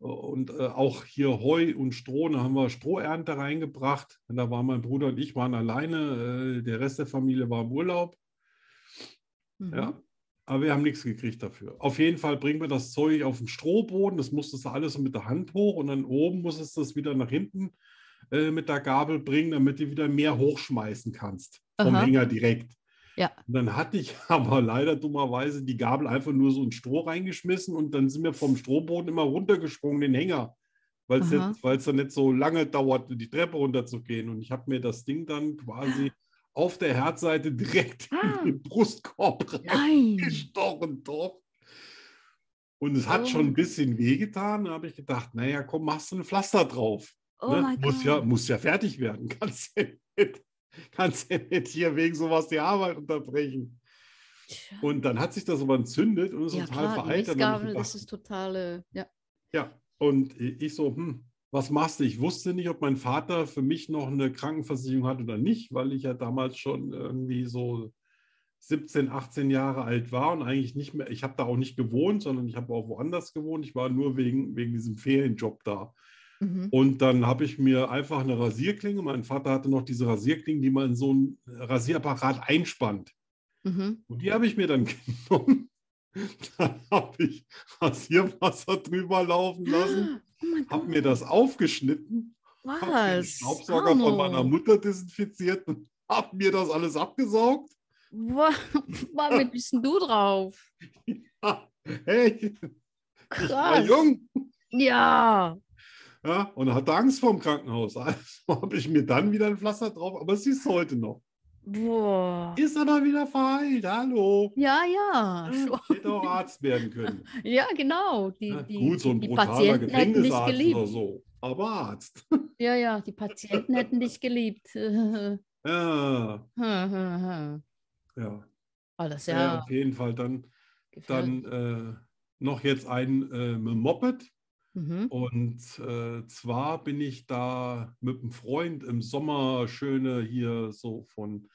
Speaker 2: äh, und äh, auch hier Heu und Stroh, da haben wir Strohernte reingebracht. Und da waren mein Bruder und ich waren alleine, äh, der Rest der Familie war im Urlaub.
Speaker 1: Mhm.
Speaker 2: Ja. Aber wir haben nichts gekriegt dafür. Auf jeden Fall bringen wir das Zeug auf den Strohboden. Das musstest du alles mit der Hand hoch und dann oben musstest du es wieder nach hinten äh, mit der Gabel bringen, damit du wieder mehr hochschmeißen kannst. Vom
Speaker 1: Aha.
Speaker 2: Hänger direkt.
Speaker 1: Ja.
Speaker 2: Und dann hatte ich <laughs> aber leider dummerweise die Gabel einfach nur so in Stroh reingeschmissen und dann sind wir vom Strohboden immer runtergesprungen, den Hänger, weil es
Speaker 1: Aha.
Speaker 2: jetzt- weil es dann nicht so lange dauerte, die Treppe runterzugehen. Und ich habe mir das Ding dann quasi auf der Herzseite <laughs> direkt
Speaker 1: Ah.
Speaker 2: in den Brustkorb
Speaker 1: Nein.
Speaker 2: gestochen, doch. Und es hat
Speaker 1: Oh.
Speaker 2: schon ein bisschen wehgetan. Da habe ich gedacht, naja, komm, machst du ein Pflaster drauf.
Speaker 1: Oh
Speaker 2: ne?
Speaker 1: mein
Speaker 2: muss,
Speaker 1: Gott.
Speaker 2: ja, muss ja fertig werden. <laughs> Kannst ja nicht, kannst ja nicht hier wegen sowas die Arbeit unterbrechen.
Speaker 1: Tja.
Speaker 2: Und dann hat sich das aber entzündet und ist
Speaker 1: Ja,
Speaker 2: total
Speaker 1: klar, die
Speaker 2: veraltet. Dann hab
Speaker 1: Mistgabel, das
Speaker 2: ich gedacht,
Speaker 1: ist totale. Ja.
Speaker 2: ja, und ich so, hm, was machst du? Ich wusste nicht, ob mein Vater für mich noch eine Krankenversicherung hat oder nicht, weil ich ja damals schon irgendwie so 17, 18 Jahre alt war und eigentlich nicht mehr, ich habe da auch nicht gewohnt, sondern ich habe auch woanders gewohnt. Ich war nur wegen, wegen diesem Ferienjob da.
Speaker 1: Mhm.
Speaker 2: Und dann habe ich mir einfach eine Rasierklinge, mein Vater hatte noch diese Rasierklinge, die man in so ein Rasierapparat einspannt.
Speaker 1: Mhm.
Speaker 2: Und die habe ich mir dann <laughs> genommen. Dann habe ich Rasierwasser drüber laufen lassen,
Speaker 1: Oh mein
Speaker 2: habe
Speaker 1: Gott.
Speaker 2: mir das aufgeschnitten, habe den
Speaker 1: Was?
Speaker 2: Staubsauger von meiner
Speaker 1: Arno.
Speaker 2: Mutter desinfiziert und habe mir das alles abgesaugt.
Speaker 1: Wa- <laughs> Womit bist denn du drauf?
Speaker 2: Ha, hey, war
Speaker 1: Krass.
Speaker 2: jung.
Speaker 1: Ja.
Speaker 2: Ja, und hatte Angst vorm Krankenhaus. Also habe ich mir dann wieder ein Pflaster drauf, aber es ist heute noch.
Speaker 1: Boah.
Speaker 2: Ist aber wieder verheilt, hallo.
Speaker 1: Ja, ja.
Speaker 2: Ja, Ich hätte auch Arzt werden können.
Speaker 1: Ja, genau. Die,
Speaker 2: Ja,
Speaker 1: die,
Speaker 2: Gut, so ein
Speaker 1: die
Speaker 2: brutaler
Speaker 1: Patienten hätten dich
Speaker 2: Gefängnisarzt oder
Speaker 1: geliebt.
Speaker 2: so. Aber Arzt.
Speaker 1: Ja, ja, die Patienten hätten dich geliebt. <laughs> Hm,
Speaker 2: Ja,
Speaker 1: hm, hm.
Speaker 2: ja.
Speaker 1: Aber das ist
Speaker 2: Ja.
Speaker 1: ja
Speaker 2: auf jeden Fall. Dann,
Speaker 1: gefährlich.
Speaker 2: dann äh, noch jetzt ein äh, mit dem Moped.
Speaker 1: Mhm. <laughs>
Speaker 2: Und äh, zwar bin ich da mit einem Freund im Sommer schöne hier so von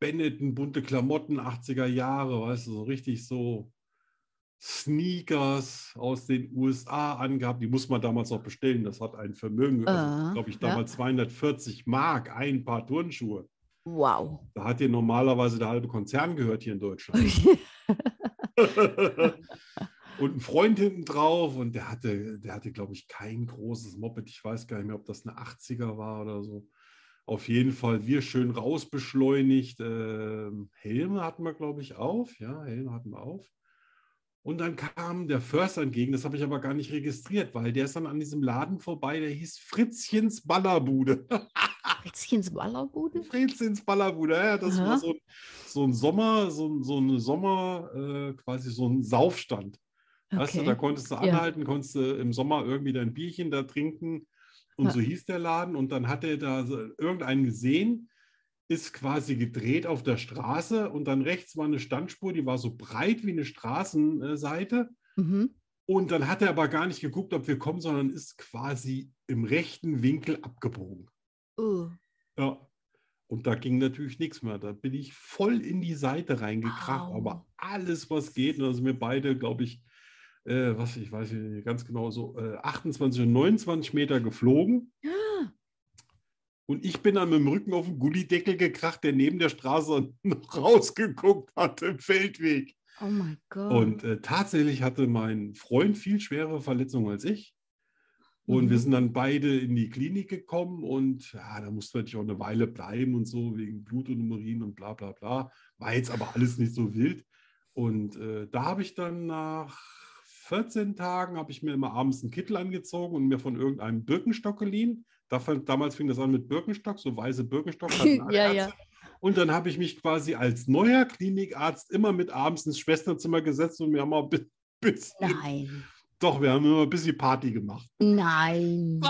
Speaker 2: Benetton, bunte Klamotten, 80er Jahre, weißt du, so richtig so Sneakers aus den USA angehabt. Die muss man damals noch bestellen. Das hat ein Vermögen gekostet.
Speaker 1: Ah,
Speaker 2: glaube ich,
Speaker 1: ja.
Speaker 2: damals 240 Mark, ein Paar Turnschuhe.
Speaker 1: Wow.
Speaker 2: Da hat dir normalerweise der halbe Konzern gehört hier in Deutschland
Speaker 1: <laughs>
Speaker 2: <laughs> und ein Freund hinten drauf und der hatte, der hatte, glaube ich, kein großes Moped. Ich weiß gar nicht mehr, ob das eine 80er war oder so. Auf jeden Fall, wir schön rausbeschleunigt. Ähm, Helme hatten wir, glaube ich, auf. Ja, Helme hatten wir auf. Und dann kam der Förster entgegen, das habe ich aber gar nicht registriert, weil der ist dann an diesem Laden vorbei, der hieß Fritzchens Ballerbude.
Speaker 1: Fritzchens Ballerbude?
Speaker 2: Brezins Ballerbude. Ja, das
Speaker 1: Aha.
Speaker 2: war so, ein- so ein Sommer, so, ein- so ein Sommer, äh, quasi so ein Saufstand. Weißt du,
Speaker 1: Okay.
Speaker 2: da konntest du anhalten, konntest du im Sommer irgendwie dein Bierchen da trinken. Und
Speaker 1: Ja.
Speaker 2: so hieß der Laden. Und dann hat er da so irgendeinen gesehen, ist quasi gedreht auf der Straße und dann rechts war eine Standspur, die war so breit wie eine Straßenseite.
Speaker 1: Mhm.
Speaker 2: Und dann hat er aber gar nicht geguckt, ob wir kommen, sondern ist quasi im rechten Winkel abgebogen.
Speaker 1: Uh.
Speaker 2: Ja. Und da ging natürlich nichts mehr. Da bin ich voll in die Seite reingekracht,
Speaker 1: Au.
Speaker 2: aber alles, was geht. Und da sind wir beide, glaube ich, äh, was ich weiß nicht ganz genau, so äh, 28 und 29 Meter geflogen. Und ich bin dann mit dem Rücken auf den Gullideckel gekracht, der neben der Straße <laughs> noch rausgeguckt hat im Feldweg.
Speaker 1: Oh mein Gott.
Speaker 2: Und äh, tatsächlich hatte mein Freund viel schwerere Verletzungen als ich. Und wir
Speaker 1: Mhm.
Speaker 2: sind dann beide in die Klinik gekommen und ja, da musste man natürlich auch eine Weile bleiben und so wegen Blut und Urin und bla bla bla. War jetzt aber alles nicht so wild. Und äh, da habe ich dann nach 14 Tagen, habe ich mir immer abends einen Kittel angezogen und mir von irgendeinem Birkenstock geliehen. Davon, damals fing das an mit Birkenstock, so
Speaker 1: <laughs>
Speaker 2: weiße Birkenstock. hatten alle
Speaker 1: Ja,
Speaker 2: Ärzte.
Speaker 1: ja.
Speaker 2: Und dann habe ich mich quasi als neuer Klinikarzt immer mit abends ins Schwesternzimmer gesetzt und wir haben mal <laughs> ein bisschen,
Speaker 1: Nein.
Speaker 2: doch, wir haben immer ein bisschen Party gemacht.
Speaker 1: Nein.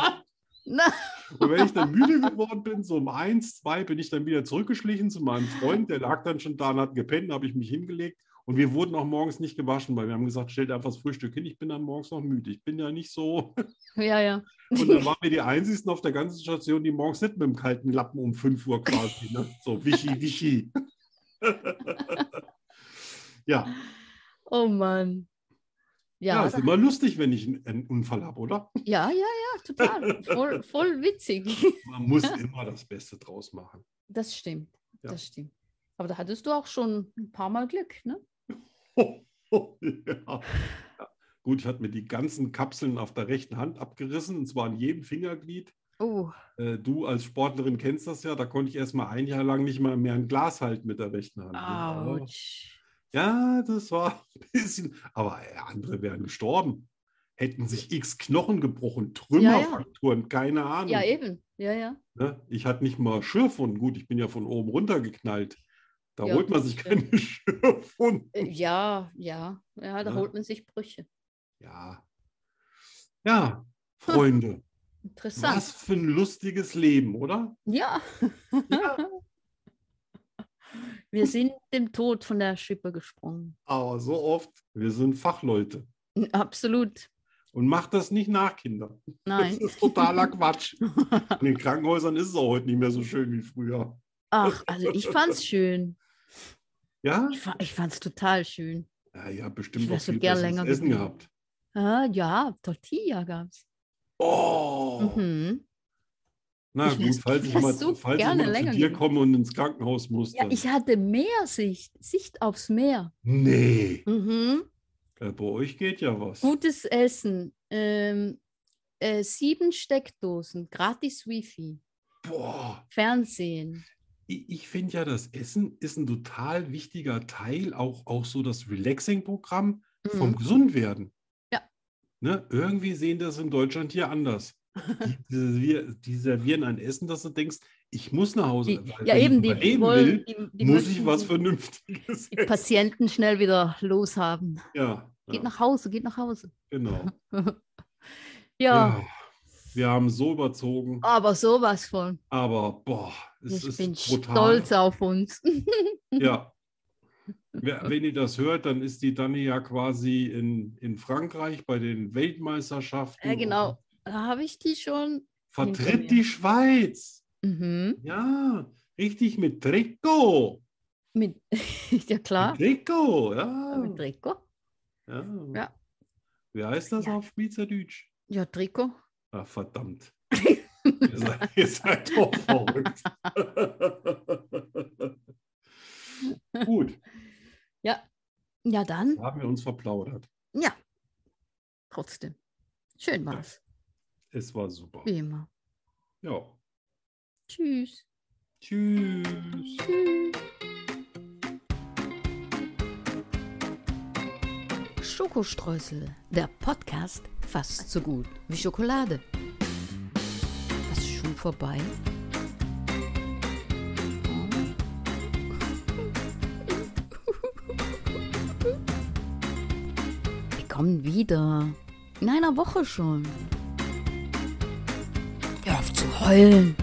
Speaker 2: Und wenn ich dann müde geworden bin, so um eins, zwei, bin ich dann wieder zurückgeschlichen zu meinem Freund. Der lag dann schon da und hat gepennt, habe ich mich hingelegt. Und wir wurden auch morgens nicht gewaschen, weil wir haben gesagt, stellt einfach das Frühstück hin. Ich bin dann morgens noch müde. Ich bin ja nicht so.
Speaker 1: Ja, ja.
Speaker 2: Und dann waren wir die Einzigen auf der ganzen Station, die morgens nicht mit dem kalten Lappen um 5 Uhr quasi. Ne? So wischi, wischi. <laughs> ja,
Speaker 1: Oh Mann.
Speaker 2: ja,
Speaker 1: Ja,
Speaker 2: ist immer lustig, wenn ich einen, einen Unfall habe, oder?
Speaker 1: <laughs> ja, ja, ja, total.
Speaker 2: <laughs>
Speaker 1: Voll, voll witzig. <laughs>
Speaker 2: Man muss immer das Beste draus machen. <laughs>
Speaker 1: Das stimmt.
Speaker 2: Ja.
Speaker 1: Das stimmt. Aber da hattest du auch schon ein paar Mal Glück, ne?
Speaker 2: Oh, ja. Gut, ich hatte mir die ganzen Kapseln auf der rechten Hand abgerissen, und zwar an jedem Fingerglied.
Speaker 1: Oh,
Speaker 2: Äh, du als Sportlerin kennst das ja, da konnte ich erst mal ein Jahr lang nicht mal mehr ein Glas halten mit der rechten Hand. ne? Aber-
Speaker 1: ouch.
Speaker 2: Ja, das war <laughs> ein bisschen, aber äh, andere wären gestorben. Hätten sich x Knochen gebrochen, Trümmerfrakturen, keine Ahnung.
Speaker 1: Ja, eben. Ja, ja.
Speaker 2: Ne? Ich hatte nicht mal Schürfwunden. Gut, ich bin ja von oben runtergeknallt. Da
Speaker 1: Ja,
Speaker 2: holt man sich keine <laughs> Schürfwunden.
Speaker 1: Äh, Ja, ja. Ja, da
Speaker 2: Ja.
Speaker 1: holt man sich Brüche.
Speaker 2: Ja. Ja, Freunde,
Speaker 1: Interessant.
Speaker 2: was für ein lustiges Leben, oder?
Speaker 1: Ja. <laughs> Wir sind dem Tod von der Schippe gesprungen.
Speaker 2: Aber so oft, wir sind Fachleute.
Speaker 1: Absolut.
Speaker 2: Und macht das nicht nach, Kinder. <laughs>
Speaker 1: Nein.
Speaker 2: Das ist totaler Quatsch. In den Krankenhäusern ist es auch heute nicht mehr so schön wie früher.
Speaker 1: Ach, also ich fand's schön.
Speaker 2: Ja?
Speaker 1: Ich, fa ich fand's total schön.
Speaker 2: Ja, ihr habt bestimmt
Speaker 1: Ich
Speaker 2: noch
Speaker 1: wär so
Speaker 2: viel
Speaker 1: gern
Speaker 2: besseres
Speaker 1: länger
Speaker 2: Essen
Speaker 1: geblieben.
Speaker 2: gehabt.
Speaker 1: Ah, ja, Tortilla gab's.
Speaker 2: Oh!
Speaker 1: Mhm.
Speaker 2: Na
Speaker 1: Ich wär-
Speaker 2: gut, falls
Speaker 1: ich
Speaker 2: ich
Speaker 1: wär
Speaker 2: mal,
Speaker 1: so
Speaker 2: falls ich
Speaker 1: gerne
Speaker 2: mal zu
Speaker 1: länger
Speaker 2: dir
Speaker 1: geblieben.
Speaker 2: komme und ins Krankenhaus muss,
Speaker 1: Ja,
Speaker 2: dann.
Speaker 1: ich hatte Meersicht, Sicht aufs Meer.
Speaker 2: nee.
Speaker 1: Mhm.
Speaker 2: Äh, Bei euch geht ja was.
Speaker 1: Gutes Essen. Ähm, äh, sieben Steckdosen, gratis Wifi,
Speaker 2: Boah.
Speaker 1: Fernsehen.
Speaker 2: Ich, ich finde ja, das Essen ist ein total wichtiger Teil, auch, auch so das Relaxing-Programm vom
Speaker 1: Mhm.
Speaker 2: Gesundwerden.
Speaker 1: Ja.
Speaker 2: Ne? Irgendwie sehen das in Deutschland
Speaker 1: <laughs>
Speaker 2: hier anders. Die, die, servier- die servieren ein Essen, dass du denkst, ich muss nach Hause.
Speaker 1: Die,
Speaker 2: weil
Speaker 1: ja,
Speaker 2: wenn ich
Speaker 1: eben, die, die
Speaker 2: überleben
Speaker 1: wollen,
Speaker 2: will,
Speaker 1: die, die
Speaker 2: muss
Speaker 1: möchten
Speaker 2: ich was
Speaker 1: die- <laughs>
Speaker 2: Vernünftiges
Speaker 1: die Patienten schnell wieder loshaben.
Speaker 2: Ja,
Speaker 1: Geht
Speaker 2: ja,
Speaker 1: nach Hause, geht nach Hause.
Speaker 2: genau.
Speaker 1: Ja,
Speaker 2: Ja, wir haben so überzogen,
Speaker 1: aber sowas von.
Speaker 2: aber boah, es
Speaker 1: ich
Speaker 2: ist
Speaker 1: bin
Speaker 2: brutal.
Speaker 1: stolz auf uns. <laughs>
Speaker 2: Ja. Wer- Wenn ihr das hört, dann ist die Dani ja quasi in, in Frankreich bei den Weltmeisterschaften.
Speaker 1: Ja,
Speaker 2: und
Speaker 1: genau. Habe ich die schon? hinter mir.
Speaker 2: Vertritt die Schweiz.
Speaker 1: Mhm.
Speaker 2: Ja, richtig mit Trikot.
Speaker 1: Mit, <laughs> ja, klar.
Speaker 2: Mit Trikot,
Speaker 1: Mit
Speaker 2: ja.
Speaker 1: Trikot.
Speaker 2: ja.
Speaker 1: Ja.
Speaker 2: Wie heißt das
Speaker 1: Ja.
Speaker 2: auf Schweizerdeutsch?
Speaker 1: Ja, Trikot. <laughs>
Speaker 2: Ach, verdammt. ihr, seid, ihr seid doch verrückt. Gut,
Speaker 1: Ja, dann.
Speaker 2: haben wir uns verplaudert.
Speaker 1: Ja. Trotzdem. Schön war's.
Speaker 2: Es war super.
Speaker 1: Wie immer.
Speaker 2: Ja.
Speaker 1: Tschüss.
Speaker 2: Tschüss.
Speaker 3: Schokostreusel, der Podcast fast so gut wie Schokolade. Was ist schon vorbei? Wir kommen wieder. In einer Woche schon. Hör auf zu heulen.